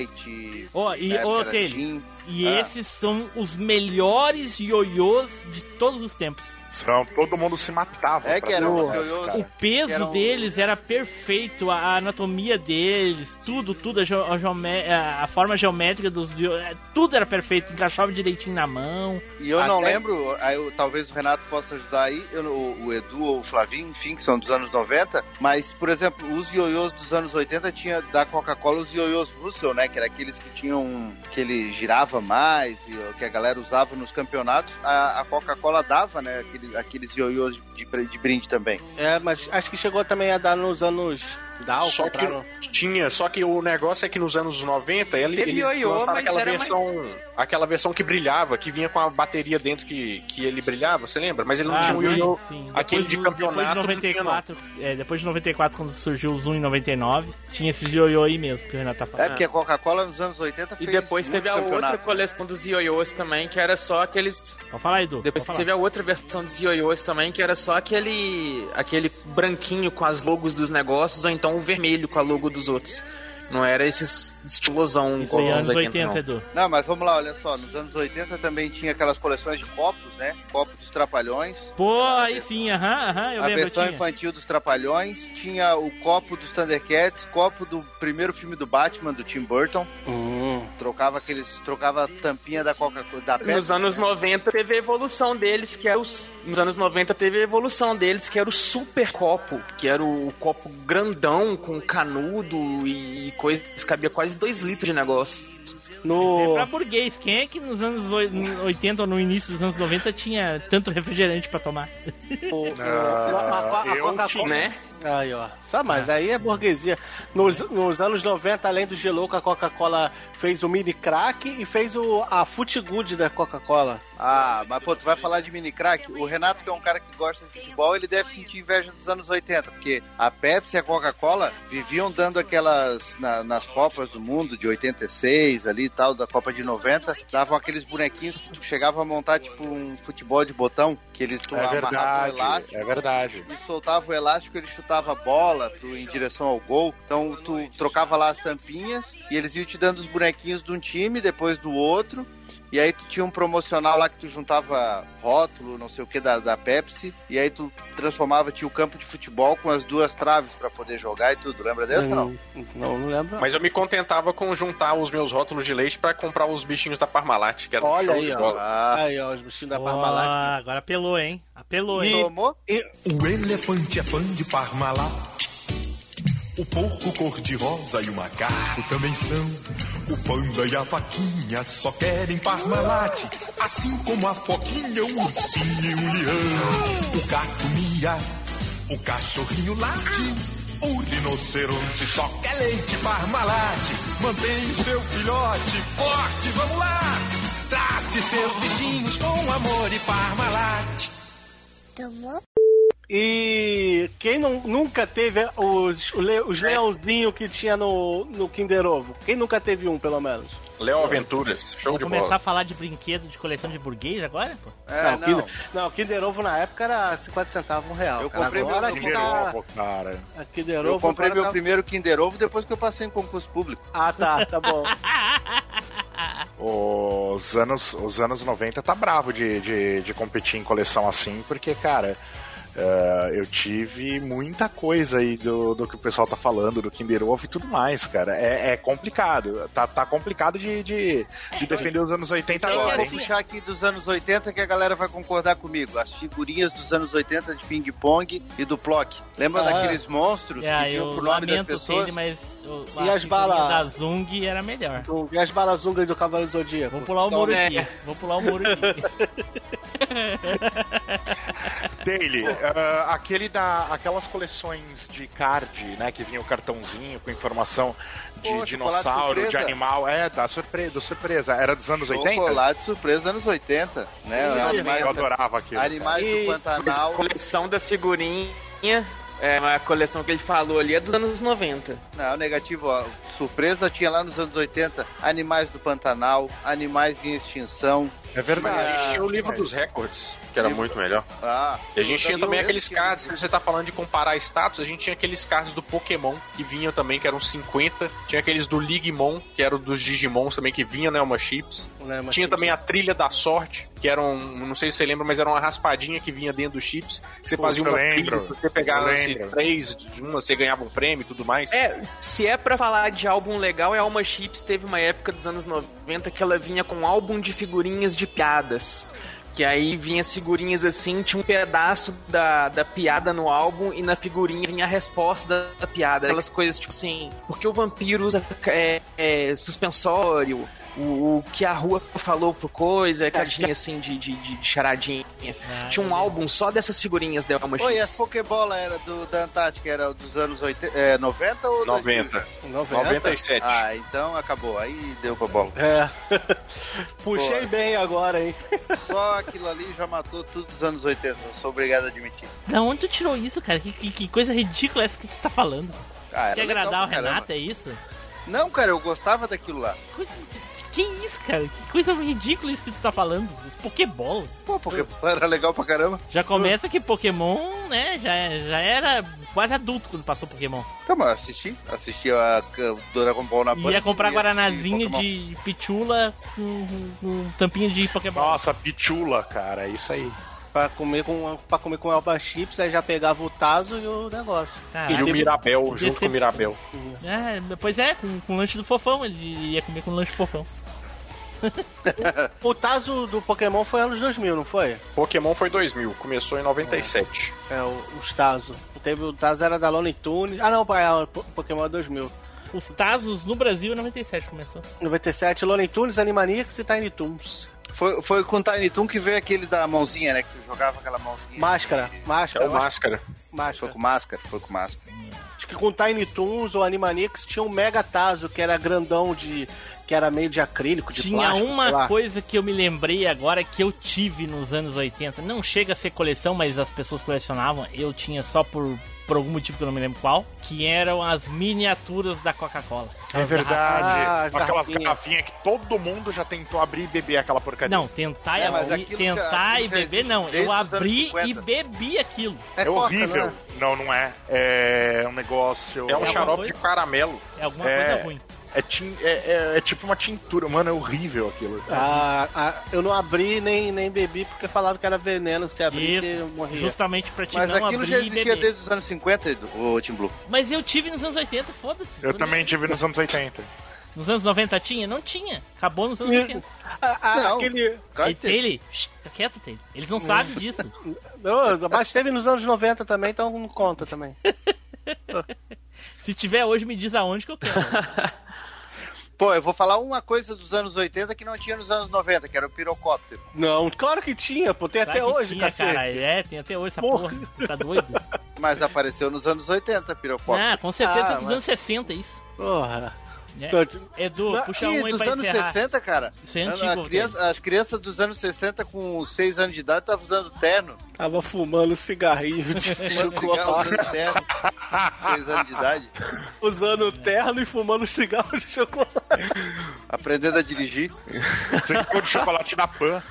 S3: Sprite.
S2: Ó, e,
S3: né,
S2: ô,
S3: que era
S2: Taylor,
S3: gin.
S2: e
S3: Ah.
S2: esses são os melhores ioiôs de todos os tempos.
S7: São, todo mundo se matava.
S3: É
S7: pra
S3: que era
S7: ter
S3: um
S7: essa,
S3: ioiô-
S7: cara.
S2: O peso
S3: Eram-
S2: deles era perfeito, a a anatomia deles, tudo, tudo, a, geo- a geome- a- a forma geométrica dos io- é, tudo era perfeito, encaixava direitinho na mão.
S3: E eu não
S2: Até-
S3: lembro, aí eu- talvez o Renato possa ajudar aí, eu não- o, o Edu ou o Flavinho, enfim, que são dos anos 90, mas, por exemplo, os ioiôs dos anos 80 tinha da Coca-Cola os ioiôs Russell, né? Que era aqueles que tinham. um, que ele girava mais, e o que a galera usava nos campeonatos, a, a Coca-Cola dava, né? Aqueles, aqueles ioiôs de, pre- de brinde também.
S1: É, mas acho que chegou também a dar nos anos. Dá,
S14: só que
S1: compraram.
S14: tinha, só que o negócio é que nos anos 90 ele,
S1: Teve
S14: eles
S1: ioiô,
S14: lançaram
S1: mas
S14: aquela (laughs)
S1: era
S14: versão, aquela versão que brilhava, que vinha com a bateria dentro que, que ele brilhava, você lembra? Mas ele não
S2: Ah,
S14: tinha o
S2: sim,
S14: ioiô,
S2: sim.
S14: aquele de
S2: Depois do-
S14: campeonato. não
S2: Depois de,
S14: tinha, não.
S2: 94, é, depois de 94, quando surgiu o Zoom em 99, tinha esses ioiô aí mesmo que o Renato tá falando.
S3: É, porque a Coca-Cola nos anos 80
S15: E
S3: fez
S15: depois
S3: muito
S15: teve a outra
S3: campeonato.
S15: coleção dos ioiôs também, que era só aqueles.
S2: Pode falar, Edu.
S15: Depois
S2: pode
S15: teve a outra versão dos ioiôs também, que era só aquele. aquele branquinho com as logos dos negócios, ou então o vermelho com a logo dos outros. Não era esses explosão
S2: Isso aí, anos 80,
S15: não.
S2: Edu.
S3: Não, mas vamos lá, olha só, nos anos 80 também tinha aquelas coleções de copos, né? Copos dos Trapalhões.
S2: Pô, aí sim, aham, aham, Ah, eu
S3: a
S2: lembro.
S3: versão
S2: tinha.
S3: infantil dos Trapalhões, tinha o copo dos Thundercats, copo do primeiro filme do Batman, do Tim Burton.
S14: Hum.
S3: Trocava aqueles. Trocava a tampinha da Coca-Cola da
S15: Nos
S3: Pepsi.
S15: anos 90 teve a evolução deles, que era os. Nos anos 90 teve a evolução deles, que era o super copo, que era o copo grandão com canudo e coisa que cabia quase 2 litros de negócio.
S2: É pra burguês, quem é que nos anos oi- 80 ou no início dos anos 90 tinha tanto refrigerante pra tomar?
S14: né?
S1: Ah,
S2: eu
S1: Coca-Cola-
S2: tinha.
S1: Aí, ó. Só mais, aí é burguesia. Nos, nos anos 90, além do gelo, a Coca-Cola fez o mini crack e fez o, a Foot Good da Coca-Cola.
S3: Ah, mas pô, tu vai falar de mini crack? O Renato, que é um cara que gosta de futebol, ele deve sentir inveja dos anos 80, porque a Pepsi e a Coca-Cola viviam dando aquelas. na- nas Copas do Mundo de 86 ali e tal, da Copa de 90, davam aqueles bonequinhos que tu chegava a montar tipo um futebol de botão, que eles tu
S14: É
S3: amarravam o elástico.
S14: verdade, é verdade.
S3: e soltava o elástico, ele chutava a bola tu, em direção ao gol. Então tu trocava lá as tampinhas e eles iam te dando os bonequinhos de um time, depois do outro. E aí tu tinha um promocional lá que tu juntava rótulo, não sei o que, da, da Pepsi. E aí tu transformava, tinha o campo de futebol com as duas traves pra poder jogar e tudo. Lembra dessa,
S1: Hum.
S3: não?
S1: Não, não lembro.
S14: Mas eu me contentava com juntar os meus rótulos de leite pra comprar os bichinhos da Parmalat, que era um
S1: Olha
S14: show
S1: aí,
S14: de
S1: ó.
S14: bola.
S1: Aí, ó, os bichinhos da
S2: Ah,
S1: Parmalat.
S2: agora apelou, hein? Apelou,
S1: E-
S2: hein?
S19: O elefante é fã de Parmalat. O porco cor-de-rosa e o macaco também são. O panda e a vaquinha só querem Parmalat. Assim como a foquinha, o ursinho e o leão. O gato mia, o cachorrinho late. O rinoceronte só quer leite Parmalat. Mantém o seu filhote forte, vamos lá. Trate seus bichinhos com amor e Parmalat.
S1: E quem não, nunca teve eh, os, os le- os leãozinhos que tinha no, no Kinder Ovo? Quem nunca teve um, pelo menos?
S14: Léo Aventuras, show de
S2: Vou começar
S14: bola.
S2: a falar de brinquedo de coleção de burguês agora? Pô?
S1: não, o Kinder, não, o Kinder Ovo na época era 50 centavos, um real.
S3: Eu
S1: cara.
S3: comprei meu
S1: Agora que
S3: Kinder
S1: tá-
S3: Ovo, cara.
S1: a Kinder
S3: Eu
S1: Ovo
S3: comprei
S1: agora
S3: meu
S1: tá-
S3: primeiro Kinder Ovo depois que eu passei em concurso público.
S1: Ah, tá, tá bom.
S7: Os anos, os anos 90 tá bravo de, de, de competir em coleção assim, porque, cara, Ah, eu tive muita coisa aí do, do que o pessoal tá falando, do Kinder Ovo e tudo mais, cara. É, é complicado. Tá, tá complicado de, de, de defender os anos
S2: É
S7: 80 agora,
S3: Vou
S2: assim,
S7: hein?
S3: puxar aqui dos anos 80 que a galera vai concordar comigo. As figurinhas dos anos 80 de ping-pong e do Plock. Lembra
S2: Ah.
S3: daqueles monstros
S2: É,
S3: que vinham
S2: eu
S3: pro nome das
S2: lamento
S3: pessoas?
S2: Tele, mas o-
S1: E
S2: a
S1: as
S2: figurinha
S1: bala-
S2: da Zung era melhor.
S1: E as balas zungas do Cavaleiro do Zodíaco? Então, né? Vou
S2: pular o muro aqui. Vou pular o muro aqui.
S7: Daily, ah, aquele da, aquelas coleções de card, né, que vinha o cartãozinho com informação de
S3: Pô, chocolate
S7: dinossauro, de
S3: surpresa.
S7: animal, é, da surpresa, do surpresa, era dos anos 80?
S3: Chocolate surpresa anos 80, né?
S7: Sim,
S3: Animais-
S7: eu adorava aquilo.
S3: Animais
S7: cara.
S3: do Pantanal.
S15: A coleção das figurinhas, é, a coleção que ele falou ali é dos anos 90.
S3: Não, negativo, ó. Surpresa tinha lá nos anos 80, Animais do Pantanal, Animais em Extinção.
S7: É verdade.
S3: Mas É.
S14: A gente tinha o livro dos recordes, que era muito melhor.
S3: Ah,
S14: E a gente tinha também
S3: eu-
S14: aqueles casos, se você tá falando de comparar status, a gente tinha aqueles casos do Pokémon que vinham também, que eram 50. Tinha aqueles do Ligmon, que eram dos Digimons também, que vinha, né, uma chips. tinha também a trilha da sorte, que era um, não sei se você lembra, mas era uma raspadinha que vinha dentro dos chips, que você
S7: Pô,
S14: fazia
S7: eu
S14: uma
S7: lembro,
S14: trilha, você
S7: eu
S14: pegava esse
S7: lembro.
S14: três de uma, você ganhava um prêmio e tudo mais.
S15: É, se é pra falar de álbum legal, é Alma Chips teve uma época dos anos 90 que ela vinha com um álbum de figurinhas de piadas. Que aí vinha as figurinhas assim, tinha um pedaço da, da piada no álbum e na figurinha vinha a resposta da, da piada. Aquelas coisas tipo assim, por que o vampiro usa é, é, suspensório? O, o que a rua falou pro coisa, caixinha assim de, de, de- de charadinha. tinha um álbum só dessas figurinhas da Alma
S3: Oi,
S15: Chips.
S3: as Pokébola era do, da Antártica, era dos anos 80, é, 90 ou
S14: 90. 97.
S3: Ah, então acabou. Aí deu pra bola.
S1: É. Puxei bem agora, hein?
S3: Só aquilo ali já matou tudo dos anos 80, eu sou obrigado a admitir.
S2: Da onde tu tirou isso, cara? Que, que- que coisa ridícula é essa que tu tá falando?
S3: Ah, era
S2: Quer
S3: legal
S2: agradar o
S3: pra caramba.
S2: Renato, é isso?
S3: Não, cara, eu gostava daquilo lá.
S2: Que isso, cara? Que coisa ridícula isso que tu tá falando. Os Pokébola.
S3: Pô, Pokébola era legal pra caramba.
S2: Já começa que Pokémon, né, já, já era quase adulto quando passou Pokémon.
S3: Então, mas eu assisti, assisti a, a Dragon Ball na
S2: Ia comprar guaranazinho
S3: né? Pokémon.
S2: de pichula com, com- com tampinha Um de Pokémon.
S7: Nossa, pichula, cara, é isso aí.
S1: Pra comer com, pra comer com Elba Chips, aí já pegava o Tazo e o negócio.
S14: E o Mirabel,
S2: que
S14: junto com o
S1: (laughs)
S14: Mirabel.
S2: É, pois é, com, com o lanche do fofão, ele ia comer com o lanche do fofão.
S1: O, o Tazo do Pokémon foi anos 2000, não foi?
S14: Pokémon foi 2000, começou em 97.
S1: É, o- os Tazo. Teve, o Tazo era da Lone Tunes. Ah, não, pai, é, o Po- Pokémon é 2000.
S2: Os Tazos no Brasil em 97 começou.
S1: 97, Lone Tunes, Animaniacs e Tiny Toons.
S3: Foi, foi com o Tiny Toon que veio aquele da mãozinha, né? Que tu jogava aquela mãozinha.
S1: Máscara, máscara.
S3: É o
S14: máscara.
S1: Máscara.
S3: Foi com máscara, foi com máscara.
S1: Acho que com Tiny Toons ou Animaniacs tinha um Mega Tazo, que era grandão de... Que era meio de acrílico, de
S2: Tinha
S1: plástico, sei lá.
S2: uma coisa que eu me lembrei agora que eu tive nos anos 80. Não chega a ser coleção, mas as pessoas colecionavam. Eu tinha só por, por algum motivo que eu não me lembro qual. Que eram as miniaturas da Coca-Cola.
S7: É
S2: As
S7: verdade.
S2: garrafinhas.
S7: Aquelas garrafinhas que todo mundo já tentou abrir e beber aquela porcaria.
S2: Não, tentar e,
S7: É, mas
S2: abrir-
S7: aquilo já-
S2: Tá, tentar
S7: aquilo
S2: e
S7: já
S2: beber,
S7: existe
S2: não.
S7: desde
S2: Eu
S7: os anos
S2: abri e
S7: 50.
S2: bebi aquilo.
S7: É, horrível. Não, não é. É um negócio.
S14: É um xarope de caramelo.
S2: É alguma
S1: coisa ruim.
S7: É, tin- é- é- é tipo uma tintura, mano, é horrível aquilo.
S1: Ah, ah, eu não abri nem, nem bebi porque falaram que era veneno, que se abrisse
S2: Isso,
S1: eu morria.
S2: justamente pra
S3: Mas aquilo já existia
S1: beber.
S3: desde os anos 50, Edu, ô Tim Blue.
S2: Mas eu tive nos anos 80, foda-se.
S7: Eu
S2: Quando-
S7: também tive nos anos 80.
S2: Nos anos 90 tinha? Não tinha. Acabou nos anos
S1: Meu-
S2: 80.
S1: Ah, ah, Não, aquele- claro
S2: E
S1: que teve.
S2: Taylor, shh, fica quieto, Taylor. Eles não sabem disso.
S1: Não, mas teve nos anos 90 também, então não conta também.
S2: Se tiver hoje, me diz aonde que eu quero.
S3: (laughs) Pô, eu vou falar uma coisa dos anos 80 que não tinha nos anos 90, que era o pirocóptero.
S1: Não, claro que tinha, pô, tem
S2: Claro
S1: até
S2: que
S1: hoje,
S2: tinha,
S1: cacete.
S2: cara. É, tem até hoje essa porra. Você tá doido?
S3: Mas apareceu nos anos 80, pirocóptero.
S2: Ah, com certeza
S3: Ah,
S2: é dos
S3: mas-
S2: anos 60 isso.
S1: Porra.
S2: É.
S1: Então,
S2: Edu,
S3: Não,
S2: puxa
S3: e
S2: um aí
S3: dos
S2: pra
S3: anos
S2: encerrar.
S3: 60, cara.
S2: Isso é
S3: a- a
S2: antigo,
S3: criança- as crianças dos anos 60 com 6 anos de idade estavam usando terno.
S1: Tava fumando cigarrinho de
S3: Fumando cigarro,
S1: chocolate.
S3: usando terno. 6 anos de idade.
S1: Usando terno e fumando cigarro de chocolate.
S3: Aprendendo a dirigir.
S7: Você ficou de chocolate na pan.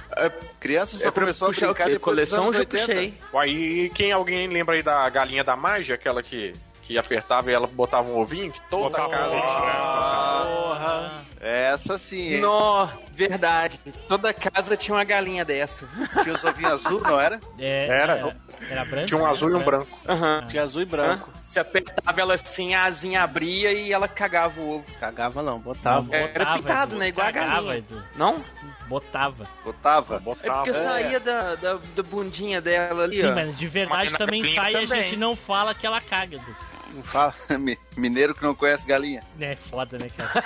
S3: Criança só
S14: É pra
S3: começou a
S14: puxar o
S3: brincar
S14: quê?
S3: depois
S14: Coleção
S3: dos
S14: eu já
S3: anos 80.
S14: puxei. Aí, quem alguém lembra aí da galinha da mágica, aquela que, que apertava e ela botava um ovinho, que toda a casa
S7: né?
S2: Porra.
S3: É, Essa sim, hein?
S15: Nó, verdade. Toda casa tinha uma galinha dessa.
S3: Tinha os ovinhos azul, não era?
S2: É,
S7: Era.
S2: é. Era branco?
S14: Tinha um azul e um branco.
S6: Aham.
S1: Tinha azul e
S6: branco. Se apertava ela assim, a asinha abria e ela cagava o ovo. Cagava não, botava.
S2: Não,
S6: Era
S2: botava,
S6: picado,
S2: Edu.
S6: né? Igual a
S2: Cagava,
S6: galinha.
S2: Edu.
S6: Não?
S2: Botava.
S3: Botava?
S6: É porque eu saía da, da, da bundinha dela ali.
S2: Sim,
S6: ó.
S2: mas de verdade também sai e a
S6: também.
S2: gente não fala que ela caga, Edu.
S3: Não fala. (laughs) Mi- Mineiro que não conhece galinha.
S2: É foda, né, cara?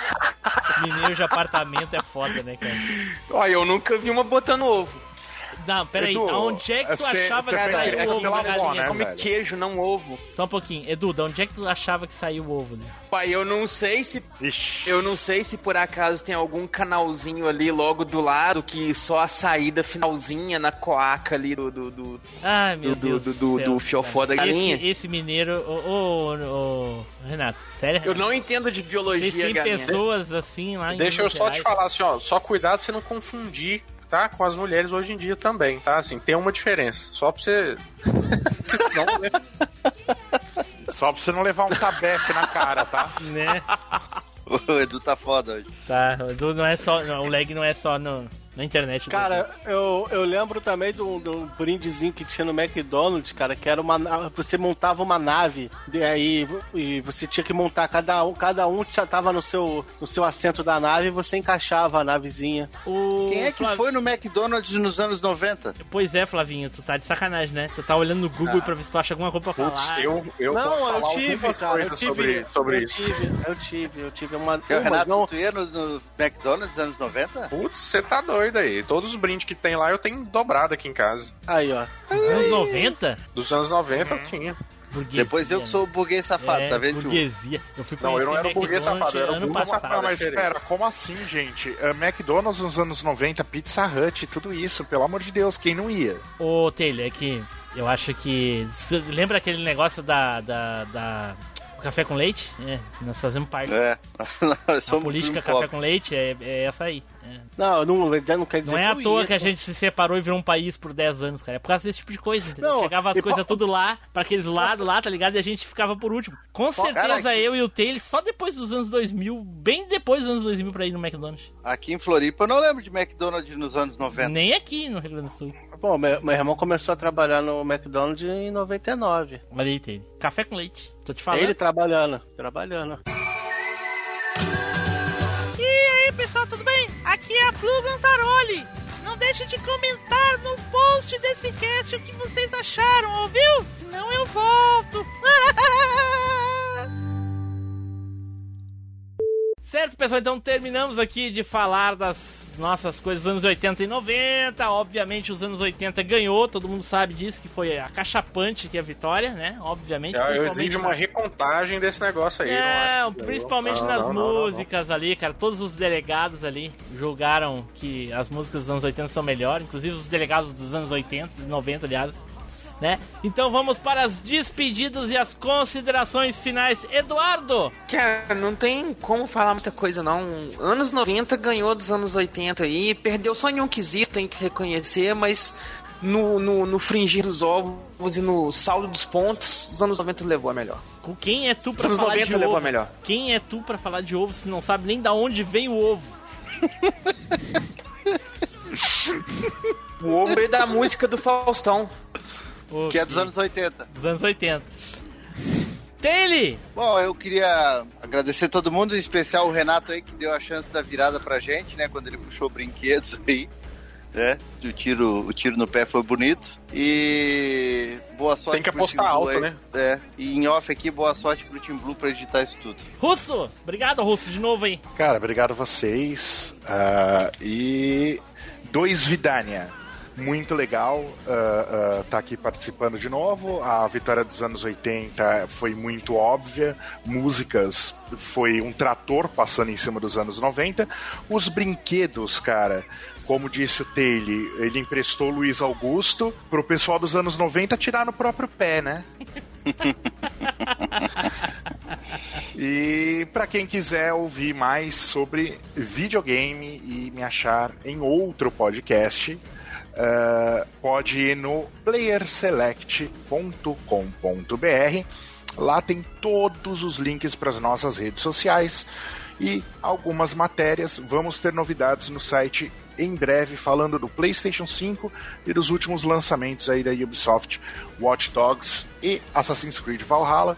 S2: Mineiro de apartamento é foda, né, cara?
S6: Olha, eu nunca vi uma botando ovo.
S2: Não, peraí,
S6: Edu,
S2: aonde é que tu
S6: é sé-
S2: achava que
S6: cara,
S2: saiu
S6: é
S2: o
S6: que
S2: ovo
S6: pela
S2: da
S6: avó,
S2: galinha?
S6: né, Come velho? queijo, não ovo.
S2: Só um pouquinho. Edu, da onde é que tu achava que saiu o ovo, né?
S6: Pai, eu não sei se. Eu não sei se por acaso tem algum canalzinho ali logo do lado que só a saída finalzinha na coaca ali do. do, do-
S2: Ai, meu
S6: do,
S2: Deus
S6: Do,
S2: do
S6: do,
S2: céu,
S6: do fiofó da
S2: Esse-
S6: galinha.
S2: Esse, mineiro... Ô, ô, ô, ô, Renato, sério,
S6: Eu
S2: Renato?
S6: não entendo de biologia,
S2: Vocês têm
S6: galinha.
S2: pessoas assim lá em
S14: Deixa eu
S2: Minas
S14: só te
S2: Gerais?
S14: falar assim, ó, só cuidado pra você não confundir, tá? Com as mulheres hoje em dia também, tá? Assim, tem uma diferença. Só pra você. (laughs) Porque senão, né?
S7: Só pra você não levar um tabefe na cara, tá? (laughs)
S2: Né?
S3: O Edu tá foda hoje.
S2: Tá, o Edu não é só... não, o lag não é só no, na internet.
S1: Cara, eu, eu lembro também de um, de um brindezinho que tinha no McDonald's, cara, que era uma. na- Você montava uma nave, e aí e você tinha que montar cada um, cada um já tava no seu, no seu assento da nave e você encaixava a navezinha.
S3: Quem é que foi no McDonald's nos anos 90?
S2: Pois é, Flavinho, tu tá de sacanagem, né? Tu tá olhando no
S3: Ah.
S2: Google pra ver se tu acha alguma coisa pra
S14: Putz,
S2: falar.
S14: eu- eu
S1: Não,
S14: vou falar
S1: eu tive,
S14: alguma
S1: cara. Eu
S14: coisa
S1: tive,
S14: sobre- sobre
S1: eu
S14: isso.
S1: Tive, (laughs) eu tive, eu tive uma.
S3: Eu,
S1: uma
S3: é Renato,
S1: não,
S3: tu ia no, no McDonald's nos anos 90?
S14: Putz, você tá doido aí. Todos os brindes que tem lá eu tenho dobrado aqui em casa.
S1: Aí, ó.
S2: Dos anos Hum. 90?
S14: Dos anos 90 eu tinha.
S3: Depois eu que sou o burguês safado,
S2: É,
S3: tá vendo?
S2: burguesia. Eu fui
S14: Não, eu não era um burguês safado, eu era um
S2: ano
S14: burro
S2: passado.
S7: Não, mas espera, como assim, gente? Eh, McDonald's nos anos 90, Pizza Hut, tudo isso, pelo amor de Deus, quem não ia?
S2: Ô, Taylor, é que eu acho que. Cê Lembra aquele negócio da. da, da- o café com leite? É, nós fazemos parte.
S3: É, (laughs) nós
S2: A
S3: somos
S2: política
S3: um
S2: café
S3: pobre.
S2: com leite é, é essa aí. É.
S1: não, não, não quer dizer
S2: Não é à
S1: eu
S2: toa
S1: ia,
S2: que a
S1: pô.
S2: gente se separou e virou um país por 10 anos, cara. É por causa desse tipo de coisa, entendeu?
S1: Não,
S2: Chegava as
S1: e
S2: coisas
S1: qual-
S2: tudo lá, pra aqueles lados lá, tá ligado? E a gente ficava por último. Com certeza
S3: cara,
S2: eu e o Taylor, só depois dos anos 2000, bem depois dos anos 2000 pra ir no McDonald's.
S3: Aqui em Floripa eu não lembro de McDonald's nos anos 90.
S2: Nem é aqui no Rio Grande do Sul.
S1: Bom, meu, meu irmão começou a trabalhar no McDonald's em 99.
S2: Olha aí, Taylor. Café com leite. Tô te falando.
S1: Ele trabalhando, trabalhando.
S11: E aí pessoal, tudo bem? Aqui é a Flu Gantaroli. Não deixe de comentar no post desse cast o que vocês acharam, ouviu? Senão eu volto. (laughs)
S2: Certo, pessoal, então terminamos aqui de falar das nossas coisas dos anos 80 e 90. Obviamente, os anos 80 ganhou, todo mundo sabe disso, que foi a cachapante que é a vitória, né? Obviamente,
S14: É, Eu, eu
S2: principalmente
S14: exijo
S2: na-
S14: uma recontagem desse negócio aí.
S2: Não,
S14: acho que-
S2: principalmente
S14: Não,
S2: nas
S14: não, não, não, não.
S2: músicas ali, cara. Todos os delegados ali julgaram que as músicas dos anos 80 são melhores, inclusive os delegados dos anos 80 e 90, aliás. Né? Então vamos para as despedidas e as considerações finais. Eduardo!
S6: Cara, não tem como falar muita coisa, não. Anos 90 ganhou dos anos 80 aí, perdeu só em um quesito, tem que reconhecer, mas no, no, no fringir dos ovos e no saldo dos pontos, os anos 90 levou a melhor.
S2: Com Quem é tu
S6: Os
S2: pra
S6: anos
S2: falar
S6: 90
S2: de
S6: levou
S2: ovo?
S6: a melhor.
S2: Quem é tu pra falar de ovo se não sabe nem da onde vem o ovo?
S6: O ovo veio da (laughs) música do Faustão.
S3: Que é dos anos 80.
S2: Dos anos 80. Tele!
S3: Bom, eu queria agradecer todo mundo, em especial o Renato aí, que deu a chance da virada pra gente, né? Quando ele puxou brinquedos aí. Né? O tiro, o tiro no pé foi bonito. E boa sorte
S14: Tem que
S3: pro
S1: Tá
S14: apostar
S3: Team Blue
S14: alto,
S3: aí.
S14: né?
S3: É. E em off aqui, boa sorte pro Team Blue pra editar isso tudo.
S2: Russo! Obrigado, Russo, de novo aí.
S7: Cara, obrigado a vocês. ah, e dois Vidania. Muito legal estar tá aqui participando de novo. A vitória dos anos 80 foi muito óbvia. Músicas foi um trator passando em cima dos anos 90. Os brinquedos, cara, como disse o Taylor, ele emprestou Luiz Augusto pro pessoal dos anos 90 tirar no próprio pé, né? E pra quem quiser ouvir mais sobre videogame e me achar em outro podcast, eh, pode ir no playerselect.com.br. Lá tem todos os links para as nossas redes sociais e algumas matérias. Vamos ter novidades no site em breve falando do PlayStation 5 e dos últimos lançamentos aí da Ubisoft, Watch Dogs e Assassin's Creed Valhalla,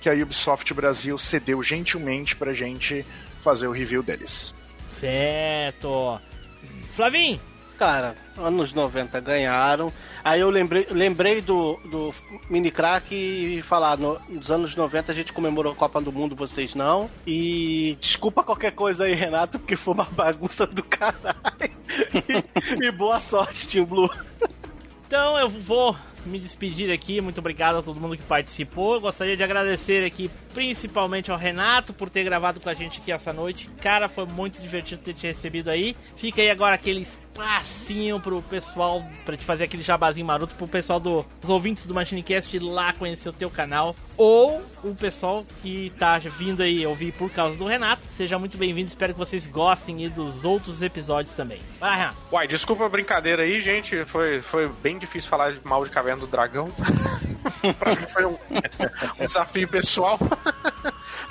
S7: que a Ubisoft Brasil cedeu gentilmente pra gente fazer o review deles.
S2: Certo. Flavinho!
S1: Cara, anos 90 ganharam. Aí eu lembrei, lembrei do, do mini crack e falar, no- nos anos 90 a gente comemorou a Copa do Mundo, vocês não. E desculpa qualquer coisa aí, Renato, porque foi uma bagunça do caralho. (laughs) e, e boa sorte, Team Blue.
S2: Então eu vou me despedir aqui. Muito obrigado a todo mundo que participou. Eu gostaria de agradecer aqui principalmente ao Renato por ter gravado com a gente aqui essa noite. Cara, foi muito divertido ter te recebido aí. Fica aí agora aquele espacinho pro pessoal, pra te fazer aquele jabazinho maroto pro pessoal do- dos ouvintes do MachineCast ir lá conhecer o teu canal. Ou o pessoal que tá vindo aí ouvir por causa do Renato. Seja muito bem-vindo. Espero que vocês gostem e dos outros episódios também. Vai, Renato.
S14: Uai, desculpa a brincadeira aí, gente. Foi, foi bem difícil falar de mal de Caverna do Dragão. (laughs) pra mim foi um, um desafio pessoal.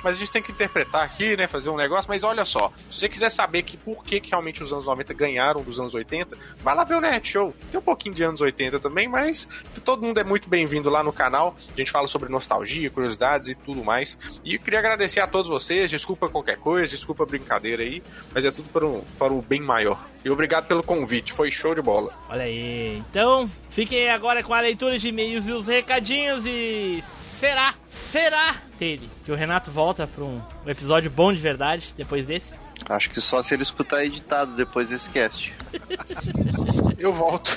S14: Mas a gente tem que interpretar aqui, né? Fazer um negócio. Mas olha só, se você quiser saber que por que, que realmente os anos 90 ganharam dos anos 80, vai lá ver o Netshow. Tem um pouquinho de anos 80 também, mas todo mundo é muito bem-vindo lá no canal. A gente fala sobre nostalgia, curiosidades e tudo mais. E eu queria agradecer a todos vocês. Desculpa qualquer coisa, desculpa a brincadeira aí, mas é tudo para um, para um bem maior. E obrigado pelo convite, foi show de bola.
S2: Olha aí, então fiquem agora com a leitura de e-mails e os recadinhos e será, será dele que o Renato volta para um episódio bom de verdade depois desse.
S3: Acho que só se ele escutar editado depois desse cast.
S14: (laughs) Eu
S11: (laughs)
S14: volto.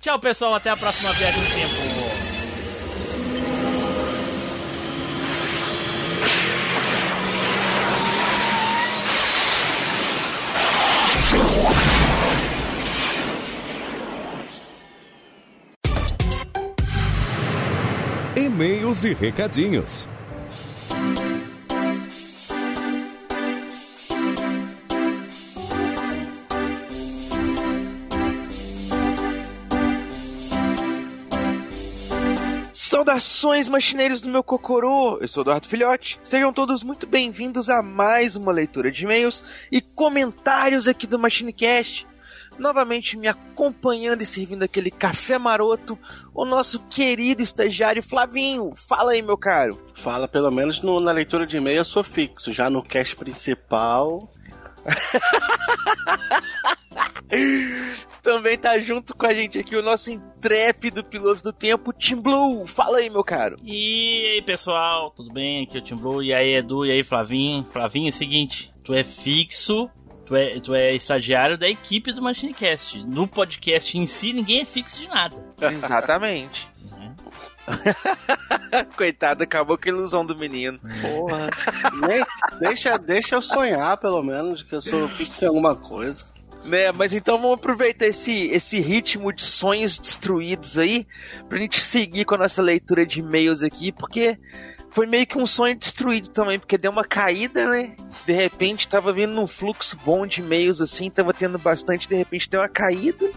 S2: Tchau pessoal, até a próxima viagem do tempo.
S5: E-mails e recadinhos.
S6: Saudações, machineiros do meu cocorô! Eu sou Eduardo Filhote. Sejam todos muito bem-vindos a mais uma leitura de e-mails e comentários aqui do MachineCast. Novamente me acompanhando e servindo aquele café maroto, o nosso querido estagiário Flavinho. Fala aí, meu caro.
S1: Fala, pelo menos no- na leitura de e-mail eu sou fixo. Já no cast principal.
S6: Também tá junto com a gente aqui o nosso intrépido piloto do tempo, Tim Blue. Fala aí, meu caro.
S11: E aí, pessoal, tudo bem? Aqui é o Tim Blue. E aí, Edu, e aí, Flavinho. Flavinho, é o seguinte, tu é fixo, tu é, tu é estagiário da equipe do MachineCast. No podcast em si, ninguém é fixo de nada.
S6: Exatamente. (laughs) Coitado, acabou com a ilusão do menino.
S1: Porra. (laughs) Nem- deixa, deixa eu sonhar, pelo menos, que eu sou fixo em alguma coisa.
S6: Né, mas então vamos aproveitar esse, esse ritmo de sonhos destruídos aí, pra gente seguir com a nossa leitura de e-mails aqui, porque foi meio que um sonho destruído também, porque deu uma caída, né? De repente tava vindo num fluxo bom de e-mails assim, tava tendo bastante, de repente deu uma caída.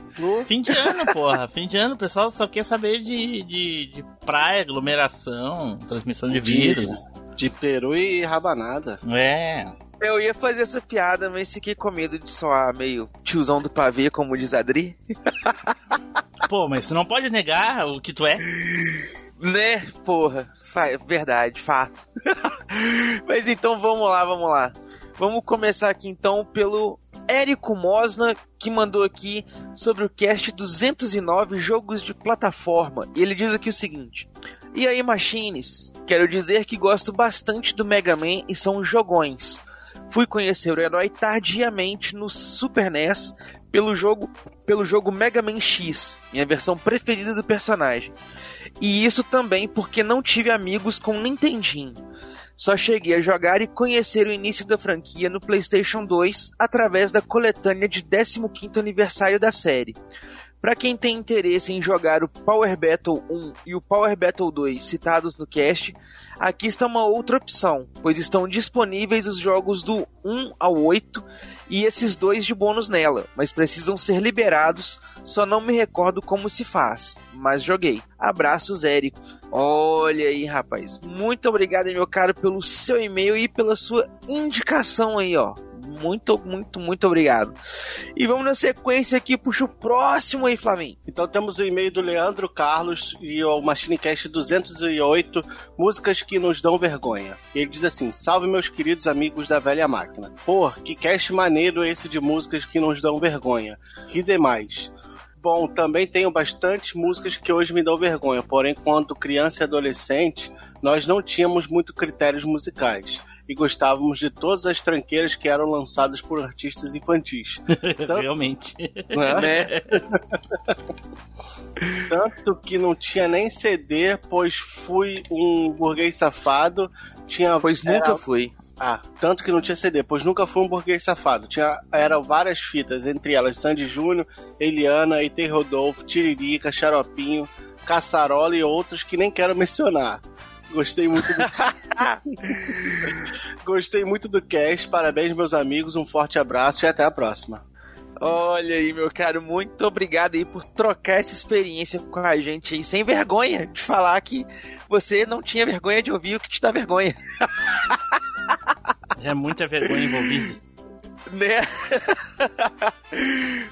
S11: Fim de ano, porra. Fim de ano, o pessoal só quer saber de, de, de praia, aglomeração, transmissão de
S1: De-
S11: vírus.
S1: De peru e rabanada.
S11: É.
S6: Eu ia fazer essa piada, mas fiquei com medo de soar meio tiozão do pavê, como diz Adri.
S11: Pô, mas tu não pode negar o que tu é.
S6: Né, porra. Fa-
S11: (laughs)
S6: Verdade, fato. (laughs) Mas então vamos lá, vamos lá. Vamos começar aqui então pelo Érico Mosna, que mandou aqui sobre o cast 209 Jogos de Plataforma. E ele diz aqui o seguinte: E aí, Machines? Quero dizer que gosto bastante do Mega Man e são jogões. Fui conhecer o herói tardiamente no Super NES pelo jogo, pelo jogo Mega Man X, minha versão preferida do personagem. E isso também porque não tive amigos com Nintendinho. Só cheguei a jogar e conhecer o início da franquia no PlayStation 2 através da coletânea de 15º aniversário da série. Para quem tem interesse em jogar o Power Battle 1 e o Power Battle 2 citados no cast, aqui está uma outra opção, pois estão disponíveis os jogos do 1 ao 8 e esses dois de bônus nela, mas precisam ser liberados, só não me recordo como se faz, mas joguei. Abraços, Érico. Olha aí, rapaz. Muito obrigado, meu caro, pelo seu e-mail e pela sua indicação aí, ó. Muito, muito, muito obrigado. E vamos na sequência aqui, puxa o próximo aí, Flavinho.
S1: Então temos o e-mail do Leandro Carlos e o MachineCast 208, músicas que nos dão vergonha. Ele diz assim: Salve meus queridos amigos da velha máquina. Pô, que cast maneiro esse de músicas que nos dão vergonha. Que demais. Bom, também tenho bastante músicas que hoje me dão vergonha, porém, quando criança e adolescente, nós não tínhamos muito critérios musicais e gostávamos de todas as tranqueiras que eram lançadas por artistas infantis.
S6: Então,
S2: Realmente.
S1: Né? Tanto que não tinha nem CD, pois fui um burguês safado. Tinha, é,
S6: pois nunca fui.
S1: Ah, tanto que não tinha CD, pois nunca fui um burguês safado. Tinha, eram várias fitas, entre elas Sandy Júnior, Eliana, E.T. Rodolfo, Tiririca, Xaropinho, Caçarola e outros que nem quero mencionar. Gostei muito
S6: (laughs)
S1: do... Gostei muito do cast, parabéns meus amigos, um forte abraço e até a próxima.
S6: Olha aí, meu caro, muito obrigado aí por trocar essa experiência com a gente aí, sem vergonha de falar que você não tinha vergonha de ouvir o que te dá vergonha.
S2: É muita vergonha envolvida.
S6: Né?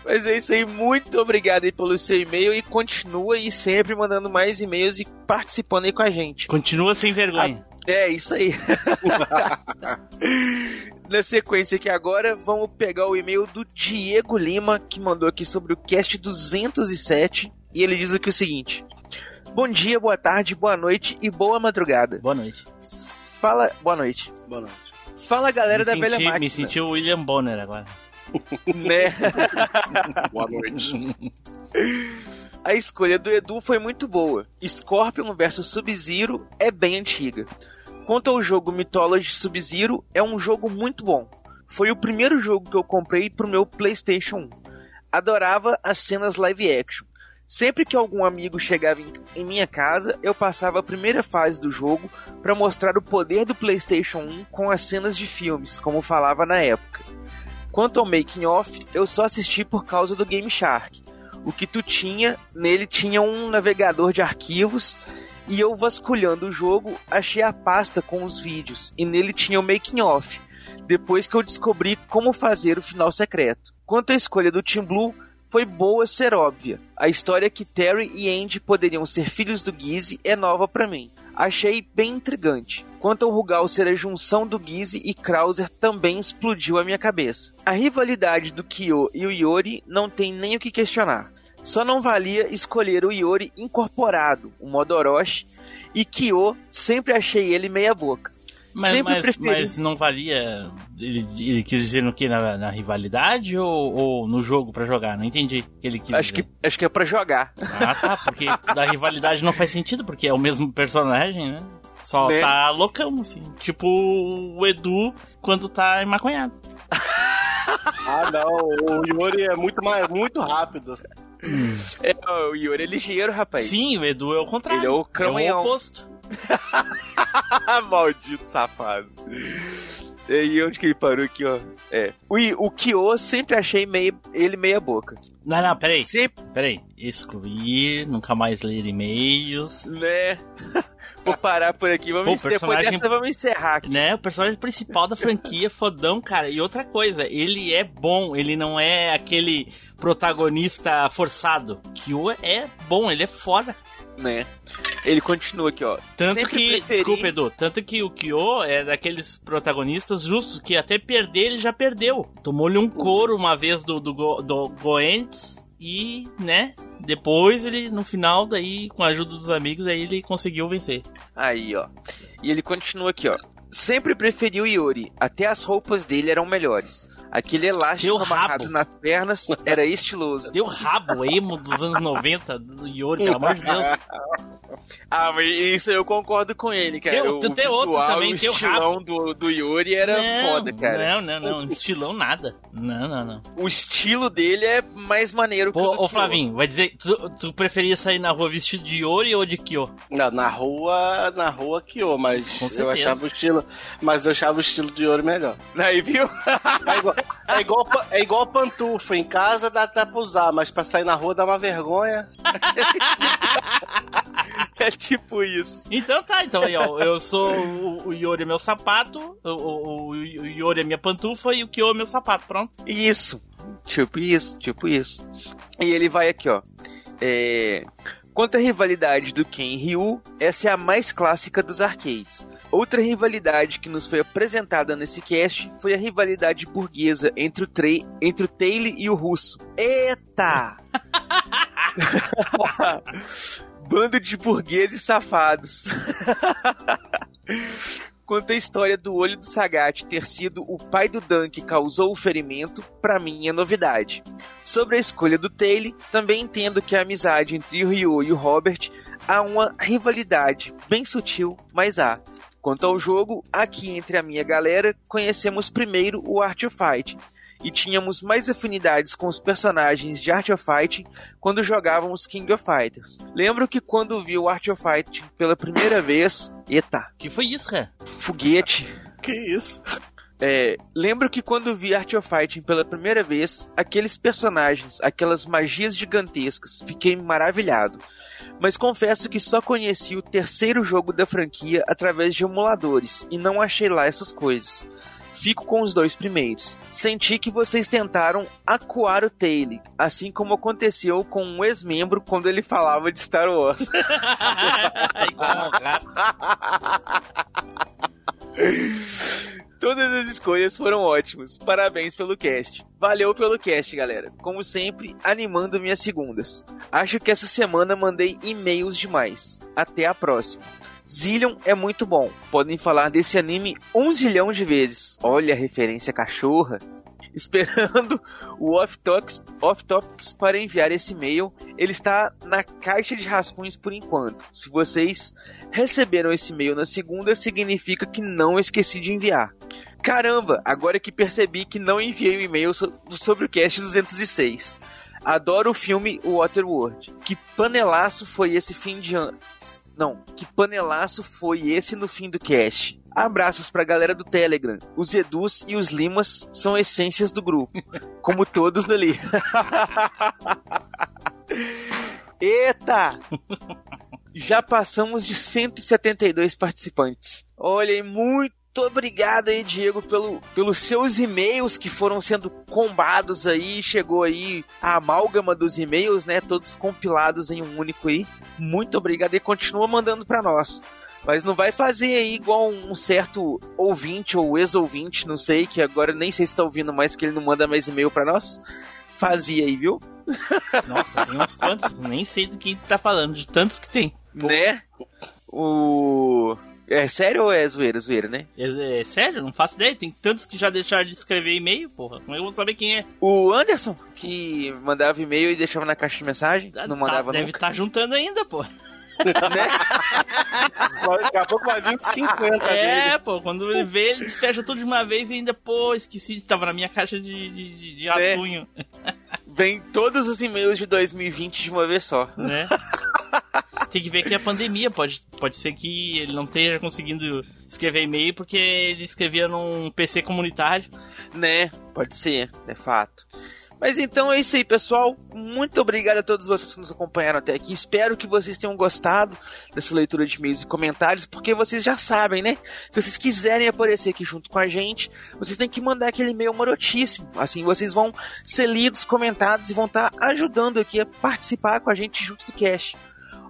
S6: Mas é isso aí, muito obrigado aí pelo seu e-mail e continua aí sempre mandando mais e-mails e participando aí com a gente.
S2: Continua sem vergonha.
S6: É, isso
S2: (laughs)
S6: aí. Na sequência aqui agora, vamos pegar o e-mail do Diego Lima, que mandou aqui sobre o cast 207, e ele diz aqui o seguinte: Bom dia, boa tarde, boa noite e boa madrugada.
S2: Boa noite.
S6: Fala, boa noite.
S1: Boa noite.
S6: Fala galera
S2: Me
S6: da velha
S2: senti-
S6: máquina.
S2: Me senti o William Bonner agora.
S6: (laughs) Né?
S2: Boa noite.
S6: A escolha do Edu foi muito boa. Scorpion vs Sub-Zero é bem antiga. Quanto ao jogo Mythology Sub-Zero, é um jogo muito bom. Foi o primeiro jogo que eu comprei pro meu PlayStation 1. Adorava as cenas live action. Sempre que algum amigo chegava em, em minha casa, eu passava a primeira fase do jogo para mostrar o poder do PlayStation 1 com as cenas de filmes, como falava na época. Quanto ao making off, eu só assisti por causa do Game Shark. O que tu tinha, nele tinha um navegador de arquivos e eu vasculhando o jogo, achei a pasta com os vídeos e nele tinha o making off. Depois que eu descobri como fazer o final secreto. Quanto à escolha do Team Blue, foi boa ser óbvia. A história é que Terry e Andy poderiam ser filhos do Gizzy é nova pra mim. Achei bem intrigante. Quanto ao Rugal ser a junção do Gizzy e Krauser também explodiu a minha cabeça. A rivalidade do Kyo e o Yori não tem nem o que questionar. Só não valia escolher o Yori incorporado, o Modoroshi, e Kyo sempre achei ele meia boca.
S2: Mas,
S6: sempre
S2: mas,
S6: preferi-
S2: mas não valia. Ele, ele quis dizer no que? Na, na rivalidade ou, ou no jogo pra jogar? Não entendi o que ele quis
S6: Acho
S2: dizer.
S6: Acho que é pra jogar.
S2: Ah, tá,
S6: (laughs)
S2: porque da rivalidade não faz sentido, porque é o mesmo personagem, né? Só
S6: Né?
S2: tá loucão, assim. Tipo o Edu quando
S6: (laughs)
S2: tá emaconhado.
S1: Ah, não, o Yuri é muito, mais, muito rápido.
S6: É, o Yuri é ligeiro, rapaz.
S2: Hum. Sim, o Edu é o contrário.
S6: Ele é o cramunhão.
S2: É o oposto.
S6: (laughs) Maldito safado. E onde que ele parou aqui, ó? É. O, I- o Kyo sempre achei meio, ele meia boca.
S2: Não, não, peraí. Peraí. Excluir, nunca mais ler e-mails.
S6: Né? Vou parar por aqui. Vamos
S2: Pô,
S6: encerrar.
S2: personagem-
S6: Depois dessa vamos encerrar aqui.
S2: Né? O personagem principal da franquia, fodão, cara. E outra coisa, ele é bom, ele não é aquele protagonista forçado. Kyo é bom, ele é foda.
S6: Né? Ele continua aqui, ó.
S2: Tanto
S6: Sempre
S2: que,
S6: preferi-
S2: desculpa, Edu, tanto que o Kyo é daqueles protagonistas justos que até perder ele já perdeu. Tomou-lhe um couro uma vez do, do, Go- do Goentes e, né, depois ele, no final, daí, com a ajuda dos amigos, aí ele conseguiu vencer.
S6: Aí, ó. E ele continua aqui, ó. Sempre preferi o Yuri. Até as roupas dele eram melhores. Aquele elástico amarrado nas pernas era estiloso.
S2: Deu rabo, é emo dos anos 90, do Yori, pelo
S6: (laughs)
S2: amor de Deus.
S6: Ah, mas isso eu concordo com ele, cara.
S2: Teu-
S6: o
S2: tu tem outro
S6: visual,
S2: também,
S6: o
S2: teu
S6: estilão
S2: rabo.
S6: do, do Yuri era
S2: Não,
S6: foda, cara.
S2: Não, não, não, estilão nada. Não, não, não.
S6: O estilo dele é mais maneiro que o do
S2: Ô, ô
S6: Kyo.
S2: Flavinho, vai dizer, tu, tu preferia sair na rua vestido de Yori ou de Kyo?
S1: Na, na rua, na rua que ô, mas eu
S2: certeza.
S1: achava o estilo, mas eu achava o estilo do Yoro melhor.
S6: Aí viu?
S1: É igual, é igual, pa- é igual pantufa, em casa dá até pra usar, mas pra sair na rua dá uma vergonha.
S6: É tipo isso.
S2: Então tá, então aí, ó. Eu sou o, o Yori é meu sapato, o, o, o Yori é minha pantufa e o Kyo é meu sapato, pronto.
S6: Isso. Tipo isso, tipo isso. E ele vai aqui, ó. É... Quanto à rivalidade do Ken e Ryu, essa é a mais clássica dos arcades. Outra rivalidade que nos foi apresentada nesse cast foi a rivalidade burguesa entre o, tre... entre o Taile e o Russo. Eita! (laughs) Bando de burgueses safados. Quanto à história do olho do Sagat ter sido o pai do Dan que causou o ferimento, pra mim é novidade. Sobre a escolha do Taylor, também entendo que a amizade entre o Ryu e o Robert há uma rivalidade, bem sutil, mas há. Quanto ao jogo, aqui entre a minha galera, conhecemos primeiro o Art of Fight, e tínhamos mais afinidades com os personagens de Art of Fighting quando jogávamos King of Fighters. Lembro que quando vi o Art of Fighting pela primeira vez, eita,
S2: que foi isso, cara?
S6: Foguete.
S2: Que isso?
S6: É, lembro que quando vi Art of Fighting pela primeira vez, aqueles personagens, aquelas magias gigantescas, fiquei maravilhado. Mas confesso que só conheci o terceiro jogo da franquia através de emuladores e não achei lá essas coisas fico com os dois primeiros. Senti que vocês tentaram acuar o Taylor, assim como aconteceu com um ex-membro quando ele falava de Star Wars. Todas as escolhas foram ótimas. Parabéns pelo cast. Valeu pelo cast, galera. Como sempre, animando minhas segundas. Acho que essa semana mandei e-mails demais. Até a próxima. Zillion é muito bom. Podem falar desse anime um zilhão de vezes. Olha a referência cachorra. (laughs) Esperando o Off Topics, off -topics para enviar esse e-mail. Ele está na caixa de rascunhos por enquanto. Se vocês receberam esse e-mail na segunda, significa que não esqueci de enviar. Caramba, agora que percebi que não enviei o e-mail so- sobre o cast 206. Adoro o filme Waterworld. Que panelaço foi esse fim de ano. Não, que panelaço foi esse no fim do cast? Abraços pra galera do Telegram. Os Edus e os Limas são essências do grupo. Como todos ali. (laughs) Eita! Já passamos de 172 participantes. Olha, e muito obrigado aí, Diego, pelo, pelos seus e-mails que foram sendo combados aí. Chegou aí a amálgama dos e-mails, né? Todos compilados em um único aí. Muito obrigado e continua mandando pra nós. Mas não vai fazer aí igual um certo ouvinte ou ex-ouvinte, não sei, que agora nem sei se tá ouvindo mais, que ele não manda mais e-mail pra nós. Fazia aí, viu?
S2: Nossa, tem uns quantos? Nem sei do que tá falando, de tantos que tem.
S6: Né? O. É sério ou é zoeira? Zoeira, né?
S2: É, é sério? Não faço ideia. Tem tantos que já deixaram de escrever e-mail, porra. Como eu vou saber quem é?
S6: O Anderson, que mandava e-mail e deixava na caixa de mensagem, não mandava
S2: Ah, tá, Deve
S6: nunca. Né? (laughs)
S2: estar juntando ainda, porra.
S6: Daqui a pouco vai vir com 50
S2: É,
S6: dele.
S2: pô, quando ele vê, ele despeja tudo de uma vez e ainda, pô, esqueci, tava na minha caixa de, de, de, de
S6: Né?
S2: rascunho. (laughs)
S6: Vem todos os e-mails de 2020 de uma vez só.
S2: Né? Tem que ver que é a pandemia, pode, pode ser que ele não esteja conseguindo escrever e-mail porque ele escrevia num PC comunitário.
S6: Né? Pode ser, é fato. Mas então é isso aí, pessoal. Muito obrigado a todos vocês que nos acompanharam até aqui. Espero que vocês tenham gostado dessa leitura de e-mails e comentários, porque vocês já sabem, né? Se vocês quiserem aparecer aqui junto com a gente, vocês têm que mandar aquele e-mail marotíssimo. Assim vocês vão ser lidos, comentados e vão estar ajudando aqui a participar com a gente junto do cast.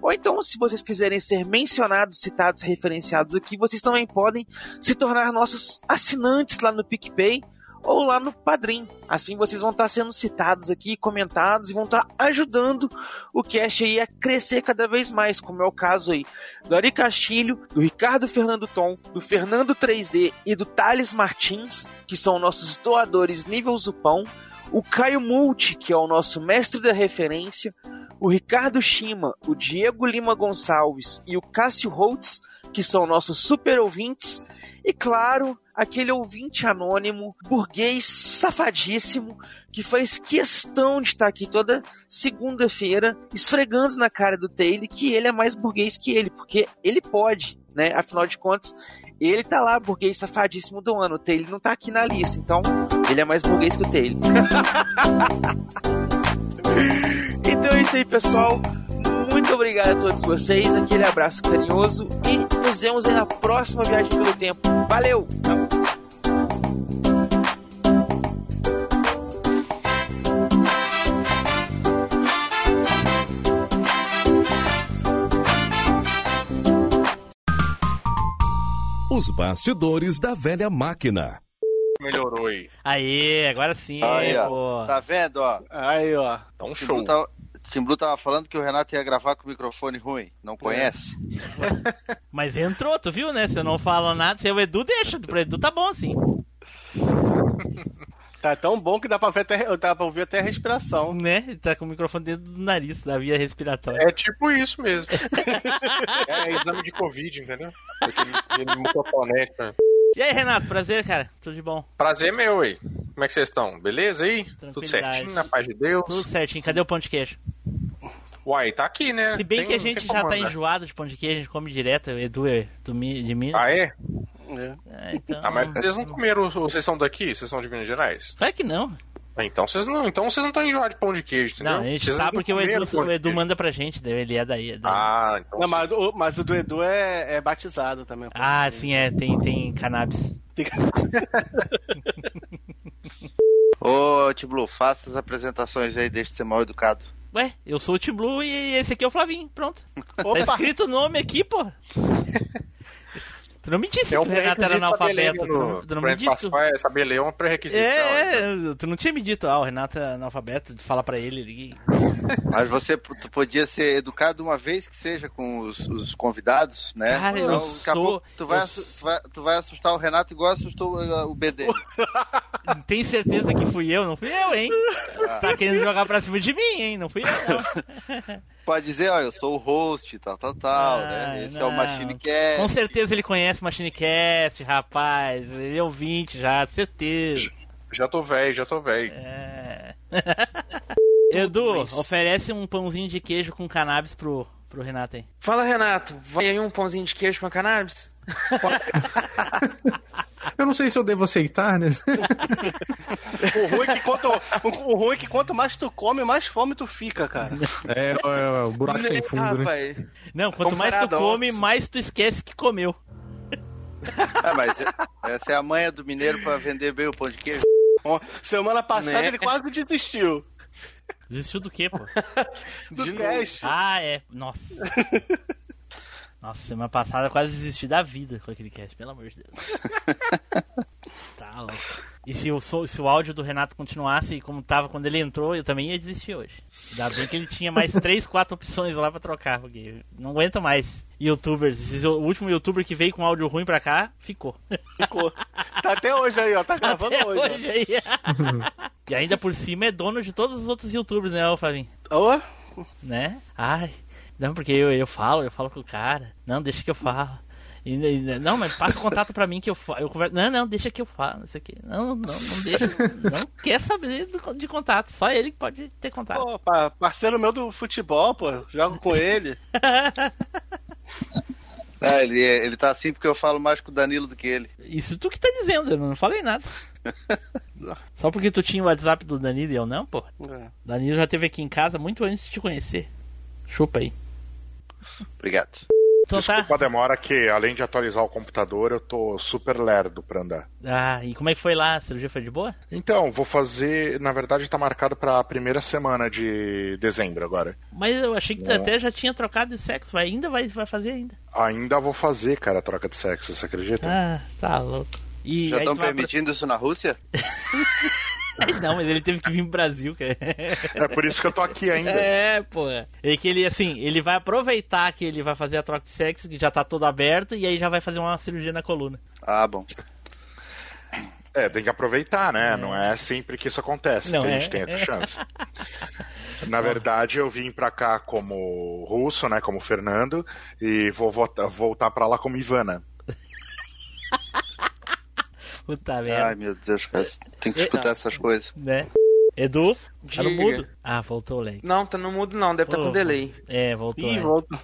S6: Ou então, se vocês quiserem ser mencionados, citados, referenciados aqui, vocês também podem se tornar nossos assinantes lá no PicPay ou lá no Padrim. Assim vocês vão estar sendo citados aqui, comentados e vão estar ajudando o cast aí a crescer cada vez mais, como é o caso aí do Ari Castilho, do Ricardo Fernando Tom, do Fernando 3D e do Thales Martins, que são nossos doadores nível Zupão, o Caio Multi, que é o nosso mestre da referência, o Ricardo Shima, o Diego Lima Gonçalves e o Cássio Holtz, que são nossos super ouvintes, e claro, aquele ouvinte anônimo, burguês safadíssimo, que faz questão de estar aqui toda segunda-feira esfregando na cara do Taylor que ele é mais burguês que ele, porque ele pode, né? Afinal de contas, ele tá lá, burguês safadíssimo do ano. O Taylor não tá aqui na lista, então ele é mais burguês que o Taylor. (laughs) então é isso aí, pessoal. Muito Muito obrigado a todos vocês, aquele abraço carinhoso e nos vemos aí na próxima viagem pelo tempo. Valeu!
S10: Os bastidores da velha máquina.
S14: Melhorou aí.
S2: Aê, agora sim,
S3: Aí, ó.
S2: pô.
S3: Tá vendo, ó?
S1: Aí, ó.
S14: Tá um
S3: Tim Blue tava- Tim Blue tava falando que o Renato ia gravar com o microfone ruim.
S1: É.
S3: Não conhece?
S2: Mas entrou, tu viu, né? Se eu não fala nada, se o Edu deixa, pro Edu tá bom assim.
S1: Tá tão bom que dá pra, ver até, dá pra ouvir até a respiração.
S2: Né? Tá com o microfone dentro do nariz, da via respiratória.
S14: É tipo isso mesmo. É exame de Covid, entendeu? Aquele, aquele mocotonete, né?
S2: (laughs) E aí, Renato, prazer, cara? Tudo de bom?
S14: Prazer meu aí. Como é que vocês estão? Beleza aí? Tudo
S2: Tranquilidade.
S14: certinho, na paz de Deus?
S2: Tudo certinho, cadê o pão de queijo?
S14: Uai, tá aqui, né?
S2: Se
S14: Tem-
S2: bem que a
S14: não tem
S2: gente
S14: como
S2: já tá
S14: andar.
S2: enjoado de pão de queijo, a gente come direto, o Edu é do, Mi- de Minas.
S14: Ah, é?
S2: É, então...
S14: Ah, mas vocês não comeram, vocês são daqui? Vocês são de Minas Gerais?
S2: Claro que não.
S14: Ah, Então vocês não então vocês não estão enjoados de pão de queijo, entendeu?
S2: Não, a gente
S14: Vocês
S2: sabe
S14: não
S2: porque o
S14: comeram
S2: Edu,
S14: pão
S2: o
S14: de
S2: Edu
S14: queijo.
S2: manda pra gente, daí ele é daí. é daí.
S14: Ah, então
S1: Não, mas, o, mas o do Edu é, é batizado também.
S2: Ah, sim, é, tem, tem cannabis.
S3: Ô, Tim Blue, faça as apresentações aí, deixa de ser mal
S1: (laughs)
S3: educado.
S2: Ué, eu sou o Tim Blue e esse aqui é o Flavinho, pronto. Tá escrito o nome aqui, pô. Tu não me disse
S14: É um
S2: que o Renato era
S14: pré-requisito saber ler,
S2: analfabeto. Tu não,
S14: né,
S2: tu não
S14: pra
S2: me
S14: gente
S2: disse.
S14: passar, é Saber ler é um pré-requisito. né?
S2: É,
S3: então.
S2: é, tu não tinha me dito, ah, o Renato é analfabeto, fala pra ele. ele...
S3: Mas você p- tu podia ser educado uma vez que seja com os, os convidados, né?
S2: Cara, eu
S3: Senão,
S2: sou-
S3: tu vai,
S2: eu
S3: assu- tu, vai, tu vai assustar o Renato igual assustou uh, o BD.
S2: Tem certeza que fui eu? Não fui eu, hein? (laughs)
S3: Ah.
S2: Tá querendo jogar pra cima de mim, hein? Não fui eu, não.
S3: Pode dizer, ó, eu sou o host, tal, tal,
S2: (laughs)
S3: tal,
S2: Ah,
S3: né? Esse é
S2: não.
S3: o Machine
S2: Com
S3: Cast.
S2: certeza ele conhece Machine Cast, rapaz. Ele é ouvinte já, certeza.
S14: Já tô velho, já tô velho.
S2: É. Edu,
S14: isso.
S2: oferece um pãozinho de queijo com cannabis pro, pro Renato aí.
S6: Fala, Renato, vai aí um pãozinho de queijo com a cannabis?
S11: Eu não sei se eu devo aceitar, né?
S1: O ruim, é que quanto, o, o ruim é que quanto mais tu come, mais fome tu fica, cara.
S11: (laughs) É, é, o buraco sem fundo, né?
S2: Não, quanto mais tu
S3: Comparadoxo.
S2: come, mais tu esquece que comeu.
S3: Ah, mas é- essa é a manha do mineiro pra vender bem o pão de queijo.
S1: Semana passada
S3: Né?
S1: ele quase desistiu.
S2: Desistiu do quê, pô?
S1: Do teste.
S2: Ah, é. Nossa. Nossa, semana passada eu quase desisti da vida com aquele cast, pelo amor de Deus.
S1: (laughs)
S2: tá louco. E se o, som- se o áudio do Renato continuasse como tava quando ele entrou, eu também ia desistir hoje. Ainda bem que ele
S1: (laughs)
S2: tinha mais 3, 4 opções lá pra trocar, porque não aguenta mais. Youtubers, Esse é o último youtuber que veio com áudio ruim pra cá, ficou. (laughs)
S1: Ficou. Tá até hoje aí, ó. Tá gravando
S2: Até
S1: hoje. ó.
S2: hoje aí. é. e ainda por cima é dono de todos os outros youtubers, né, ô Flavinho?
S1: Ô?
S2: Né? Ai, não, porque eu, eu falo, eu falo com o cara. Não, deixa que eu falo. E- e- não, mas passa o contato pra mim que eu, fa- eu converso. Não, não, deixa que eu falo, não sei o quê. Não, não, não deixa. Não quer saber do- de contato, só ele que pode ter contato.
S1: Pô, pa- parceiro meu do futebol, pô. Jogo com
S2: (laughs)
S1: ele.
S3: (laughs) Ah, ele, é- ele tá assim porque eu falo mais com o Danilo do que ele.
S2: Isso tu que tá dizendo, eu não
S1: (laughs)
S2: falei nada. Só porque tu tinha o WhatsApp do Danilo e eu não, pô.
S1: É.
S2: Danilo já esteve aqui em casa muito antes de te conhecer. Chupa aí.
S3: Obrigado.
S2: Então tá.
S7: Desculpa a demora que, além de atualizar o computador, eu tô super lerdo pra andar.
S2: Ah, e como é que foi lá? A cirurgia foi de boa?
S7: Então, vou fazer... Na verdade, tá marcado pra primeira semana de dezembro agora.
S2: Mas eu achei que tu
S3: É.
S7: Não.
S2: até já tinha trocado de sexo, vai- ainda vai, vai fazer ainda.
S7: Ainda vou fazer, cara, a troca de sexo, você acredita?
S2: Ah, tá louco. E
S3: Já
S2: aí
S3: estão
S2: tu vai pra-
S3: permitindo isso na
S2: (laughs)
S3: Rússia?
S2: Não, mas ele teve que vir pro Brasil, cara. É
S7: por isso que eu tô aqui ainda.
S2: (laughs) É, pô. É que ele, assim, ele vai aproveitar que ele vai fazer a troca de sexo, que já tá todo aberto, e aí já vai fazer uma cirurgia na coluna.
S3: Ah, bom.
S7: É, tem que aproveitar, né? Não é sempre que isso acontece,
S2: Não,
S7: que a
S2: é.
S7: gente tem essa (laughs) chance. Na verdade, eu vim pra cá como russo, né? Como Fernando, e vou vota- voltar pra lá como Ivana.
S2: Puta merda.
S3: Ai, meu Deus, cara. Tem que escutar essas coisas.
S2: Né? Edu? Tá
S15: Diga.
S2: no mudo? Ah, voltou o lag.
S15: Não, tá no mudo não, deve estar tá
S2: Pô,
S15: com delay.
S2: É, voltou.
S15: Ih,
S2: é. (laughs)
S15: voltou.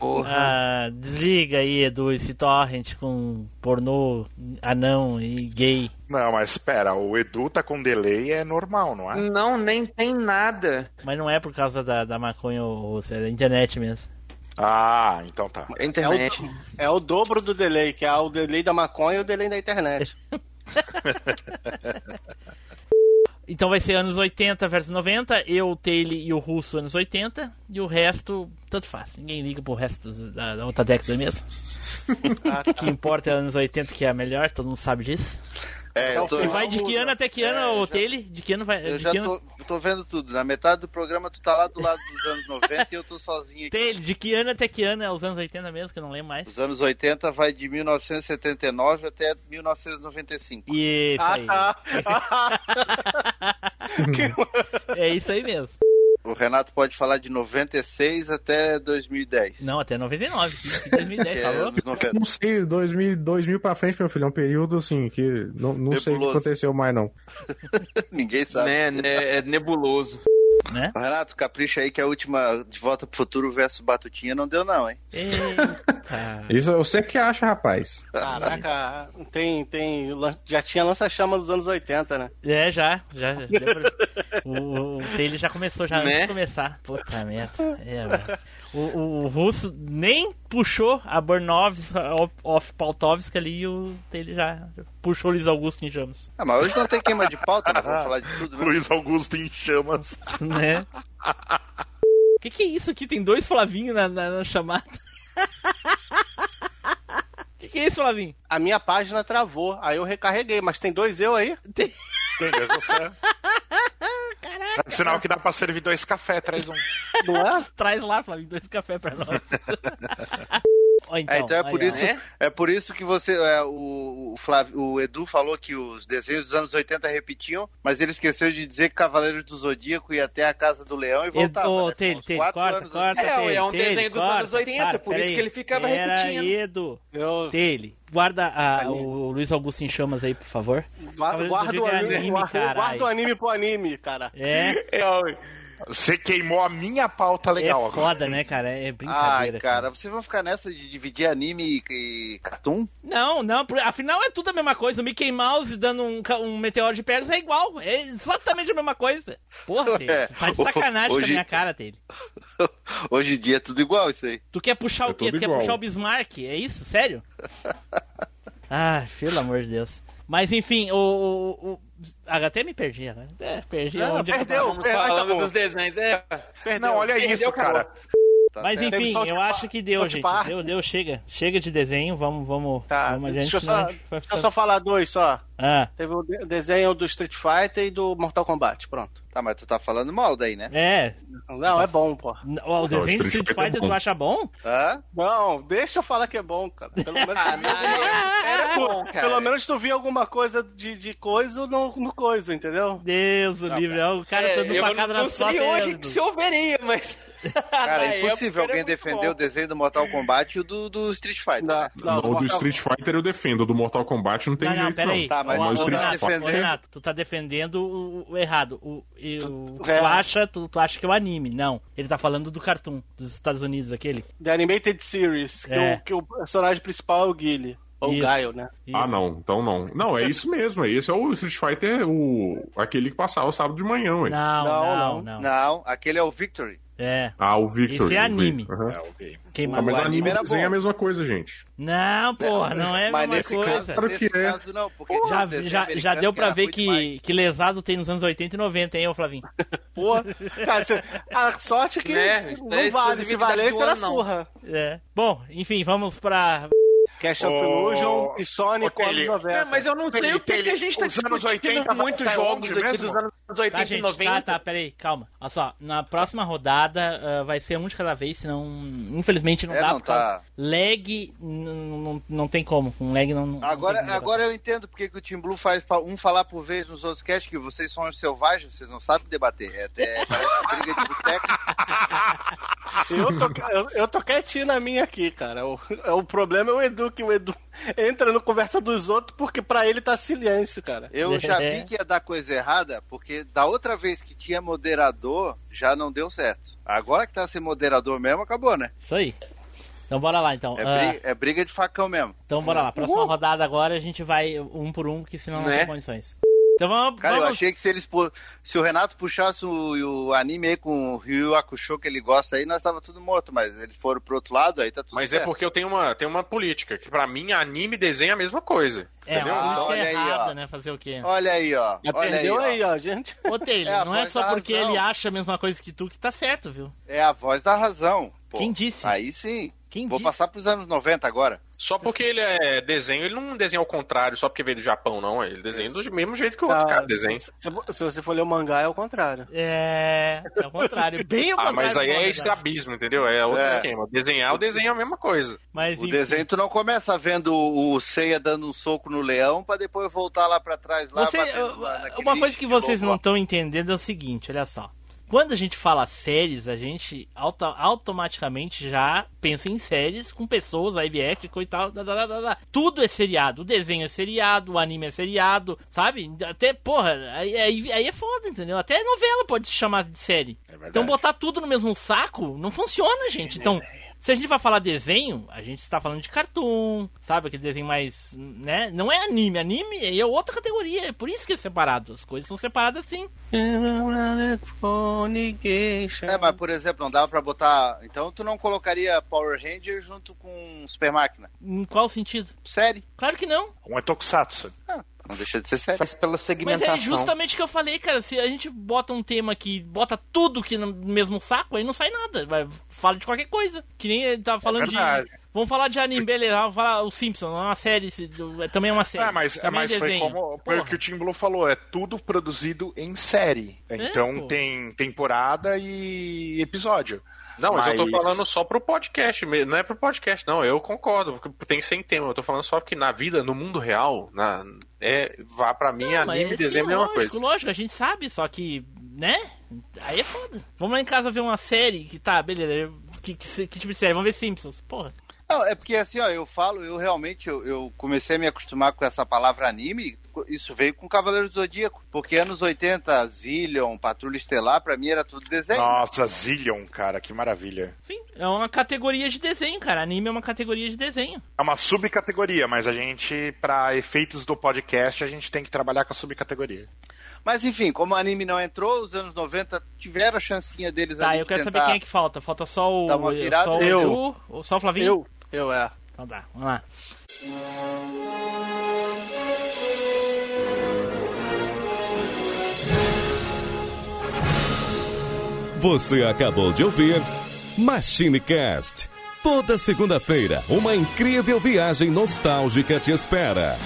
S15: Porra.
S2: Ah, desliga aí, Edu, esse torrent com pornô, anão e gay.
S7: Não, mas espera, o Edu tá com delay é normal, não é?
S3: Hum,
S15: Não, nem tem nada.
S2: Mas não é por causa da, da maconha, ou, é da internet mesmo.
S7: Ah, então tá.
S1: É o, é o dobro do delay, que é o delay da maconha e o delay da
S2: (laughs)
S1: internet.
S2: Então vai ser anos 80 versus 90, eu, o Taylor e o Russo anos 80, e o resto, tanto faz. Ninguém liga pro resto dos- da, da outra década mesmo. O que importa é anos 80, que é a melhor, todo mundo sabe disso.
S3: É, eu tô-
S2: E vai de que ano até que ano,
S3: É,
S2: o
S3: já-
S2: Taylor? De que ano vai...
S3: Eu
S2: de
S3: já
S2: que ano-
S3: tô, tô vendo tudo. Na metade do programa tu tá lá do lado dos anos 90 e eu tô sozinho aqui.
S2: Taylor, de que ano até que ano? É os anos 80 mesmo, que eu não lembro mais.
S3: Os anos 80 vai de 1979 até 1995.
S2: E
S3: ah,
S2: aí. (laughs)
S3: tá.
S2: É isso aí mesmo.
S3: o Renato pode falar de 96 até 2010.
S2: Não, até 99. que
S3: É,
S2: 2010, falou?
S8: Não sei, 2000, 2000 pra frente, meu filho, é um período assim que não, não sei o que
S3: Nebuloso.
S8: aconteceu mais, não.
S3: (laughs) Ninguém sabe.
S15: Né, né, é nebuloso.
S2: Né?
S3: Renato, capricha aí que a última de volta pro futuro versus Batutinha não deu não, hein?
S2: Ah.
S8: Isso eu sei que acha, rapaz.
S1: Caraca, tem, tem, já tinha lança-chama dos anos 80, né?
S2: É, já, já. já
S1: (laughs)
S2: deu pra- o, o Taylor já começou, já antes
S1: Né?
S2: de começar. Puta merda. É, velho. o, o, o russo nem puxou a Bornovs off Pautovska ali e o Taylor já puxou o Luiz Augusto
S7: (laughs)
S2: em chamas.
S3: Ah, mas hoje não tem queima de pauta, né? Vamos falar de tudo, né?
S7: Ah, Luiz Augusto em chamas.
S2: Né? Que que é isso aqui? Tem dois Flavinhos na, na, na chamada. Que que é isso, Flavinho?
S1: A minha página travou, aí eu recarreguei, mas tem dois eu aí?
S2: Tem.
S7: Tem dois você. É sinal que dá pra servir dois café, traz um.
S3: é?
S2: (laughs) Traz lá, Flavinho, dois café
S3: (laughs)
S2: pra nós. Ó,
S3: É, então é por
S2: aí, ó.
S3: isso, é? por isso que você é, o, o Flávio- o Edu falou que os desenhos dos anos 80 repetiam, mas ele esqueceu de dizer que Cavaleiros do Zodíaco ia até a casa do Leão e voltava.
S2: Ô,
S3: né?
S2: Tele,
S3: Uns
S2: Tele,
S3: quatro
S2: corta,
S3: anos
S2: corta,
S15: É,
S3: assim.
S2: Tele,
S15: um
S2: Tele, corta, para, peraí. Pera aí,
S1: repetindo.
S2: Edu. Tele, guarda a- o Luiz Augusto em chamas aí, por favor.
S1: Guarda, guarda o
S2: Inclusive, é
S1: anime,
S2: anime,
S1: guarda,
S2: caralho.
S1: guarda o anime pro anime, cara.
S2: É.
S7: Você queimou a minha pauta legal
S2: É foda, né, cara? É
S3: Tá Ai,
S2: brincadeira.
S3: cara, vocês vão ficar nessa de dividir anime e, e cartoon?
S2: Não, não, por- afinal é tudo a mesma coisa. O Mickey Mouse dando um, ca- um meteoro de pegas é igual. É exatamente a mesma coisa. Porra,
S3: (laughs)
S2: Tele.
S3: É,
S2: Tá de sacanagem com a
S3: hoje-
S2: minha cara, Tele.
S3: (laughs) Hoje em dia é tudo igual isso aí.
S2: Tu quer
S3: É
S8: É
S2: puxar o quê? Tu quer puxar o Bismarck? É isso?
S3: (laughs)
S2: Sério? Ah, pelo amor de Deus. Mas enfim, o. o, o- Ah, até me perdi agora. É, perdi.
S15: Não,
S2: Onde é que eu
S15: perdeu,
S2: tava?
S15: per- ah, tá bom. dos desenhos, é.
S7: Não, olha
S15: Perdeu,
S7: isso,
S15: acabou.
S7: cara.
S3: Tá
S2: Mas
S6: Tá
S7: certo.
S2: enfim,
S7: Teve South
S2: eu
S7: Park-
S2: acho que deu,
S7: South
S2: gente.
S7: Park.
S2: Deu, deu, chega. Chega de desenho, vamos, vamos.
S3: Tá,
S2: vamos adiante,
S1: Deixa eu,
S2: senão
S1: só,
S2: a gente vai
S1: deixa eu
S2: ficar-
S1: só falar dois só.
S2: Ah.
S1: Teve o de- desenho do Street Fighter e do Mortal Kombat, pronto.
S3: Tá, mas tu tá falando mal daí, né?
S2: É.
S1: Não, é bom, pô.
S2: Ó, o desenho do Street Fighter tu acha bom?
S1: Não, deixa eu falar que é bom, cara. Pelo menos,
S15: era bom, cara.
S1: Pelo menos tu viu alguma coisa de, de coisa no, no coisa, entendeu?
S2: Deus, o livre. ó, um O cara
S1: É,
S2: dando
S1: eu
S2: facada
S1: não
S2: na
S1: sei
S2: sua
S1: hoje
S2: tela.
S15: Se eu veria, mas.
S3: (laughs) Cara,
S15: Na
S3: é
S15: época
S3: impossível alguém
S15: era muito
S3: defender
S15: bom.
S3: o desenho do Mortal Kombat e o do, do Street Fighter. né?
S8: Não, o do Street Fighter eu defendo, o do Mortal Kombat não tem
S2: Não, não,
S8: jeito,
S2: Ah, peraí.
S8: não.
S3: Tá,
S8: o
S2: Ô,
S8: Street
S2: Renato,
S8: Fighter. é
S2: ô, Renato, tu tá defendendo o, o errado. O, e o- tu,
S1: é.
S2: acha, tu, tu acha que é o anime. Não. Ele tá falando do cartoon dos Estados Unidos, aquele.
S1: The Animated Series, que,
S2: É.
S1: o, que o personagem principal é o Guile. Ou o
S2: Isso.
S1: Gaio, né?
S8: Ah, não, então não. Não, é isso mesmo, é esse é o Street Fighter, o... aquele que passava sábado de manhã, ué.
S3: não, aquele é o Victory.
S2: É.
S8: Ah, o Victor.
S2: Esse é
S8: eu vi.
S2: anime.
S8: Aham.
S2: Quem
S8: Ah, mas
S2: mandou?
S8: anime e
S2: Era
S8: desenho é a
S2: bom.
S8: mesma coisa, gente.
S2: Não, porra, não é a
S3: Mas
S2: mesma
S3: nesse
S2: coisa.
S3: caso, nesse caso não, porque tinha
S2: já,
S3: um desenho
S2: já, já
S3: americano
S2: deu pra
S3: era
S2: ver
S3: ruim
S2: que, que lesado tem nos anos 80 e 90, hein, ô Flavinho?
S1: Pô, cara, cê- a sorte é que
S2: Né?
S1: se-
S2: Isso
S1: não
S2: daí é
S1: vale. Se
S2: exclusividade
S1: valesse,
S2: do
S1: era
S2: ano, não.
S1: surra.
S2: É. Bom, enfim, vamos pra.
S1: Cash of Illusion e Sonic
S2: Ô,
S1: anos
S2: Tele.
S1: 90.
S2: É, mas eu não sei o que que a gente tá
S1: Os anos
S2: discutindo
S1: 80
S2: muitos
S1: tá
S2: jogos
S1: onde
S2: aqui
S1: mesmo?
S2: dos anos
S15: 80
S2: tá,
S15: e
S2: gente,
S15: 90.
S2: Tá, tá, peraí, calma. Olha só, na próxima rodada ah, vai ser um de cada vez, senão infelizmente não
S3: É,
S2: dá.
S3: não,
S2: por causa-
S3: tá.
S2: Lag não, não, não tem como, com lag não... não
S3: Agora, é,
S2: não tem como.
S3: agora eu entendo porque que o Team Blue faz pra um falar por vez nos outros casts que vocês são os selvagens, vocês não sabem debater. É, até parece briga de boteco.
S1: Eu tô, eu, eu tô quietinho na minha aqui, cara. O, é, o problema é o Edu, que o Edu entra no conversa dos outros porque pra ele tá silêncio, cara.
S2: (laughs) É.
S3: Eu já vi que é ia dar coisa errada, porque da outra vez que tinha moderador, já não deu certo. Agora que tá sem moderador mesmo, acabou, né?
S2: Isso aí. Então bora lá, então.
S3: É,
S2: Ah,
S3: briga, é briga de facão mesmo.
S2: Então bora lá. Próxima
S3: Uhul.
S2: rodada agora a gente vai um por um, que senão não,
S3: Né?
S2: tem condições. Então vamos.
S3: Cara, eu
S2: vamos-
S3: achei que se eles pu- se o Renato puxasse o, o anime aí com o Ryu Akusho que ele gosta aí, nós tava tudo morto, mas eles foram pro outro lado, aí tá tudo
S14: Mas é
S3: certo.
S14: porque eu tenho uma, tenho uma política, que pra mim anime e desenho é a mesma coisa.
S2: É,
S14: entendeu?
S2: uma
S14: Então,
S2: política
S14: olha aí, ó.
S2: errada, né? Fazer o quê?
S3: Olha aí, ó.
S14: Já Olha perdeu aí,
S1: ó, gente.
S2: Ô, Taylor,
S3: É, a
S2: não é
S3: voz
S2: só
S3: da
S2: porque
S3: razão.
S2: ele acha a mesma coisa que tu que tá certo, viu?
S3: É a voz da razão. pô.
S2: Quem disse?
S3: Aí sim.
S2: Quem
S3: Vou passar pros anos 90 agora.
S14: Só porque ele é desenho, ele não desenha ao contrário, só porque veio do Japão, não. é. Ele desenha do mesmo jeito que o outro
S1: Ah,
S14: cara desenha.
S1: Se, se você for ler o mangá, é o contrário.
S2: É, é o contrário. Bem o
S14: Ah,
S2: contrário.
S14: mas aí
S2: do
S14: é
S2: Homem-Aranha.
S14: estrabismo, entendeu? É outro
S3: É.
S14: esquema. Desenhar, o desenho é a mesma coisa.
S2: Mas,
S3: o desenho tu não começa vendo o o Seiya dando um soco no leão pra depois voltar lá pra trás lá.
S2: Você-
S3: Tá batendo
S2: eu-
S3: lá naquele
S2: uma coisa que
S3: estilo
S2: vocês
S3: lá.
S2: não estão entendendo é o seguinte, olha só. Quando a gente fala séries, a gente auto- automaticamente já pensa em séries com pessoas, live action e tal. dá, dá, dá, dá, dá. Tudo é seriado. O desenho é seriado, o anime é seriado, sabe? Até, porra, aí, aí- aí é foda, entendeu? Até novela pode se chamar de série. então botar tudo no mesmo saco não funciona, gente. Então, se a gente vai falar desenho, a gente está falando de cartoon, sabe? Aquele desenho mais, né? Não é anime. Anime é outra categoria. É por isso que é separado. As coisas são separadas assim.
S3: É, mas por exemplo, não dava pra botar. Então tu não colocaria Power Ranger junto com Super Máquina.
S2: Em qual sentido?
S3: Série.
S2: Claro que não.
S7: Um é Tokusatsu.
S3: Ah, Não deixa de ser série.
S15: Faz pela
S2: Mas
S15: segmentação.
S2: é justamente o que eu falei, cara. Se a gente bota um tema que bota tudo que no mesmo saco, aí não sai nada. Vai, fala de qualquer coisa. Que nem ele tava falando
S7: É verdade.
S2: de. Vamos falar de anime, beleza. Vamos falar o Simpson, é uma série. se- do- Também é uma série.
S7: Ah, mas,
S2: também
S7: mas
S2: é
S7: foi
S2: desenho.
S7: como foi o
S2: Porra.
S7: que o Tim Blue falou, é tudo produzido em série. Então
S2: É, pô.
S7: tem temporada e episódio.
S14: Não, mas, eu tô falando só pro podcast mesmo. Não é pro podcast, não. Eu concordo, porque tem que ser em tema. Eu tô falando só que na vida, no mundo real, na, é, vá pra mim,
S2: Não, mas
S14: anime e
S2: sim,
S14: desenho é a mesma
S2: lógico,
S14: coisa.
S2: Lógico, a gente sabe, só que, né? Aí é foda. Vamos lá em casa ver uma série que tá, beleza. Que, que- que tipo de série? Vamos ver Simpsons. Porra.
S3: Não, é porque assim, ó, eu falo, eu realmente eu, eu comecei a me acostumar com essa palavra anime, isso veio com Cavaleiros do Zodíaco, porque anos 80, Zillion, Patrulha Estelar, pra mim era tudo desenho.
S7: Nossa, Zillion, cara, que maravilha.
S2: É uma categoria de desenho, cara. Anime é uma categoria de desenho.
S7: É uma subcategoria, mas a gente, pra efeitos do podcast, a gente tem que trabalhar com a subcategoria.
S3: Mas enfim, como o anime não entrou, os anos 90 tiveram a chancinha deles
S2: Tá,
S3: ali
S2: eu
S3: de
S2: quero saber
S3: tentar-
S2: quem é que falta. Falta só o.
S3: Dá uma virada,
S2: só o
S3: eu.
S2: Edu, ou só o Flavinho?
S1: Eu, eu é.
S2: Então dá, vamos lá.
S10: Você acabou de ouvir Machine Cast. Toda segunda-feira, uma incrível viagem nostálgica te espera.